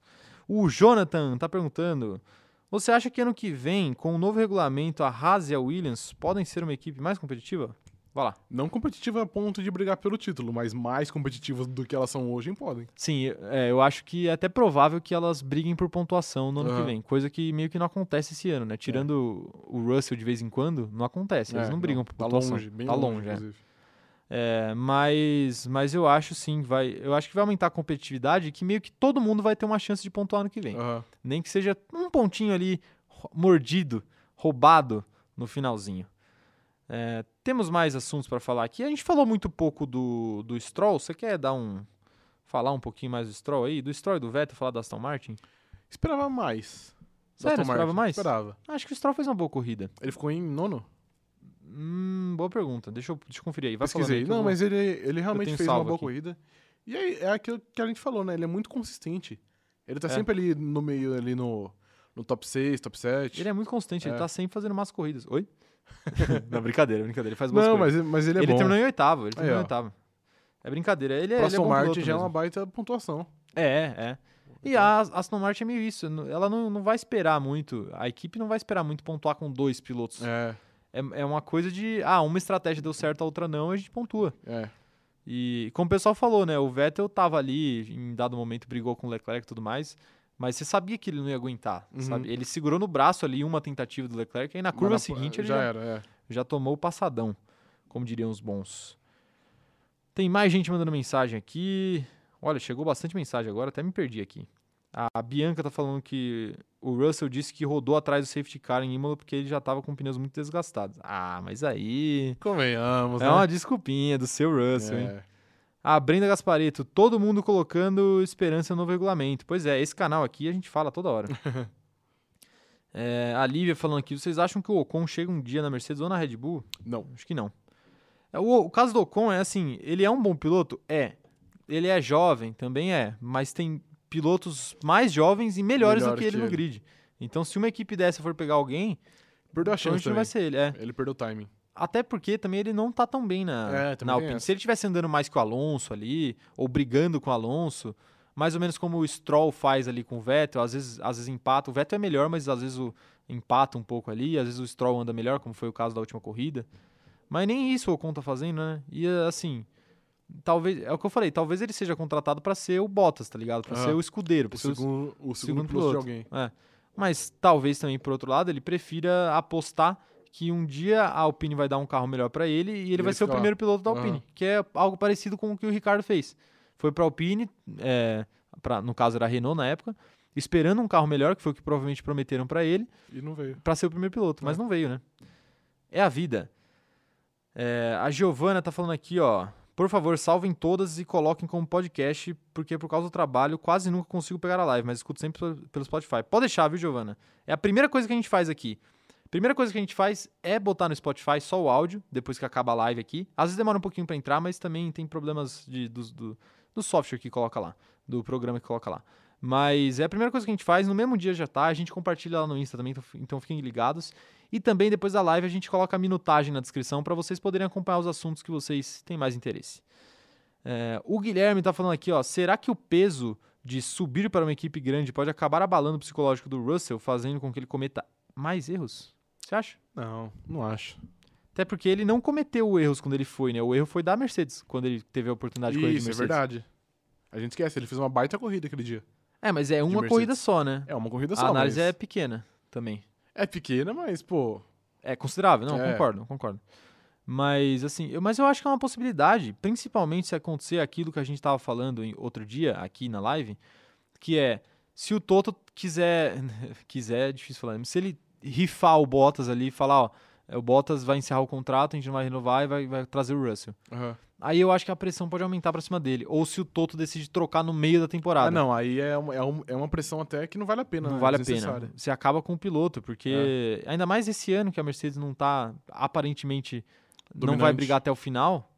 Speaker 1: O Jonathan tá perguntando, você acha que ano que vem, com o novo regulamento, a Haas e a Williams podem ser uma equipe mais competitiva? Vai lá.
Speaker 2: Não competitiva a ponto de brigar pelo título, mas mais competitivas do que elas são hoje, podem.
Speaker 1: Sim, é, eu acho que é até provável que elas briguem por pontuação no ano que
Speaker 2: Aham.
Speaker 1: vem, coisa que meio que não acontece esse ano, né? Tirando o Russell de vez em quando, não acontece, eles
Speaker 2: É,
Speaker 1: não brigam por
Speaker 2: Tá
Speaker 1: pontuação.
Speaker 2: longe, bem
Speaker 1: tá
Speaker 2: longe,
Speaker 1: longe é.
Speaker 2: inclusive.
Speaker 1: É, mas, mas eu acho sim, vai, eu acho que vai aumentar a competitividade, que meio que todo mundo vai ter uma chance de pontuar no que vem.
Speaker 2: Aham.
Speaker 1: Nem que seja um pontinho ali ro- mordido, roubado no finalzinho. É, temos mais assuntos para falar aqui. A gente falou muito pouco do, do Stroll. Você quer dar um falar um pouquinho mais do Stroll aí, do Stroll e do Vettel, falar da Aston Martin?
Speaker 2: Esperava mais. da
Speaker 1: Sério,
Speaker 2: Aston
Speaker 1: esperava
Speaker 2: Martin.
Speaker 1: mais?
Speaker 2: Esperava.
Speaker 1: Acho que o Stroll fez uma boa corrida.
Speaker 2: Ele ficou em nono?
Speaker 1: Hum, boa pergunta. Deixa eu, deixa eu conferir aí. Vai falando aí
Speaker 2: Pesquisei.
Speaker 1: que eu
Speaker 2: Não,
Speaker 1: vou-
Speaker 2: mas ele, ele realmente
Speaker 1: tenho
Speaker 2: fez uma
Speaker 1: salvo
Speaker 2: boa
Speaker 1: aqui.
Speaker 2: corrida. E aí, é aquilo que a gente falou, né? Ele é muito consistente. Ele tá
Speaker 1: É.
Speaker 2: sempre ali no meio, ali no, no top 6, top 7.
Speaker 1: Ele é muito constante, ele
Speaker 2: É.
Speaker 1: tá sempre fazendo más corridas. Oi? Não, brincadeira, brincadeira. Ele faz boas
Speaker 2: Não,
Speaker 1: coisas.
Speaker 2: mas, mas ele é bom.
Speaker 1: terminou em oitavo. Ele terminou
Speaker 2: ó.
Speaker 1: em oitavo. É brincadeira. Ele, é-
Speaker 2: pra
Speaker 1: ele é
Speaker 2: Aston
Speaker 1: bom
Speaker 2: Martin
Speaker 1: piloto
Speaker 2: já é
Speaker 1: mesmo.
Speaker 2: uma baita pontuação.
Speaker 1: É, é. E a As- Aston Martin é meio isso. n- Ela não, não vai esperar muito. A equipe não vai esperar muito pontuar com dois pilotos. É,
Speaker 2: É,
Speaker 1: é uma coisa de. Ah, uma estratégia deu certo, a outra não, a gente pontua.
Speaker 2: é.
Speaker 1: E como o pessoal falou, né? O Vettel tava ali, em dado momento, brigou com o Leclerc e tudo mais. Mas você sabia que ele não ia aguentar,
Speaker 2: Uhum.
Speaker 1: sabe? Ele segurou no braço ali uma tentativa do Leclerc, e aí na curva
Speaker 2: Mas na-
Speaker 1: seguinte ele
Speaker 2: já
Speaker 1: já,
Speaker 2: era, é.
Speaker 1: já tomou o passadão, como diriam os bons. Tem mais gente mandando mensagem aqui. Olha, chegou bastante mensagem agora, até me perdi aqui. A Bianca tá falando que o Russell disse que rodou atrás do safety car em Imola porque ele já tava com pneus muito desgastados. Ah, mas aí.
Speaker 2: Convenhamos,
Speaker 1: É
Speaker 2: né?
Speaker 1: uma desculpinha do seu Russell, hein?
Speaker 2: É.
Speaker 1: A Brenda Gaspareto, todo mundo colocando esperança no novo regulamento. Pois é, esse canal aqui a gente fala toda hora. É, a Lívia falando aqui, vocês acham que o Ocon chega um dia na Mercedes ou na Red Bull?
Speaker 2: Não.
Speaker 1: Acho que não. É, O, o caso do Ocon é assim, ele é um bom piloto? É. Ele é jovem, também é. Mas tem pilotos mais jovens e melhores
Speaker 2: Melhor
Speaker 1: do que ele
Speaker 2: que
Speaker 1: no
Speaker 2: ele.
Speaker 1: grid. Então, se uma equipe dessa for pegar alguém,
Speaker 2: Perdeu a chance
Speaker 1: provavelmente não Então
Speaker 2: também.
Speaker 1: vai ser ele. É.
Speaker 2: Ele perdeu o timing.
Speaker 1: Até porque também ele não tá tão bem na, na
Speaker 2: É, também tem
Speaker 1: Alpine.
Speaker 2: essa.
Speaker 1: Se ele tivesse andando mais que o Alonso ali, ou brigando com o Alonso, mais ou menos como o Stroll faz ali com o Vettel, às vezes, às vezes empata. O Vettel é melhor, mas às vezes o empata um pouco ali, às vezes o Stroll anda melhor, como foi o caso da última corrida. Mas nem isso o Ocon tá fazendo, né? E assim, talvez, é o que eu falei, talvez ele seja contratado pra ser o Bottas, tá ligado? Pra
Speaker 2: Aham.
Speaker 1: ser o escudeiro, pra
Speaker 2: O
Speaker 1: ser o
Speaker 2: segundo, o segundo,
Speaker 1: segundo
Speaker 2: piloto de
Speaker 1: piloto.
Speaker 2: alguém.
Speaker 1: É. mas talvez também, por outro lado, ele prefira apostar que um dia a Alpine vai dar um carro melhor pra ele e ele
Speaker 2: ele
Speaker 1: vai ser o
Speaker 2: fica lá.
Speaker 1: primeiro piloto da Alpine,
Speaker 2: Aham.
Speaker 1: que é algo parecido com o que o Ricardo fez. Foi pra Alpine, é, pra- no caso era a Renault na época, esperando um carro melhor, que foi o que provavelmente prometeram pra ele,
Speaker 2: E não veio.
Speaker 1: pra ser o primeiro piloto, mas não veio, né? É a vida. É, a Giovana tá falando aqui, ó. Por favor, salvem todas e coloquem como podcast, porque por causa do trabalho quase nunca consigo pegar a live, mas escuto sempre pelo- pelo Spotify. Pode deixar, viu, Giovana? É a primeira coisa que a gente faz aqui. Primeira coisa que a gente faz é botar no Spotify só o áudio, depois que acaba a live aqui. Às vezes demora um pouquinho pra entrar, mas também tem problemas de, do, do, do software que coloca lá, do programa que coloca lá. Mas é a primeira coisa que a gente faz, no mesmo dia já tá, a gente compartilha lá no Insta também, então fi- então fiquem ligados. E também depois da live a gente coloca a minutagem na descrição pra vocês poderem acompanhar os assuntos que vocês têm mais interesse. É, o Guilherme tá falando aqui, ó, será que o peso de subir para uma equipe grande pode acabar abalando o psicológico do Russell, fazendo com que ele cometa mais erros? Você acha?
Speaker 2: Não, não acho.
Speaker 1: Até porque ele não cometeu erros quando ele foi, né? O erro foi da Mercedes, quando ele teve a oportunidade de correr de
Speaker 2: Isso, é
Speaker 1: Mercedes.
Speaker 2: verdade. A gente esquece, ele fez uma baita corrida aquele dia.
Speaker 1: É, mas é uma
Speaker 2: Mercedes.
Speaker 1: corrida só, né?
Speaker 2: É uma corrida só,
Speaker 1: A análise
Speaker 2: mas...
Speaker 1: é pequena também.
Speaker 2: É pequena, mas, pô...
Speaker 1: É considerável, não,
Speaker 2: É.
Speaker 1: concordo, concordo. Mas assim, eu, mas eu acho que é uma possibilidade, principalmente se acontecer aquilo que a gente estava falando em outro dia aqui na live, que é se o Toto quiser, quiser, é difícil falar, mas se ele rifar o Bottas ali e falar, ó, é, o Bottas vai encerrar o contrato, a gente não vai renovar e vai, vai trazer o Russell.
Speaker 2: aham.
Speaker 1: Aí eu acho que a pressão pode aumentar pra cima dele, ou se o Toto decide trocar no meio da temporada.
Speaker 2: Ah, não, aí é uma, é um- é uma pressão até que não vale a pena. É.
Speaker 1: Não
Speaker 2: né?
Speaker 1: vale a pena.
Speaker 2: Desnecessária.
Speaker 1: Você acaba com o piloto, porque ainda mais esse ano que a Mercedes não tá aparentemente não vai
Speaker 2: Dominante.
Speaker 1: brigar até o final.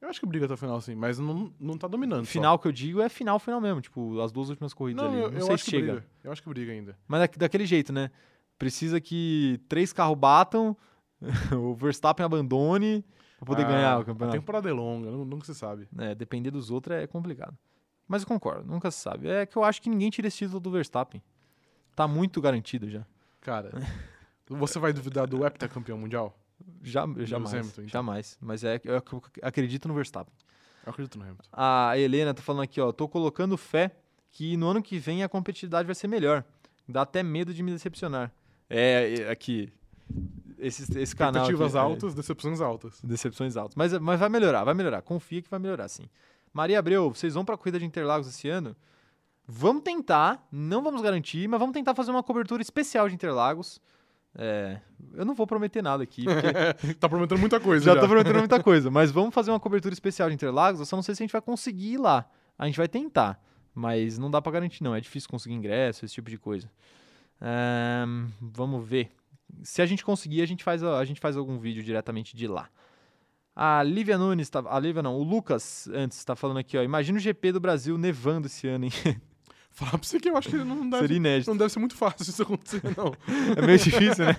Speaker 2: Eu acho que briga até o final, sim, mas não, não tá dominando. só.
Speaker 1: Final que eu digo é final, final mesmo, tipo as duas últimas corridas
Speaker 2: Não,
Speaker 1: ali.
Speaker 2: eu,
Speaker 1: não
Speaker 2: eu
Speaker 1: sei
Speaker 2: acho
Speaker 1: se
Speaker 2: que
Speaker 1: chega.
Speaker 2: briga. Eu acho que briga ainda.
Speaker 1: Mas da- daquele jeito, né? Precisa que três carros batam, o Verstappen abandone pra poder
Speaker 2: Ah,
Speaker 1: ganhar o
Speaker 2: A
Speaker 1: campeonato.
Speaker 2: temporada é longa, nu- nunca se sabe.
Speaker 1: É, depender dos outros é complicado. Mas eu concordo, nunca se sabe. É que eu acho que ninguém tira esse título do Verstappen. Tá muito garantido já.
Speaker 2: Cara, você vai duvidar do heptacampeão mundial?
Speaker 1: Já, jamais.
Speaker 2: Hamilton, então.
Speaker 1: Jamais. Mas é, eu ac- acredito no Verstappen.
Speaker 2: Eu acredito no Hamilton.
Speaker 1: A Helena tá falando aqui, ó. Tô colocando fé que no ano que vem a competitividade vai ser melhor. Dá até medo de me decepcionar. É, é, aqui. Esse, esse canal. aqui,
Speaker 2: Expectativas
Speaker 1: é,
Speaker 2: altas, decepções altas.
Speaker 1: decepções altas. Mas, mas vai melhorar, vai melhorar. Confia que vai melhorar, sim. Maria Abreu, vocês vão pra corrida de Interlagos esse ano? Vamos tentar, não vamos garantir, mas vamos tentar fazer uma cobertura especial de Interlagos. É, eu não vou prometer nada aqui, porque
Speaker 2: tá prometendo muita coisa.
Speaker 1: já
Speaker 2: Já,
Speaker 1: tô prometendo muita coisa, mas vamos fazer uma cobertura especial de Interlagos. Eu só não sei se a gente vai conseguir ir lá. A gente vai tentar, mas não dá pra garantir, não. É difícil conseguir ingresso, esse tipo de coisa. Ahn, vamos ver. Se a gente conseguir, a gente faz, a a gente faz algum vídeo diretamente de lá. A Lívia Nunes, tá, a Lívia não, o Lucas antes tá falando aqui, ó. Imagina o GP do Brasil nevando esse ano, hein?
Speaker 2: Falar pra você que eu acho que não deve,
Speaker 1: Seria inédito.
Speaker 2: não deve ser muito fácil isso acontecer, não.
Speaker 1: É meio difícil, né?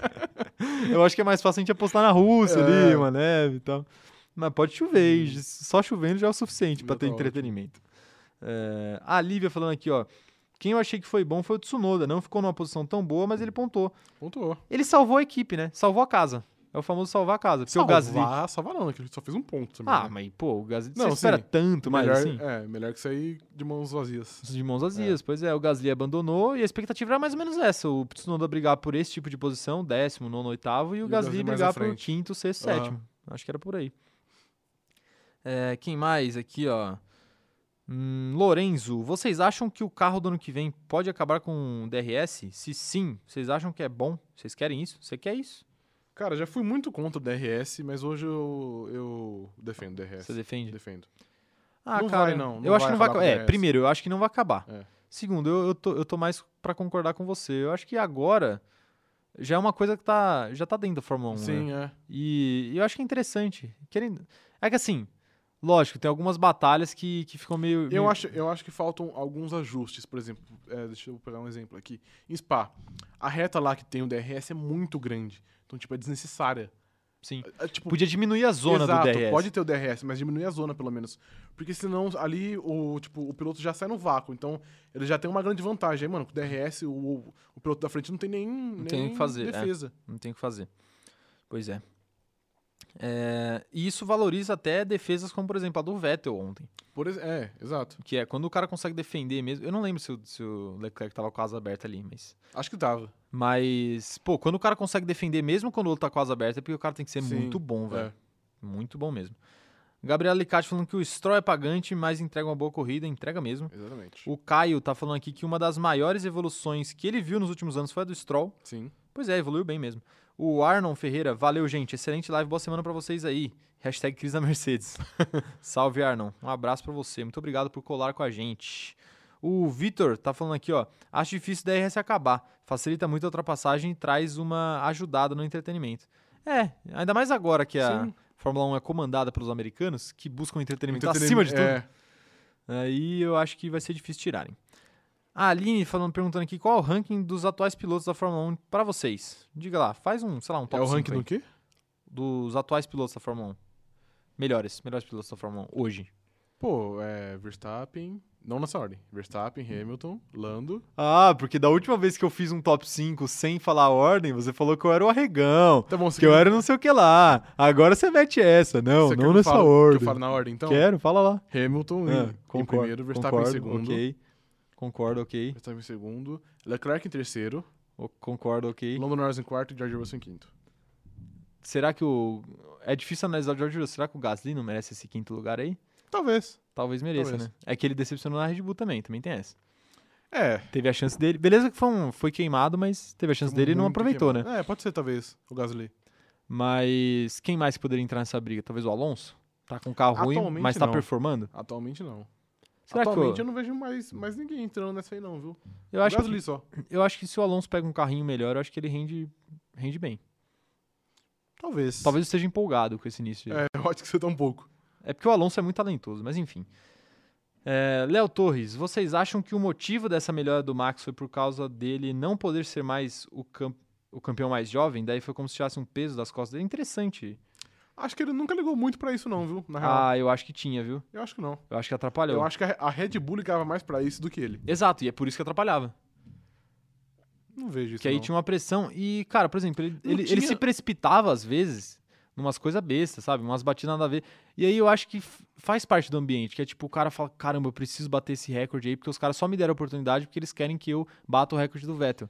Speaker 1: Eu acho que é mais fácil a gente apostar na Rússia
Speaker 2: É. Hum.
Speaker 1: ali, uma neve e tal. Mas pode chover, e só chovendo já é o suficiente
Speaker 2: Já
Speaker 1: pra ter
Speaker 2: tá ótimo.
Speaker 1: entretenimento. É, a Lívia falando aqui, ó. Quem eu achei que foi bom foi o Tsunoda. Não ficou numa posição tão boa,
Speaker 2: Hum.
Speaker 1: mas ele pontou.
Speaker 2: Pontuou.
Speaker 1: Ele salvou a equipe, né? Salvou a casa. É o famoso salvar a casa. Porque o Gasly.
Speaker 2: Salvar, salvar não, né? Que ele só fez um ponto também.
Speaker 1: Ah,
Speaker 2: né?
Speaker 1: mas pô, o Gasly
Speaker 2: Não,
Speaker 1: você espera
Speaker 2: sim.
Speaker 1: tanto, mas
Speaker 2: melhor,
Speaker 1: assim.
Speaker 2: É, melhor que sair de mãos vazias.
Speaker 1: De mãos vazias, pois é, o Gasly abandonou e a expectativa era mais ou menos essa: o Tsunoda brigar por esse tipo de posição, décimo, nono, oitavo, e o, Gasly,
Speaker 2: mais à
Speaker 1: brigar por
Speaker 2: frente.
Speaker 1: quinto, sexto,
Speaker 2: Aham.
Speaker 1: sétimo. Acho que era por aí. É, quem mais aqui, ó? Hum, Lorenzo, vocês acham que o carro do ano que vem pode acabar com DRS? Se sim, vocês acham que é bom? Vocês querem isso? Você quer isso?
Speaker 2: Cara, já fui muito contra o DRS, mas hoje eu, eu defendo o DRS.
Speaker 1: Você defende?
Speaker 2: Defendo.
Speaker 1: Ah,
Speaker 2: Não
Speaker 1: cara,
Speaker 2: vai, não. Não
Speaker 1: eu acho
Speaker 2: vai
Speaker 1: que não vai
Speaker 2: acabar com
Speaker 1: acabar. É,
Speaker 2: DRS.
Speaker 1: primeiro, eu acho que não vai acabar.
Speaker 2: É.
Speaker 1: Segundo, eu, eu, tô, eu tô mais pra concordar com você. Eu acho que agora já é uma coisa que tá, já tá dentro da Fórmula 1, né?
Speaker 2: Sim, é.
Speaker 1: E, e eu acho que é interessante. Querendo... É que assim, lógico, tem algumas batalhas que, que ficam meio...
Speaker 2: Eu
Speaker 1: meio-
Speaker 2: acho, eu acho que faltam alguns ajustes, por exemplo. é, deixa eu pegar um exemplo aqui. Em Spa, a reta lá que tem o DRS é muito grande. Então, tipo, é desnecessária.
Speaker 1: Sim.
Speaker 2: É, tipo,
Speaker 1: Podia diminuir a zona
Speaker 2: exato,
Speaker 1: do DRS.
Speaker 2: pode ter o DRS, mas diminuir a zona, pelo menos. Porque senão ali o, tipo, o piloto já sai no vácuo. Então, ele já tem uma grande vantagem. Aí, mano, com o DRS, o, o, o piloto da frente não tem nem, nem
Speaker 1: tem o que fazer, é.
Speaker 2: defesa.
Speaker 1: Não tem o que fazer. Pois é. É, E isso valoriza até defesas como, por exemplo, a do Vettel ontem.
Speaker 2: Por ex- é, exato.
Speaker 1: Que é quando o cara consegue defender mesmo... Eu não lembro se o, se o Leclerc tava com a asa aberta ali, mas...
Speaker 2: Acho que tava.
Speaker 1: Mas, pô, quando o cara consegue defender, mesmo quando o outro tá com a asa aberta, é porque o cara tem que ser
Speaker 2: Sim,
Speaker 1: muito bom, velho.
Speaker 2: É.
Speaker 1: Muito bom mesmo. Gabriel Alicate falando que o Stroll é pagante, mas entrega uma boa corrida, entrega mesmo.
Speaker 2: Exatamente.
Speaker 1: O Caio tá falando aqui que uma das maiores evoluções que ele viu nos últimos anos foi a do Stroll.
Speaker 2: Sim.
Speaker 1: Pois é, evoluiu bem mesmo. O Arnon Ferreira, valeu, gente. Excelente live, boa semana pra vocês aí. Hashtag Cris da Mercedes. Salve, Arnon. Um abraço pra você. Muito obrigado por colar com a gente. O Vitor tá falando aqui, ó. Acho difícil o DRS acabar. Facilita muito a ultrapassagem e traz uma ajudada no entretenimento. É, ainda mais agora que a
Speaker 2: Sim.
Speaker 1: Fórmula 1 é comandada pelos americanos, que buscam entretenimento, acima de tudo.
Speaker 2: É,
Speaker 1: Aí eu acho que vai ser difícil tirarem. A Aline falando, perguntando aqui qual é o ranking dos atuais pilotos da Fórmula 1 pra vocês. Diga lá, faz um, sei lá, um
Speaker 2: é
Speaker 1: top
Speaker 2: o
Speaker 1: 5
Speaker 2: ranking
Speaker 1: aí.
Speaker 2: do quê?
Speaker 1: dos atuais pilotos da Fórmula 1. Melhores, melhores pilotos da Fórmula 1 hoje.
Speaker 2: Pô, é Verstappen. Não nessa ordem. Verstappen, Hamilton, Lando.
Speaker 1: Ah, porque da última vez que eu fiz um top 5 sem falar a ordem, você falou que eu era o arregão,
Speaker 2: Tá bom, você
Speaker 1: era não sei o que lá. Agora você mete essa. Não,
Speaker 2: você quer que eu falo- Que eu falo na ordem, então?
Speaker 1: Quero, fala lá.
Speaker 2: Hamilton em- em primeiro, Verstappen em segundo.
Speaker 1: Ah, ok. Concordo, ok.
Speaker 2: Verstappen em segundo. Leclerc em terceiro.
Speaker 1: O- Concordo, ok.
Speaker 2: Lando Norris em quarto e George Russell em quinto.
Speaker 1: Será que o. É difícil analisar o George Russell. Será que o Gasly não merece esse quinto lugar aí?
Speaker 2: Talvez.
Speaker 1: Talvez mereça,
Speaker 2: Talvez.
Speaker 1: né? É que ele decepcionou na Red Bull também, também tem essa.
Speaker 2: É.
Speaker 1: Teve a chance dele. Beleza que foi, um- foi queimado, mas teve a chance dele e não
Speaker 2: um muito
Speaker 1: aproveitou, né?
Speaker 2: queimado. É, pode ser talvez o Gasly.
Speaker 1: Mas quem mais que poderia entrar nessa briga? Talvez o Alonso? Tá com um carro ruim,
Speaker 2: Atualmente,
Speaker 1: mas tá
Speaker 2: não.
Speaker 1: performando?
Speaker 2: Atualmente não.
Speaker 1: Será
Speaker 2: Atualmente
Speaker 1: que
Speaker 2: eu não vejo mais, mais ninguém entrando nessa aí não, viu?
Speaker 1: eu, eu acho
Speaker 2: o Gasly
Speaker 1: que,
Speaker 2: só.
Speaker 1: eu acho que se o Alonso pega um carrinho melhor, eu acho que ele rende, rende bem.
Speaker 2: Talvez.
Speaker 1: Talvez eu esteja empolgado com esse início.
Speaker 2: É, eu acho que você tá um pouco.
Speaker 1: É porque o Alonso é muito talentoso, mas enfim. É, Léo Torres, vocês acham que o motivo dessa melhora do Max foi por causa dele não poder ser mais o, cam- o campeão mais jovem? Daí foi como se tirasse um peso das costas dele. Interessante.
Speaker 2: Acho que ele nunca ligou muito pra isso não, viu? Na real.
Speaker 1: Ah, eu acho que tinha, viu?
Speaker 2: Eu acho que não.
Speaker 1: Eu acho que atrapalhou.
Speaker 2: Eu acho que a a Red Bull ligava mais pra isso do que ele.
Speaker 1: Exato, e é por isso que atrapalhava.
Speaker 2: Não vejo isso
Speaker 1: Que aí
Speaker 2: não.
Speaker 1: tinha uma pressão. E, cara, por exemplo, ele,
Speaker 2: Não
Speaker 1: ele- ele
Speaker 2: tinha-
Speaker 1: se precipitava às vezes numas coisas bestas, sabe? Umas batidas nada a ver. E aí eu acho que f- faz parte do ambiente, que é tipo, o cara fala, caramba, eu preciso bater esse recorde aí, porque os caras só me deram a oportunidade porque eles querem que eu bata o recorde do Vettel.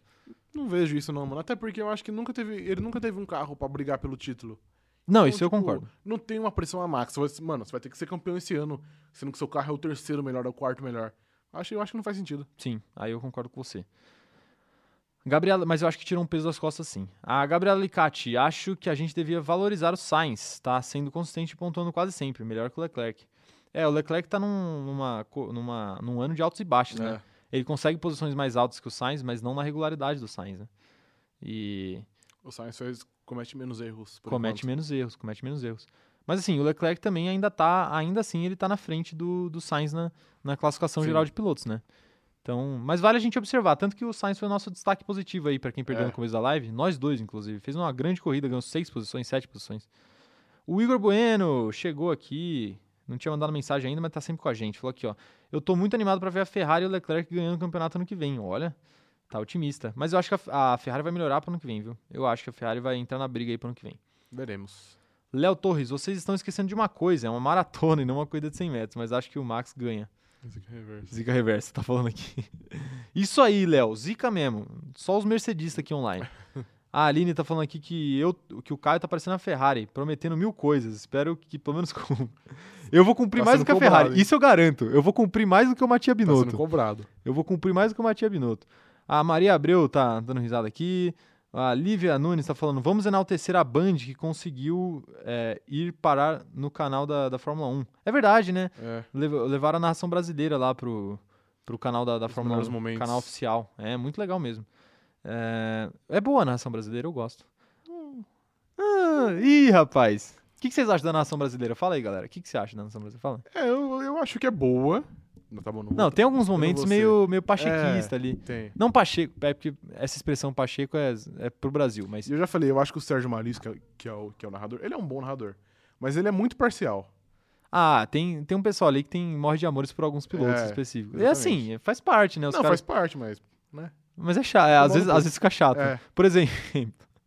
Speaker 2: Não vejo isso não, mano. Até porque eu acho que nunca teve, ele nunca teve um carro pra brigar pelo título.
Speaker 1: Não,
Speaker 2: Então,
Speaker 1: isso eu
Speaker 2: tipo,
Speaker 1: concordo.
Speaker 2: Não tem uma pressão a max. Você vai- Mano, você vai ter que ser campeão esse ano, sendo que seu carro é o terceiro melhor, é o quarto melhor. Acho, eu acho que não faz sentido.
Speaker 1: Sim, aí eu concordo com você. Gabriela, mas eu acho que tirou um peso das costas sim. A Gabriela Licati, acho que a gente devia valorizar o Sainz, tá? Sendo consistente e pontuando quase sempre, melhor que o Leclerc. É, o Leclerc tá num, numa, co- numa, num ano de altos e baixos, né?
Speaker 2: É.
Speaker 1: Ele consegue posições mais altas que o Sainz, mas não na regularidade do Sainz, né? E
Speaker 2: O Sainz fez- comete menos erros. por
Speaker 1: comete
Speaker 2: enquanto.
Speaker 1: menos erros, comete menos erros. Mas assim, o Leclerc também ainda tá, ainda assim, ele tá na frente do, do Sainz na, na classificação
Speaker 2: Sim.
Speaker 1: geral de pilotos, né? Então, mas vale a gente observar. Tanto que o Sainz foi o nosso destaque positivo aí, para quem perdeu
Speaker 2: É.
Speaker 1: no começo da live. Nós dois, inclusive. Fez uma grande corrida, ganhou seis posições, sete posições. O Igor Bueno chegou aqui. Não tinha mandado mensagem ainda, mas tá sempre com a gente. Falou aqui, ó. Eu tô muito animado para ver a Ferrari e o Leclerc ganhando o campeonato ano que vem. Olha, tá otimista. Mas eu acho que a, a Ferrari vai melhorar pro ano que vem, viu? Eu acho que a Ferrari vai entrar na briga aí pro ano que vem.
Speaker 2: Veremos.
Speaker 1: Léo Torres, vocês estão esquecendo de uma coisa. É uma maratona e não uma corrida de 100 metros, mas acho que o Max ganha.
Speaker 2: Esse aqui é reverso.
Speaker 1: Zica reversa, tá falando aqui. Isso aí, Léo, zica mesmo. Só os mercedistas aqui online. A Aline tá falando aqui que, eu, que o Caio tá parecendo a Ferrari, prometendo mil coisas. Espero que pelo menos cumpra. Eu vou cumprir
Speaker 2: Tá
Speaker 1: mais do
Speaker 2: sendo
Speaker 1: que a
Speaker 2: cobrado,
Speaker 1: Ferrari,
Speaker 2: hein?
Speaker 1: isso eu garanto. Eu vou cumprir mais do que o Matia
Speaker 2: Tá
Speaker 1: Binotto.
Speaker 2: sendo cobrado.
Speaker 1: Eu vou cumprir mais do que o Matia Binotto. A Maria Abreu tá dando risada aqui. A Lívia Nunes tá falando: vamos enaltecer a Band que conseguiu é, ir parar no canal da, da Fórmula 1. É verdade, né?
Speaker 2: É.
Speaker 1: Lev- levaram a narração brasileira lá pro, pro canal da, da
Speaker 2: Os
Speaker 1: Fórmula
Speaker 2: melhores
Speaker 1: 1,
Speaker 2: momentos.
Speaker 1: canal oficial. É muito legal mesmo. É, é boa a narração brasileira, eu gosto. Ah, ih, rapaz. O que, que vocês acham da narração brasileira? Fala aí, galera. O que, que você acha da narração brasileira? Fala.
Speaker 2: É, eu, eu acho que é boa. Não, tá bom, não.
Speaker 1: Não, tem alguns momentos
Speaker 2: vou É.
Speaker 1: meio, meio pachequista ali.
Speaker 2: Tem.
Speaker 1: Não pacheco, é porque essa expressão pacheco é, é pro Brasil, mas...
Speaker 2: E Eu já falei, eu acho que o Sérgio Maris, que é, que é o, que é o narrador, ele é um bom narrador. Mas ele é muito parcial.
Speaker 1: Ah, tem, tem um pessoal ali que tem morre de amores por alguns pilotos
Speaker 2: É,
Speaker 1: específicos. É
Speaker 2: exatamente.
Speaker 1: assim, faz parte, né? Os
Speaker 2: não,
Speaker 1: caras-
Speaker 2: faz parte, mas.
Speaker 1: Mas é chato, é, às,
Speaker 2: bom
Speaker 1: vezes,
Speaker 2: no
Speaker 1: às
Speaker 2: cu.
Speaker 1: vezes fica chato.
Speaker 2: É.
Speaker 1: Por exemplo,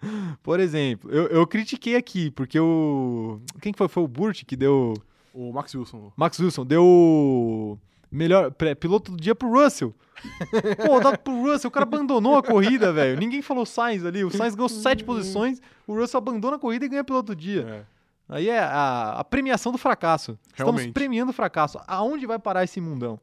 Speaker 1: por exemplo, eu, eu critiquei aqui, porque o. Quem que foi? Foi o Burt que deu.
Speaker 2: O Max Wilson.
Speaker 1: Max Wilson deu o melhor pré- piloto do dia pro Russell. Pô, dá pro Russell, o cara abandonou a corrida, velho. Ninguém falou Sainz ali. O Sainz ganhou sete posições, o Russell abandona a corrida e ganha piloto do dia.
Speaker 2: É.
Speaker 1: Aí é a, a premiação do fracasso. Estamos
Speaker 2: Realmente.
Speaker 1: premiando o fracasso. Aonde vai parar esse mundão?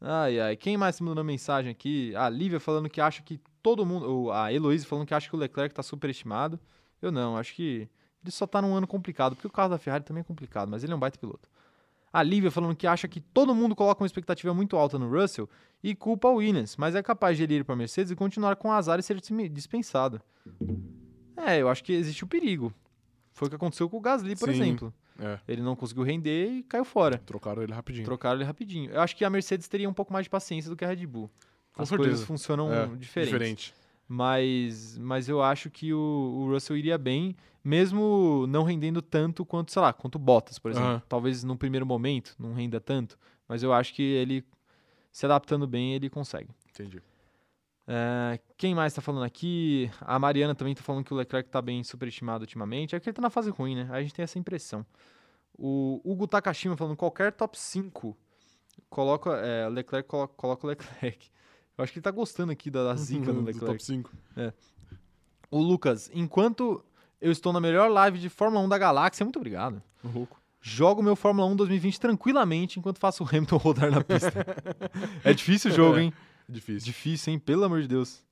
Speaker 1: Ai, ai. Quem mais mandou mensagem aqui? A Lívia falando que acha que todo mundo. Ou a Heloísa falando que acha que o Leclerc tá superestimado. Eu não, acho que ele só tá num ano complicado, porque o carro da Ferrari também é complicado, mas ele é um baita piloto. A Lívia falando que acha que todo mundo coloca uma expectativa muito alta no Russell e culpa o Williams, mas é capaz de ele ir para Mercedes e continuar com azar e ser dismi- dispensado. É, eu acho que existe o perigo. Foi o que aconteceu com o Gasly, por
Speaker 2: Sim.
Speaker 1: exemplo.
Speaker 2: É.
Speaker 1: Ele não conseguiu render e caiu fora.
Speaker 2: Trocaram ele rapidinho.
Speaker 1: Trocaram ele rapidinho. Eu acho que a Mercedes teria um pouco mais de paciência do que a Red Bull.
Speaker 2: Com
Speaker 1: As
Speaker 2: certeza.
Speaker 1: coisas funcionam
Speaker 2: É,
Speaker 1: diferentes.
Speaker 2: Diferente.
Speaker 1: Mas, mas eu acho que o, o Russell iria bem, mesmo não rendendo tanto quanto, sei lá, quanto o Bottas, por exemplo.
Speaker 2: Aham.
Speaker 1: Talvez num primeiro momento não renda tanto, mas eu acho que ele, se adaptando bem, ele consegue.
Speaker 2: Entendi.
Speaker 1: É, quem mais tá falando aqui? A Mariana também tá falando que o Leclerc tá bem superestimado ultimamente. É que ele tá na fase ruim, né? A gente tem essa impressão. O Hugo Takashima falando qualquer top 5 coloca é, Leclerc, colo- coloca o Leclerc. Eu acho que ele tá gostando aqui da, da zica do
Speaker 2: Uhum, Do
Speaker 1: Leclerc.
Speaker 2: Top 5.
Speaker 1: O Lucas, enquanto eu estou na melhor live de Fórmula 1 da galáxia, muito obrigado.
Speaker 2: Louco.
Speaker 1: Jogo meu Fórmula 1 2020 tranquilamente enquanto faço o Hamilton rodar na pista. é difícil o jogo, hein?
Speaker 2: Difícil.
Speaker 1: Difícil, hein? Pelo amor de Deus.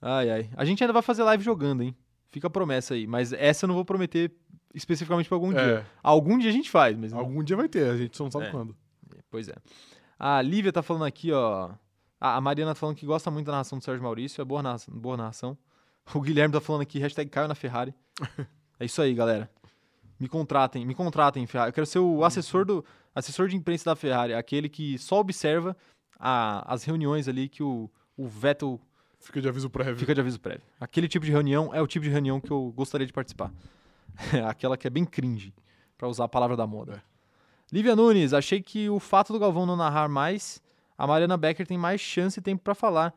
Speaker 1: Ai, ai. A gente ainda vai fazer live jogando, hein? Fica a promessa aí. Mas essa eu não vou prometer especificamente pra algum dia.
Speaker 2: É,
Speaker 1: Algum dia a gente faz, mas.
Speaker 2: algum dia vai ter, a gente só não sabe
Speaker 1: É.
Speaker 2: quando.
Speaker 1: Pois é. A Lívia tá falando aqui, ó. A a Mariana tá falando que gosta muito da narração do Sérgio Maurício. É boa narração. Boa narração. O Guilherme tá falando aqui, hashtag Caio na Ferrari. é isso aí, galera. Me contratem, me contratem, Ferrari. Eu quero ser o assessor do assessor de imprensa da Ferrari, aquele que só observa a- as reuniões ali que o, o Vettel
Speaker 2: Fica de aviso prévio.
Speaker 1: Fica de aviso prévio. Aquele tipo de reunião é o tipo de reunião que eu gostaria de participar. Aquela que é bem cringe, pra usar a palavra da moda. Lívia Nunes, achei que o fato do Galvão não narrar mais, a Mariana Becker tem mais chance e tempo pra falar.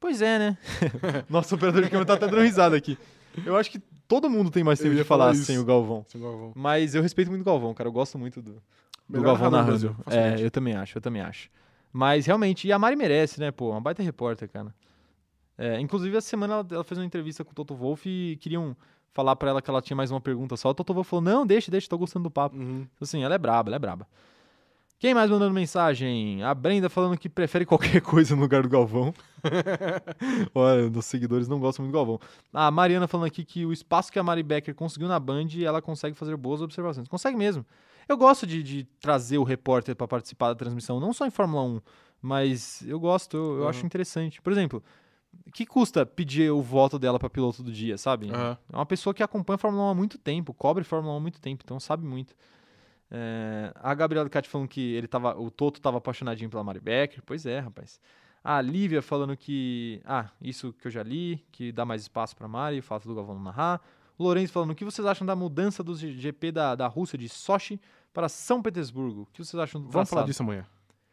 Speaker 1: Pois é, né? Nosso operador de câmera tá até dando risada aqui. Eu acho que todo mundo tem mais
Speaker 2: Eu
Speaker 1: tempo
Speaker 2: ia
Speaker 1: de falar,
Speaker 2: falar isso.
Speaker 1: sem o Galvão.
Speaker 2: Seu Galvão.
Speaker 1: Mas eu respeito muito o Galvão, cara. Eu gosto muito do, do
Speaker 2: Melhor
Speaker 1: Galvão
Speaker 2: narrador do
Speaker 1: narrando.
Speaker 2: Brasil,
Speaker 1: É,
Speaker 2: facilmente.
Speaker 1: eu também acho, eu também acho. Mas realmente, e a Mari merece, né, pô? Uma baita repórter, cara. É, inclusive, essa semana ela, ela fez uma entrevista com o Toto Wolff e queriam falar pra ela que ela tinha mais uma pergunta só. O Toto Wolff falou: não, deixa, deixa, tô gostando do papo.
Speaker 2: Uhum.
Speaker 1: Assim, ela é braba, ela é braba. Quem mais mandando mensagem? A Brenda falando que prefere qualquer coisa no lugar do Galvão. Olha, nossos seguidores não gostam muito do Galvão. A Mariana falando aqui que o espaço que a Mari Becker conseguiu na Band, ela consegue fazer boas observações. Consegue mesmo. Eu gosto de, de trazer o repórter para participar da transmissão, não só em Fórmula 1, mas eu gosto, eu, eu
Speaker 2: Uhum.
Speaker 1: acho interessante. Por exemplo, que custa pedir o voto dela para piloto do dia, sabe?
Speaker 2: Aham.
Speaker 1: É uma pessoa que acompanha a Fórmula 1 há muito tempo, cobre Fórmula 1 há muito tempo, então sabe muito. É, a Gabriela Ducati falando que ele tava, o Toto tava apaixonadinho pela Mari Becker. Pois é, rapaz. A Lívia falando que. Ah, isso que eu já li, que dá mais espaço pra Mari, o fato do Galvão não narrar. O Lourenço falando, o que vocês acham da mudança do G- GP da, da Rússia de Sochi para São Petersburgo? O que vocês acham do
Speaker 2: Vamos falar
Speaker 1: traçado?
Speaker 2: disso amanhã.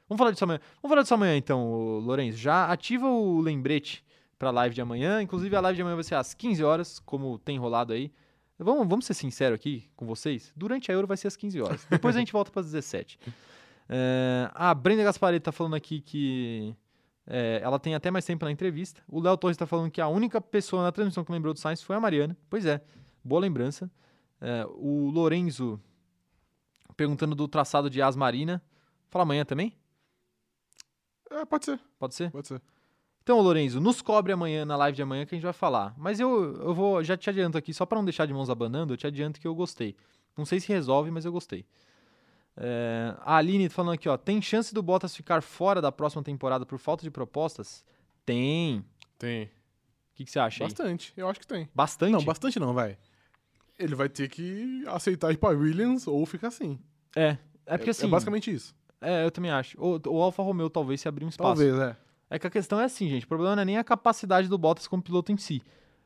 Speaker 1: Vamos falar disso amanhã. Vamos falar disso amanhã, então, ô, Lourenço. Já ativa o lembrete pra live de amanhã. Inclusive, a live de amanhã vai ser às 15 horas, como tem rolado aí. Vamos, vamos ser sinceros aqui com vocês. Durante a Euro vai ser às 15 horas. Depois a gente volta para 17. É, a Brenda Gasparetti tá falando aqui que é, ela tem até mais tempo na entrevista. O Léo Torres tá falando que a única pessoa na transmissão que lembrou do Sainz foi a Mariana. Pois é, boa lembrança. É, o Lorenzo perguntando do traçado de As Marina. Fala amanhã também?
Speaker 2: É, pode ser,
Speaker 1: Pode ser?
Speaker 2: pode ser.
Speaker 1: Então, Lorenzo, nos cobre amanhã, na live de amanhã, que a gente vai falar. Mas eu, eu vou, já te adianto aqui, só pra não deixar de mãos abanando, eu te adianto que eu gostei. Não sei se resolve, mas eu gostei. É, a Aline falando aqui, ó, tem chance do Bottas ficar fora da próxima temporada por falta de propostas? Tem. O
Speaker 2: Tem.
Speaker 1: que, que você acha aí?
Speaker 2: Bastante, eu acho que tem.
Speaker 1: Bastante?
Speaker 2: Não, bastante não, vai. Ele vai ter que aceitar ir pra Williams ou ficar assim.
Speaker 1: É, é porque assim,
Speaker 2: É basicamente isso.
Speaker 1: é, eu também acho. Ou o Alfa Romeo talvez se abrir um espaço.
Speaker 2: Talvez, é.
Speaker 1: É que a questão é assim, gente. O problema não é nem a capacidade do Bottas como piloto em si.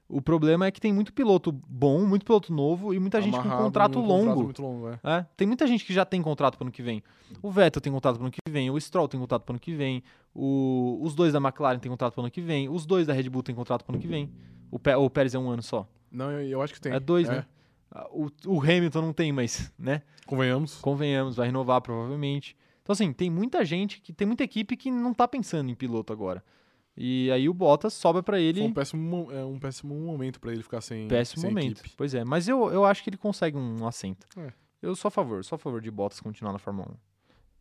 Speaker 1: O problema é que tem muito piloto bom, muito piloto novo e muita gente com
Speaker 2: Amarrado
Speaker 1: contrato
Speaker 2: num
Speaker 1: longo.
Speaker 2: Contrato muito longo, é.
Speaker 1: É, Tem muita gente que já tem contrato para ano que vem. O Vettel tem contrato para ano que vem, o Stroll tem contrato para ano que vem, o- os dois da McLaren tem contrato para ano que vem, os dois da Red Bull tem contrato para ano que vem. O, Pé- o Pérez é um ano só.
Speaker 2: Não, eu, eu acho que tem.
Speaker 1: É dois, né? Ah, O, o Hamilton não tem, mas, né?
Speaker 2: Convenhamos.
Speaker 1: Convenhamos, vai renovar provavelmente. Então, assim, tem muita gente, que tem muita equipe que não tá pensando em piloto agora. E aí o Bottas sobra para ele.
Speaker 2: Foi um péssimo, mo- é, um péssimo momento pra ele ficar sem
Speaker 1: Péssimo
Speaker 2: sem
Speaker 1: momento.
Speaker 2: equipe.
Speaker 1: Pois é, mas eu, eu acho que ele consegue um assento.
Speaker 2: É.
Speaker 1: Eu sou a favor, sou a favor de Bottas continuar na Fórmula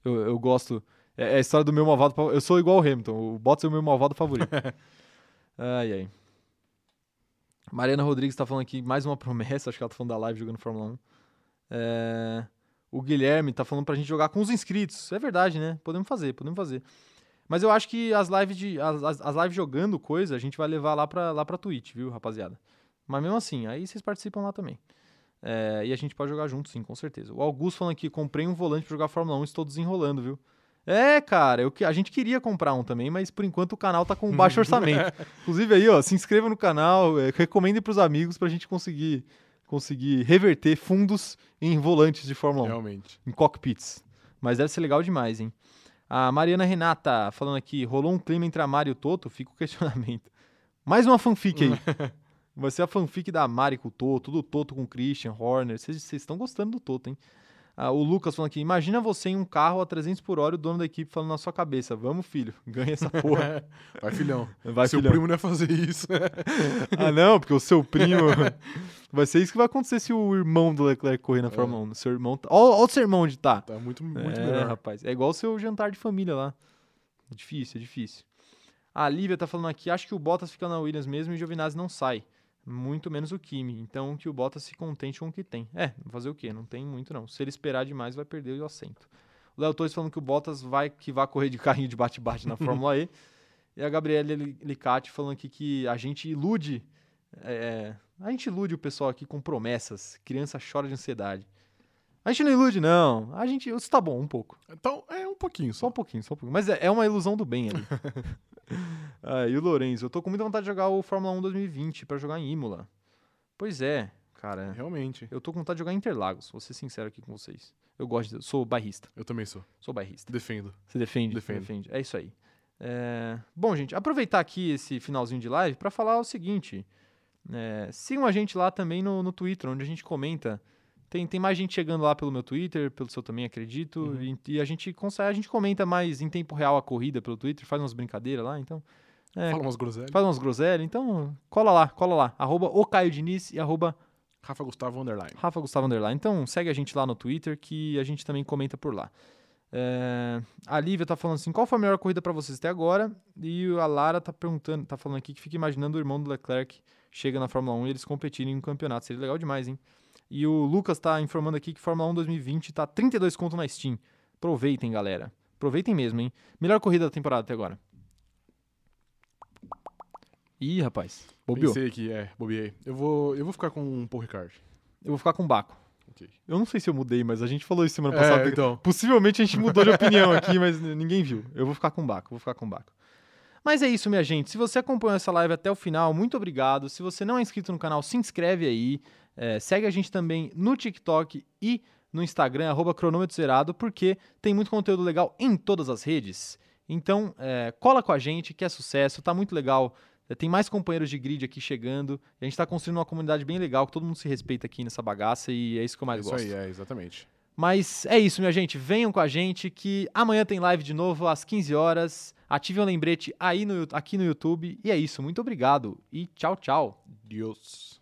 Speaker 1: 1. Eu, eu gosto. É, é a história do meu malvado. fa- Eu sou igual o Hamilton. O Bottas é o meu malvado favorito. ai, ai. Mariana Rodrigues tá falando aqui mais uma promessa. Acho que ela tá falando da live jogando Fórmula 1. É, O Guilherme tá falando pra gente jogar com os inscritos. É verdade, né? Podemos fazer, podemos fazer. Mas eu acho que as lives, de, as, as, as lives jogando coisa a gente vai levar lá pra, lá pra Twitch, viu, rapaziada? Mas mesmo assim, aí vocês participam lá também. É, e a gente pode jogar junto, sim, com certeza. O Augusto falando aqui, comprei um volante pra jogar Fórmula 1 estou desenrolando, viu? É, cara, eu, que- a gente queria comprar um também, mas por enquanto o canal tá com baixo orçamento. Inclusive aí, ó, se inscreva no canal, é, recomendem pros amigos pra gente conseguir, conseguir reverter fundos em volantes de Fórmula 1
Speaker 2: Realmente.
Speaker 1: em cockpits. Mas deve ser legal demais, hein? A Mariana Renata falando aqui, rolou um clima entre a Mari e o Toto? Fica o questionamento. Mais uma fanfic aí. Vai ser a fanfic da Mari com o Toto, do Toto com o Christian, Horner. Vocês vocês estão gostando do Toto, hein? Ah, o Lucas falando aqui, imagina você em um carro a 300 por hora e o dono da equipe falando na sua cabeça, vamos filho, ganha essa porra.
Speaker 2: Vai, filhão.
Speaker 1: Vai,
Speaker 2: Seu
Speaker 1: filhão.
Speaker 2: primo não ia fazer isso.
Speaker 1: Ah, não, porque o seu primo. vai ser isso que vai acontecer se o irmão do Leclerc correr na Fórmula 1. Seu irmão. tá- Ó, ó o seu irmão onde tá.
Speaker 2: tá muito, muito
Speaker 1: é,
Speaker 2: melhor.
Speaker 1: rapaz. É igual o seu jantar de família lá. É difícil, é difícil. A Lívia tá falando aqui, acho que o Bottas fica na Williams mesmo e o Giovinazzi não sai. Muito menos o Kimi. Então que o Bottas se contente com o que tem. É, fazer o quê? Não tem muito não. Se ele esperar demais, vai perder o assento. O Léo Torres falando que o Bottas vai que vai correr de carrinho de bate-bate na Fórmula E. E a Gabriela Li- Licati falando aqui que a gente ilude. é, a gente ilude o pessoal aqui com promessas. Criança chora de ansiedade. A gente não ilude, não. A gente. Isso tá bom, um pouco.
Speaker 2: Então, é um pouquinho
Speaker 1: Só
Speaker 2: só.
Speaker 1: um pouquinho, só um pouquinho. Mas é, é uma ilusão do bem ali. ah, e o Lourenço, eu tô com muita vontade de jogar o Fórmula 1 2020 pra jogar em Imola. Pois é, cara.
Speaker 2: Realmente.
Speaker 1: Eu tô com vontade de jogar em Interlagos, vou ser sincero aqui com vocês. Eu gosto, de, sou bairrista,
Speaker 2: Eu também sou.
Speaker 1: sou bairrista.
Speaker 2: Defendo.
Speaker 1: Você defende?
Speaker 2: Defendo.
Speaker 1: defende. É isso aí. É, Bom, gente, aproveitar aqui esse finalzinho de live pra falar o seguinte. É, sigam a gente lá também no, no Twitter, onde a gente comenta. Tem, tem mais gente chegando lá pelo meu Twitter, pelo seu também, acredito.
Speaker 2: Uhum.
Speaker 1: E, e a gente consegue, a gente comenta mais em tempo real a corrida pelo Twitter, faz umas brincadeiras lá, então. É,
Speaker 2: Fala umas groselhas.
Speaker 1: faz umas groselhas, então cola lá, cola lá. Arroba o Caio Diniz e arroba
Speaker 2: Rafa Gustavo Underline.
Speaker 1: Rafa Gustavo Underline. Então segue a gente lá no Twitter que a gente também comenta por lá. É, a Lívia tá falando assim: qual foi a melhor corrida pra vocês até agora? E a Lara tá perguntando, tá falando aqui que fica imaginando o irmão do Leclerc chega na Fórmula 1 e eles competirem em um campeonato. Seria legal demais, hein? E o Lucas tá informando aqui que Fórmula 1 2020 tá 32 conto na Steam. Aproveitem, galera. Aproveitem mesmo, hein? Melhor corrida da temporada até agora. Ih, rapaz. Bobeou.
Speaker 2: Pensei que, é, bobiei. Eu vou, eu vou ficar com um Paul Ricard.
Speaker 1: Eu vou ficar com o Baco.
Speaker 2: Ok.
Speaker 1: Eu não sei se eu mudei, mas a gente falou isso semana passada.
Speaker 2: É, então.
Speaker 1: Possivelmente a gente mudou de opinião aqui, mas n- ninguém viu. Eu vou ficar com o Baco, vou ficar com o Baco. Mas é isso, minha gente. Se você acompanhou essa live até o final, muito obrigado. Se você não é inscrito no canal, se inscreve aí. É, segue a gente também no TikTok e no Instagram, arroba cronômetro zerado, porque tem muito conteúdo legal em todas as redes. Então, é, cola com a gente, que é sucesso, tá muito legal. É, Tem mais companheiros de grid aqui chegando. E a gente tá construindo uma comunidade bem legal, que todo mundo se respeita aqui nessa bagaça, e é isso que eu mais
Speaker 2: isso
Speaker 1: gosto.
Speaker 2: aí, é, exatamente.
Speaker 1: Mas é isso, minha gente. Venham com a gente que amanhã tem live de novo às 15 horas. Ative o lembrete aí no, Yu- aqui no YouTube. E é isso. Muito obrigado e tchau, tchau.
Speaker 2: Deus.